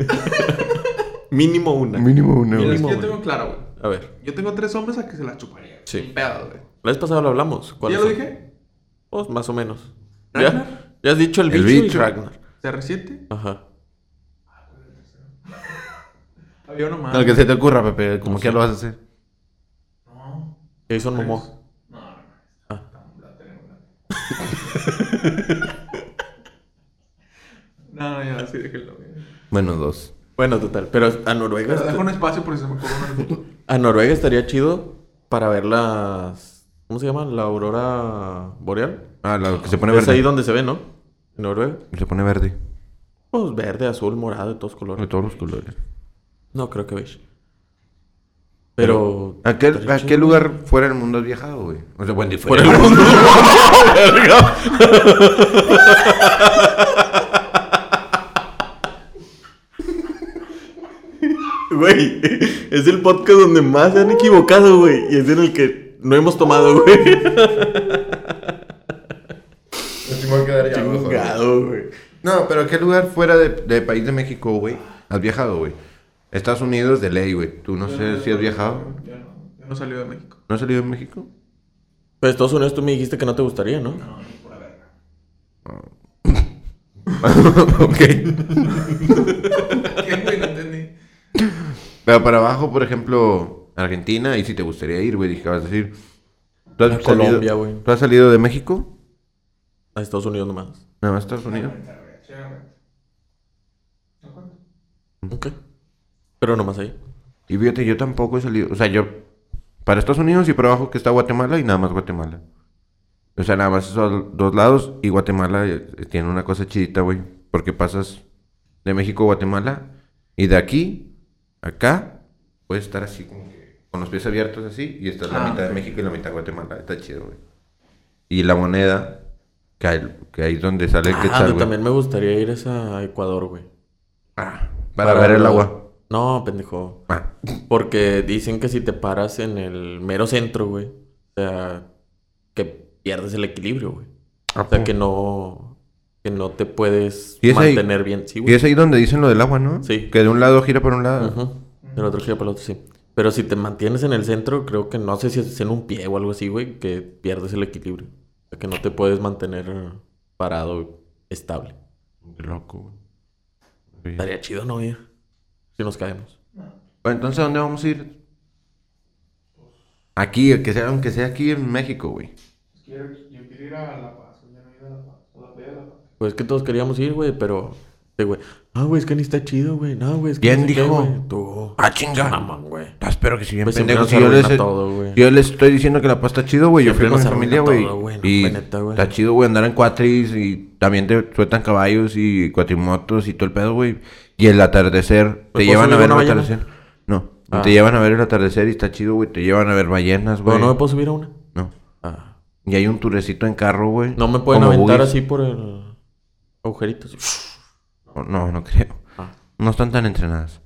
Speaker 2: Mínimo una.
Speaker 3: Mínimo una,
Speaker 1: Mira, es que
Speaker 2: Mínimo,
Speaker 3: güey.
Speaker 1: yo tengo claro, güey.
Speaker 2: A ver.
Speaker 1: Yo tengo tres hombres a que se la chuparía.
Speaker 2: Sí.
Speaker 1: Sin pedo, güey.
Speaker 2: La vez pasada lo hablamos. ¿Cuál
Speaker 1: ¿Ya
Speaker 2: es?
Speaker 1: lo dije?
Speaker 2: Pues más o menos.
Speaker 1: ¿Ragnar?
Speaker 2: ¿Ya? ya has dicho el,
Speaker 3: El
Speaker 2: bicho,
Speaker 3: bicho.
Speaker 2: y Ragnar.
Speaker 1: ¿CR7?
Speaker 2: Ajá.
Speaker 1: Había uno más.
Speaker 3: Lo que se te ocurra, Pepe. Como que ya lo vas a hacer.
Speaker 1: No.
Speaker 2: Jason Momoa.
Speaker 1: No, no, no. La tenemos, la tenemos. No, ya, sí, déjenlo. güey.
Speaker 3: Bueno, dos.
Speaker 2: Bueno, total. Pero a Noruega.
Speaker 1: Pero
Speaker 2: está-
Speaker 1: dejo un espacio por si se me ocurre uno en el futuro.
Speaker 2: A Noruega estaría chido para ver las. ¿Cómo se llama? La aurora boreal.
Speaker 3: Ah, lo que se pone
Speaker 2: Es ahí
Speaker 3: verde.
Speaker 2: donde se ve, ¿no? En Noruega.
Speaker 3: Se pone verde.
Speaker 2: Pues verde, azul, morado, de todos
Speaker 3: De
Speaker 2: colores.
Speaker 3: todos los colores.
Speaker 2: No, creo que veis. Pero.
Speaker 3: ¿A qué,
Speaker 2: estaría
Speaker 3: a
Speaker 2: chido.
Speaker 3: qué lugar fuera del mundo has viajado, güey? O sea, bueno,
Speaker 2: Por
Speaker 3: fuera
Speaker 2: el
Speaker 3: del mundo.
Speaker 2: mundo. Verga. Güey, es el podcast donde más se han equivocado, güey. Y es en el que no hemos tomado, güey.
Speaker 3: Pues,
Speaker 2: Chingado, güey.
Speaker 3: No, pero ¿a qué lugar fuera de, de país de México, güey? ¿Has viajado, güey? Estados Unidos de ley, güey. ¿Tú no sé si has viajado?
Speaker 1: Yo no, yo no salí de México.
Speaker 3: ¿No has salido de México?
Speaker 2: Pero Estados Unidos tú me dijiste que no te gustaría, ¿no?
Speaker 1: No, ni por la verga.
Speaker 3: ok.
Speaker 1: ¿Qué, güey? No entendí.
Speaker 3: Pero para abajo, por ejemplo, Argentina, ahí sí te gustaría ir, güey. Dije, vas a decir. ¿Tú has,
Speaker 2: A
Speaker 3: salido,
Speaker 2: Colombia, güey.
Speaker 3: ¿Tú has salido de México?
Speaker 2: A Estados Unidos nomás.
Speaker 3: Nada más Estados Unidos.
Speaker 1: ¿No cuento?
Speaker 2: Ok. Pero nomás ahí.
Speaker 3: Y fíjate, yo tampoco he salido. O sea, yo. Para Estados Unidos y para abajo que está Guatemala y nada más Guatemala. O sea, nada más esos dos lados y Guatemala eh, tiene una cosa chidita, güey. Porque pasas de México a Guatemala y de aquí a acá puedes estar así como que con los pies abiertos así y está la
Speaker 1: Ah,
Speaker 3: mitad de
Speaker 1: ok.
Speaker 3: México y la mitad de Guatemala. Está chido, güey. Y la moneda, que, ahí- que ahí es donde sale el
Speaker 2: Ah,
Speaker 3: quetzal, güey.
Speaker 2: también me gustaría ir es a Ecuador, güey.
Speaker 3: Ah, Para, ver el
Speaker 2: lo-
Speaker 3: agua.
Speaker 2: No, pendejo.
Speaker 3: Ah.
Speaker 2: Porque dicen que si te paras en el mero centro, güey. O sea, que pierdes el equilibrio, güey. O sea, que no. Que no te puedes
Speaker 3: ¿Y es ahí?
Speaker 2: mantener bien. Sí,
Speaker 3: Y
Speaker 2: güey.
Speaker 3: es ahí donde dicen lo del agua, ¿no?
Speaker 2: Sí.
Speaker 3: Que de un lado gira para un lado.
Speaker 2: Ajá. Del otro gira para el otro, sí. Pero si te mantienes en el centro, creo que no sé si es en un pie o algo así, güey, que pierdes el equilibrio. O sea, que no te puedes mantener parado, estable.
Speaker 3: Qué loco, güey. Sí.
Speaker 2: Estaría chido, ¿no, güey? Si nos caemos.
Speaker 3: Bueno, entonces, ¿a dónde vamos a ir? Aquí, que sea, aunque sea aquí en México, güey.
Speaker 1: Quiero, yo quiero ir a La Paz, ya no he ido a La Paz, a la playa de La Paz.
Speaker 2: Pues es que todos queríamos ir, güey, pero. Este, güey. Ah, güey, es que ni está chido, güey. No, güey, es que.
Speaker 3: ¿Quién
Speaker 2: no sé qué,
Speaker 3: dijo?
Speaker 2: güey. Tú.
Speaker 3: ¡Ah, chinga!
Speaker 2: Mamón, güey.
Speaker 3: Ah, espero que si bien
Speaker 2: Pues siempre
Speaker 3: pendejo.
Speaker 2: nos
Speaker 3: Si yo, les,
Speaker 2: arruina todo, güey.
Speaker 3: yo les estoy diciendo que la paz está chido, güey. Yo fui
Speaker 2: Siempre
Speaker 3: con mi
Speaker 2: nos
Speaker 3: familia,
Speaker 2: arruina
Speaker 3: güey.
Speaker 2: todo, güey, no,
Speaker 3: y
Speaker 2: la neta, güey.
Speaker 3: está chido, güey, andar en cuatris y también te sueltan caballos y cuatrimotos y todo el pedo, güey. Y el atardecer, te
Speaker 2: ¿Pues
Speaker 3: llevan
Speaker 2: puedo
Speaker 3: a ver el
Speaker 2: subir una
Speaker 3: atardecer. No,
Speaker 2: Ah.
Speaker 3: te llevan a ver el atardecer y está chido, güey. Te llevan a ver ballenas, güey.
Speaker 2: Bueno, no me puedo subir a una.
Speaker 3: No.
Speaker 2: Ah.
Speaker 3: Y hay un turecito en carro, güey.
Speaker 2: No me pueden
Speaker 3: Como
Speaker 2: aventar
Speaker 3: buggies.
Speaker 2: así por el. Agujerito. así.
Speaker 3: No, No, no creo.
Speaker 2: Ah.
Speaker 3: No están tan entrenadas.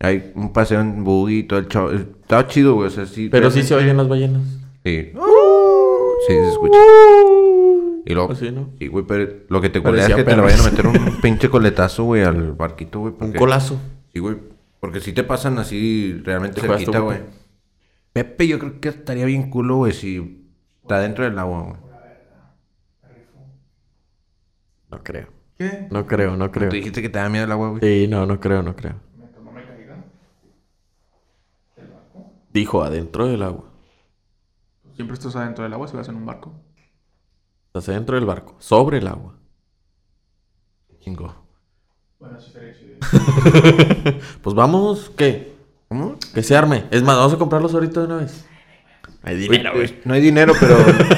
Speaker 3: Hay un paseo en buggy y todo el show. Está chido, güey. O sea, sí.
Speaker 2: Pero sí se oyen las ballenas.
Speaker 3: Sí. Sí, se escucha. Y luego.
Speaker 2: Así, ¿no?
Speaker 3: Sí, güey, pero lo que te colea es
Speaker 2: Parecía
Speaker 3: que te le
Speaker 2: perro.
Speaker 3: vayan a meter un pinche coletazo, güey, al barquito, güey.
Speaker 2: Un
Speaker 3: porque-
Speaker 2: colazo.
Speaker 3: Sí, güey. Porque si te pasan así realmente
Speaker 2: Te juegas tu
Speaker 3: cerquita, güey.
Speaker 2: bote.
Speaker 3: Pepe, yo creo que estaría bien culo, güey, si está dentro del agua, güey.
Speaker 2: No creo.
Speaker 1: ¿Qué?
Speaker 2: No creo, no creo.
Speaker 3: Tú dijiste que te da miedo el agua, güey.
Speaker 2: Sí, no, no creo, no creo.
Speaker 1: ¿No me caiga?
Speaker 2: Dijo adentro del agua.
Speaker 1: Siempre estás adentro del agua si vas en un barco.
Speaker 2: Estás adentro del barco, sobre el agua.
Speaker 3: Chingo.
Speaker 1: Bueno, sí sería chido.
Speaker 2: Pues vamos, ¿qué?
Speaker 3: ¿Cómo?
Speaker 2: Que se arme. Es más, vamos a comprarlos ahorita de una vez. pues, Hay dinero, güey.
Speaker 3: No hay dinero, pero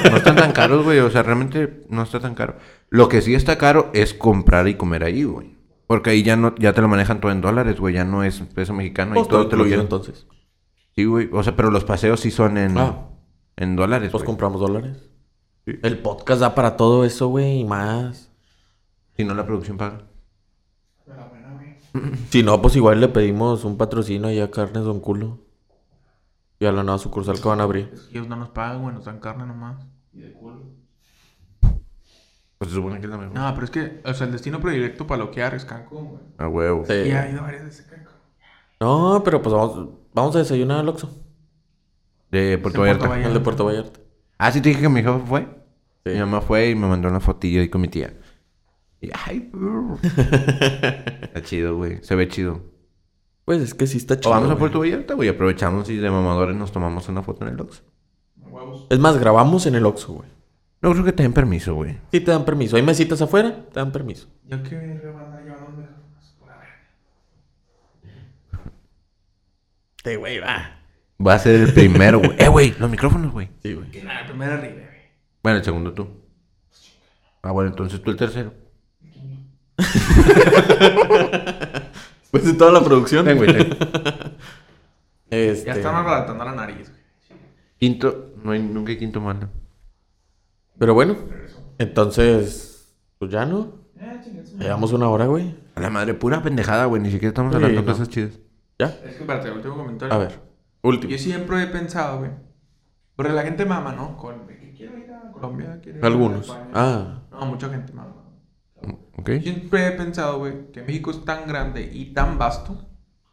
Speaker 3: no están tan caros, güey. O sea, realmente no está tan caro. Lo que sí está caro es comprar y comer ahí, güey. Porque ahí ya no, ya te lo manejan todo en dólares, güey. Ya no es peso mexicano
Speaker 2: Pues
Speaker 3: y todo
Speaker 2: todo
Speaker 3: te lo
Speaker 2: incluido
Speaker 3: quieren.
Speaker 2: entonces.
Speaker 3: Sí, güey. O sea, pero los paseos sí son en,
Speaker 2: Ah.
Speaker 3: en dólares,
Speaker 2: Pues
Speaker 3: güey.
Speaker 2: compramos dólares. El podcast da para todo eso, güey, y más.
Speaker 3: Si no, la producción paga.
Speaker 1: Me la buena, güey.
Speaker 2: Si no, pues igual le pedimos un patrocinio allá a Carnes Don Culo. Y a la nueva sucursal que van a abrir.
Speaker 1: Es que ellos no nos pagan, güey, nos dan carne nomás. Y de culo.
Speaker 3: Pues se supone que es la mejor.
Speaker 1: No, pero es que, o sea, el destino predilecto para loquear es Cancún, güey.
Speaker 3: A huevo.
Speaker 2: Sí.
Speaker 1: Y ha ido varias veces a Cancún.
Speaker 2: Este, No, pero pues vamos, vamos a desayunar al Oxxo.
Speaker 3: De
Speaker 1: Es en
Speaker 3: Puerto Vallarta.
Speaker 1: Vallarta.
Speaker 2: El de Puerto Vallarta.
Speaker 3: Ah, sí te dije que mi hija fue.
Speaker 2: Sí.
Speaker 3: Mi mamá fue y me mandó una fotilla ahí con mi tía. Y, ay, brr. Está chido, güey. Se ve chido.
Speaker 2: Pues es que sí está
Speaker 3: O
Speaker 2: chido.
Speaker 3: vamos a
Speaker 2: güey.
Speaker 3: Puerto Vallarta, güey. Aprovechamos y de mamadores nos tomamos una foto en el Oxxo.
Speaker 1: Huevos.
Speaker 2: Es más, grabamos en el Oxxo, güey.
Speaker 3: No creo que te den permiso, güey.
Speaker 2: Sí te dan permiso. Hay mesitas afuera, te dan permiso.
Speaker 1: Ya que le van a llevar a un por la verga.
Speaker 2: Te, güey, va.
Speaker 3: Va a ser el primero, güey. Eh, güey, los micrófonos, güey.
Speaker 2: Sí, güey.
Speaker 1: Que nada, primero arriba, güey.
Speaker 3: Bueno, el segundo tú. Ah, bueno, entonces tú el tercero.
Speaker 2: Pues de toda la producción.
Speaker 3: Ten, güey, ten.
Speaker 2: Este,
Speaker 1: Ya están abaratando la nariz, güey.
Speaker 3: Quinto, no hay, nunca hay quinto malo.
Speaker 2: Pero bueno, entonces, pues ya no.
Speaker 1: Eh, chingas.
Speaker 2: Llevamos una hora, güey.
Speaker 3: A la madre, pura pendejada, güey. Ni siquiera estamos
Speaker 2: Sí,
Speaker 3: hablando de
Speaker 2: no.
Speaker 3: cosas chidas.
Speaker 2: Ya.
Speaker 1: Es que, espérate, último comentario.
Speaker 2: A ver, último.
Speaker 1: Yo siempre he pensado, güey. Porque la gente mama, ¿no? Con, que quiero ir a Colombia, quiero ir a
Speaker 2: Algunos.
Speaker 1: España.
Speaker 2: Ah,
Speaker 1: No, mucha gente mama.
Speaker 3: ¿Ok?
Speaker 1: Yo siempre he pensado, güey, que México es tan grande y tan vasto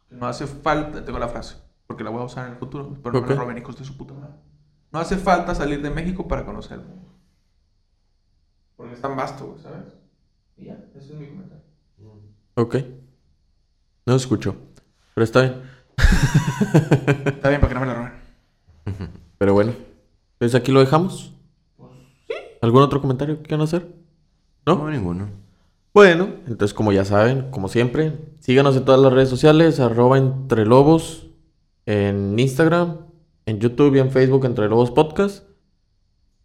Speaker 1: que no hace falta, tengo la frase, porque la voy a usar en el futuro, güey, pero no me
Speaker 2: Ok.
Speaker 1: la roben hijos de su puta madre. No hace falta salir de México para conocer el mundo. Porque es tan vasto, güey, ¿sabes? Y ya, ese es mi comentario.
Speaker 2: ok. No escucho. Pero está bien.
Speaker 1: Está bien, para que no me la roben.
Speaker 2: Pero bueno, entonces aquí lo dejamos. ¿Algún otro comentario que quieran hacer? ¿No?
Speaker 3: No, ninguno.
Speaker 2: Bueno, entonces como ya saben, como siempre, síganos en todas las redes sociales, arroba entre lobos, en Instagram, en YouTube y en Facebook entre lobos podcast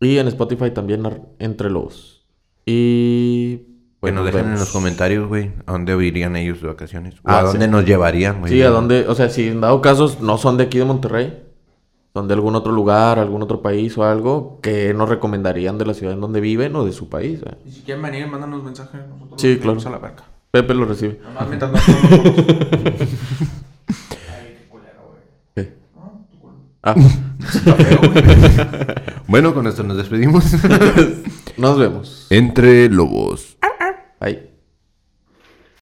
Speaker 2: y en Spotify también ar- entre lobos. Y
Speaker 3: Que
Speaker 2: pues,
Speaker 3: nos
Speaker 2: nos
Speaker 3: dejen en
Speaker 2: vemos.
Speaker 3: los comentarios, güey, a dónde irían ellos de vacaciones. O
Speaker 2: Ah,
Speaker 3: a
Speaker 2: sí.
Speaker 3: dónde nos llevarían, güey.
Speaker 2: Sí, a dónde, o sea, si en dado casos no son de aquí de Monterrey, son de algún otro lugar, algún otro país o algo, que nos recomendarían de la ciudad en donde viven o de su país. eh?
Speaker 1: Y si quieren venir, mándanos mensajes. Nosotros
Speaker 2: Sí,
Speaker 1: los metemos
Speaker 2: claro.
Speaker 1: a la verga.
Speaker 2: Pepe lo recibe.
Speaker 1: Nomás mientras no pongan los goles. Ay, qué culero, güey.
Speaker 2: ¿Qué?
Speaker 1: No, tu culo.
Speaker 2: Ah,
Speaker 1: Está feo, güey.
Speaker 3: Bueno, con esto nos despedimos.
Speaker 2: nos vemos.
Speaker 3: Entre lobos.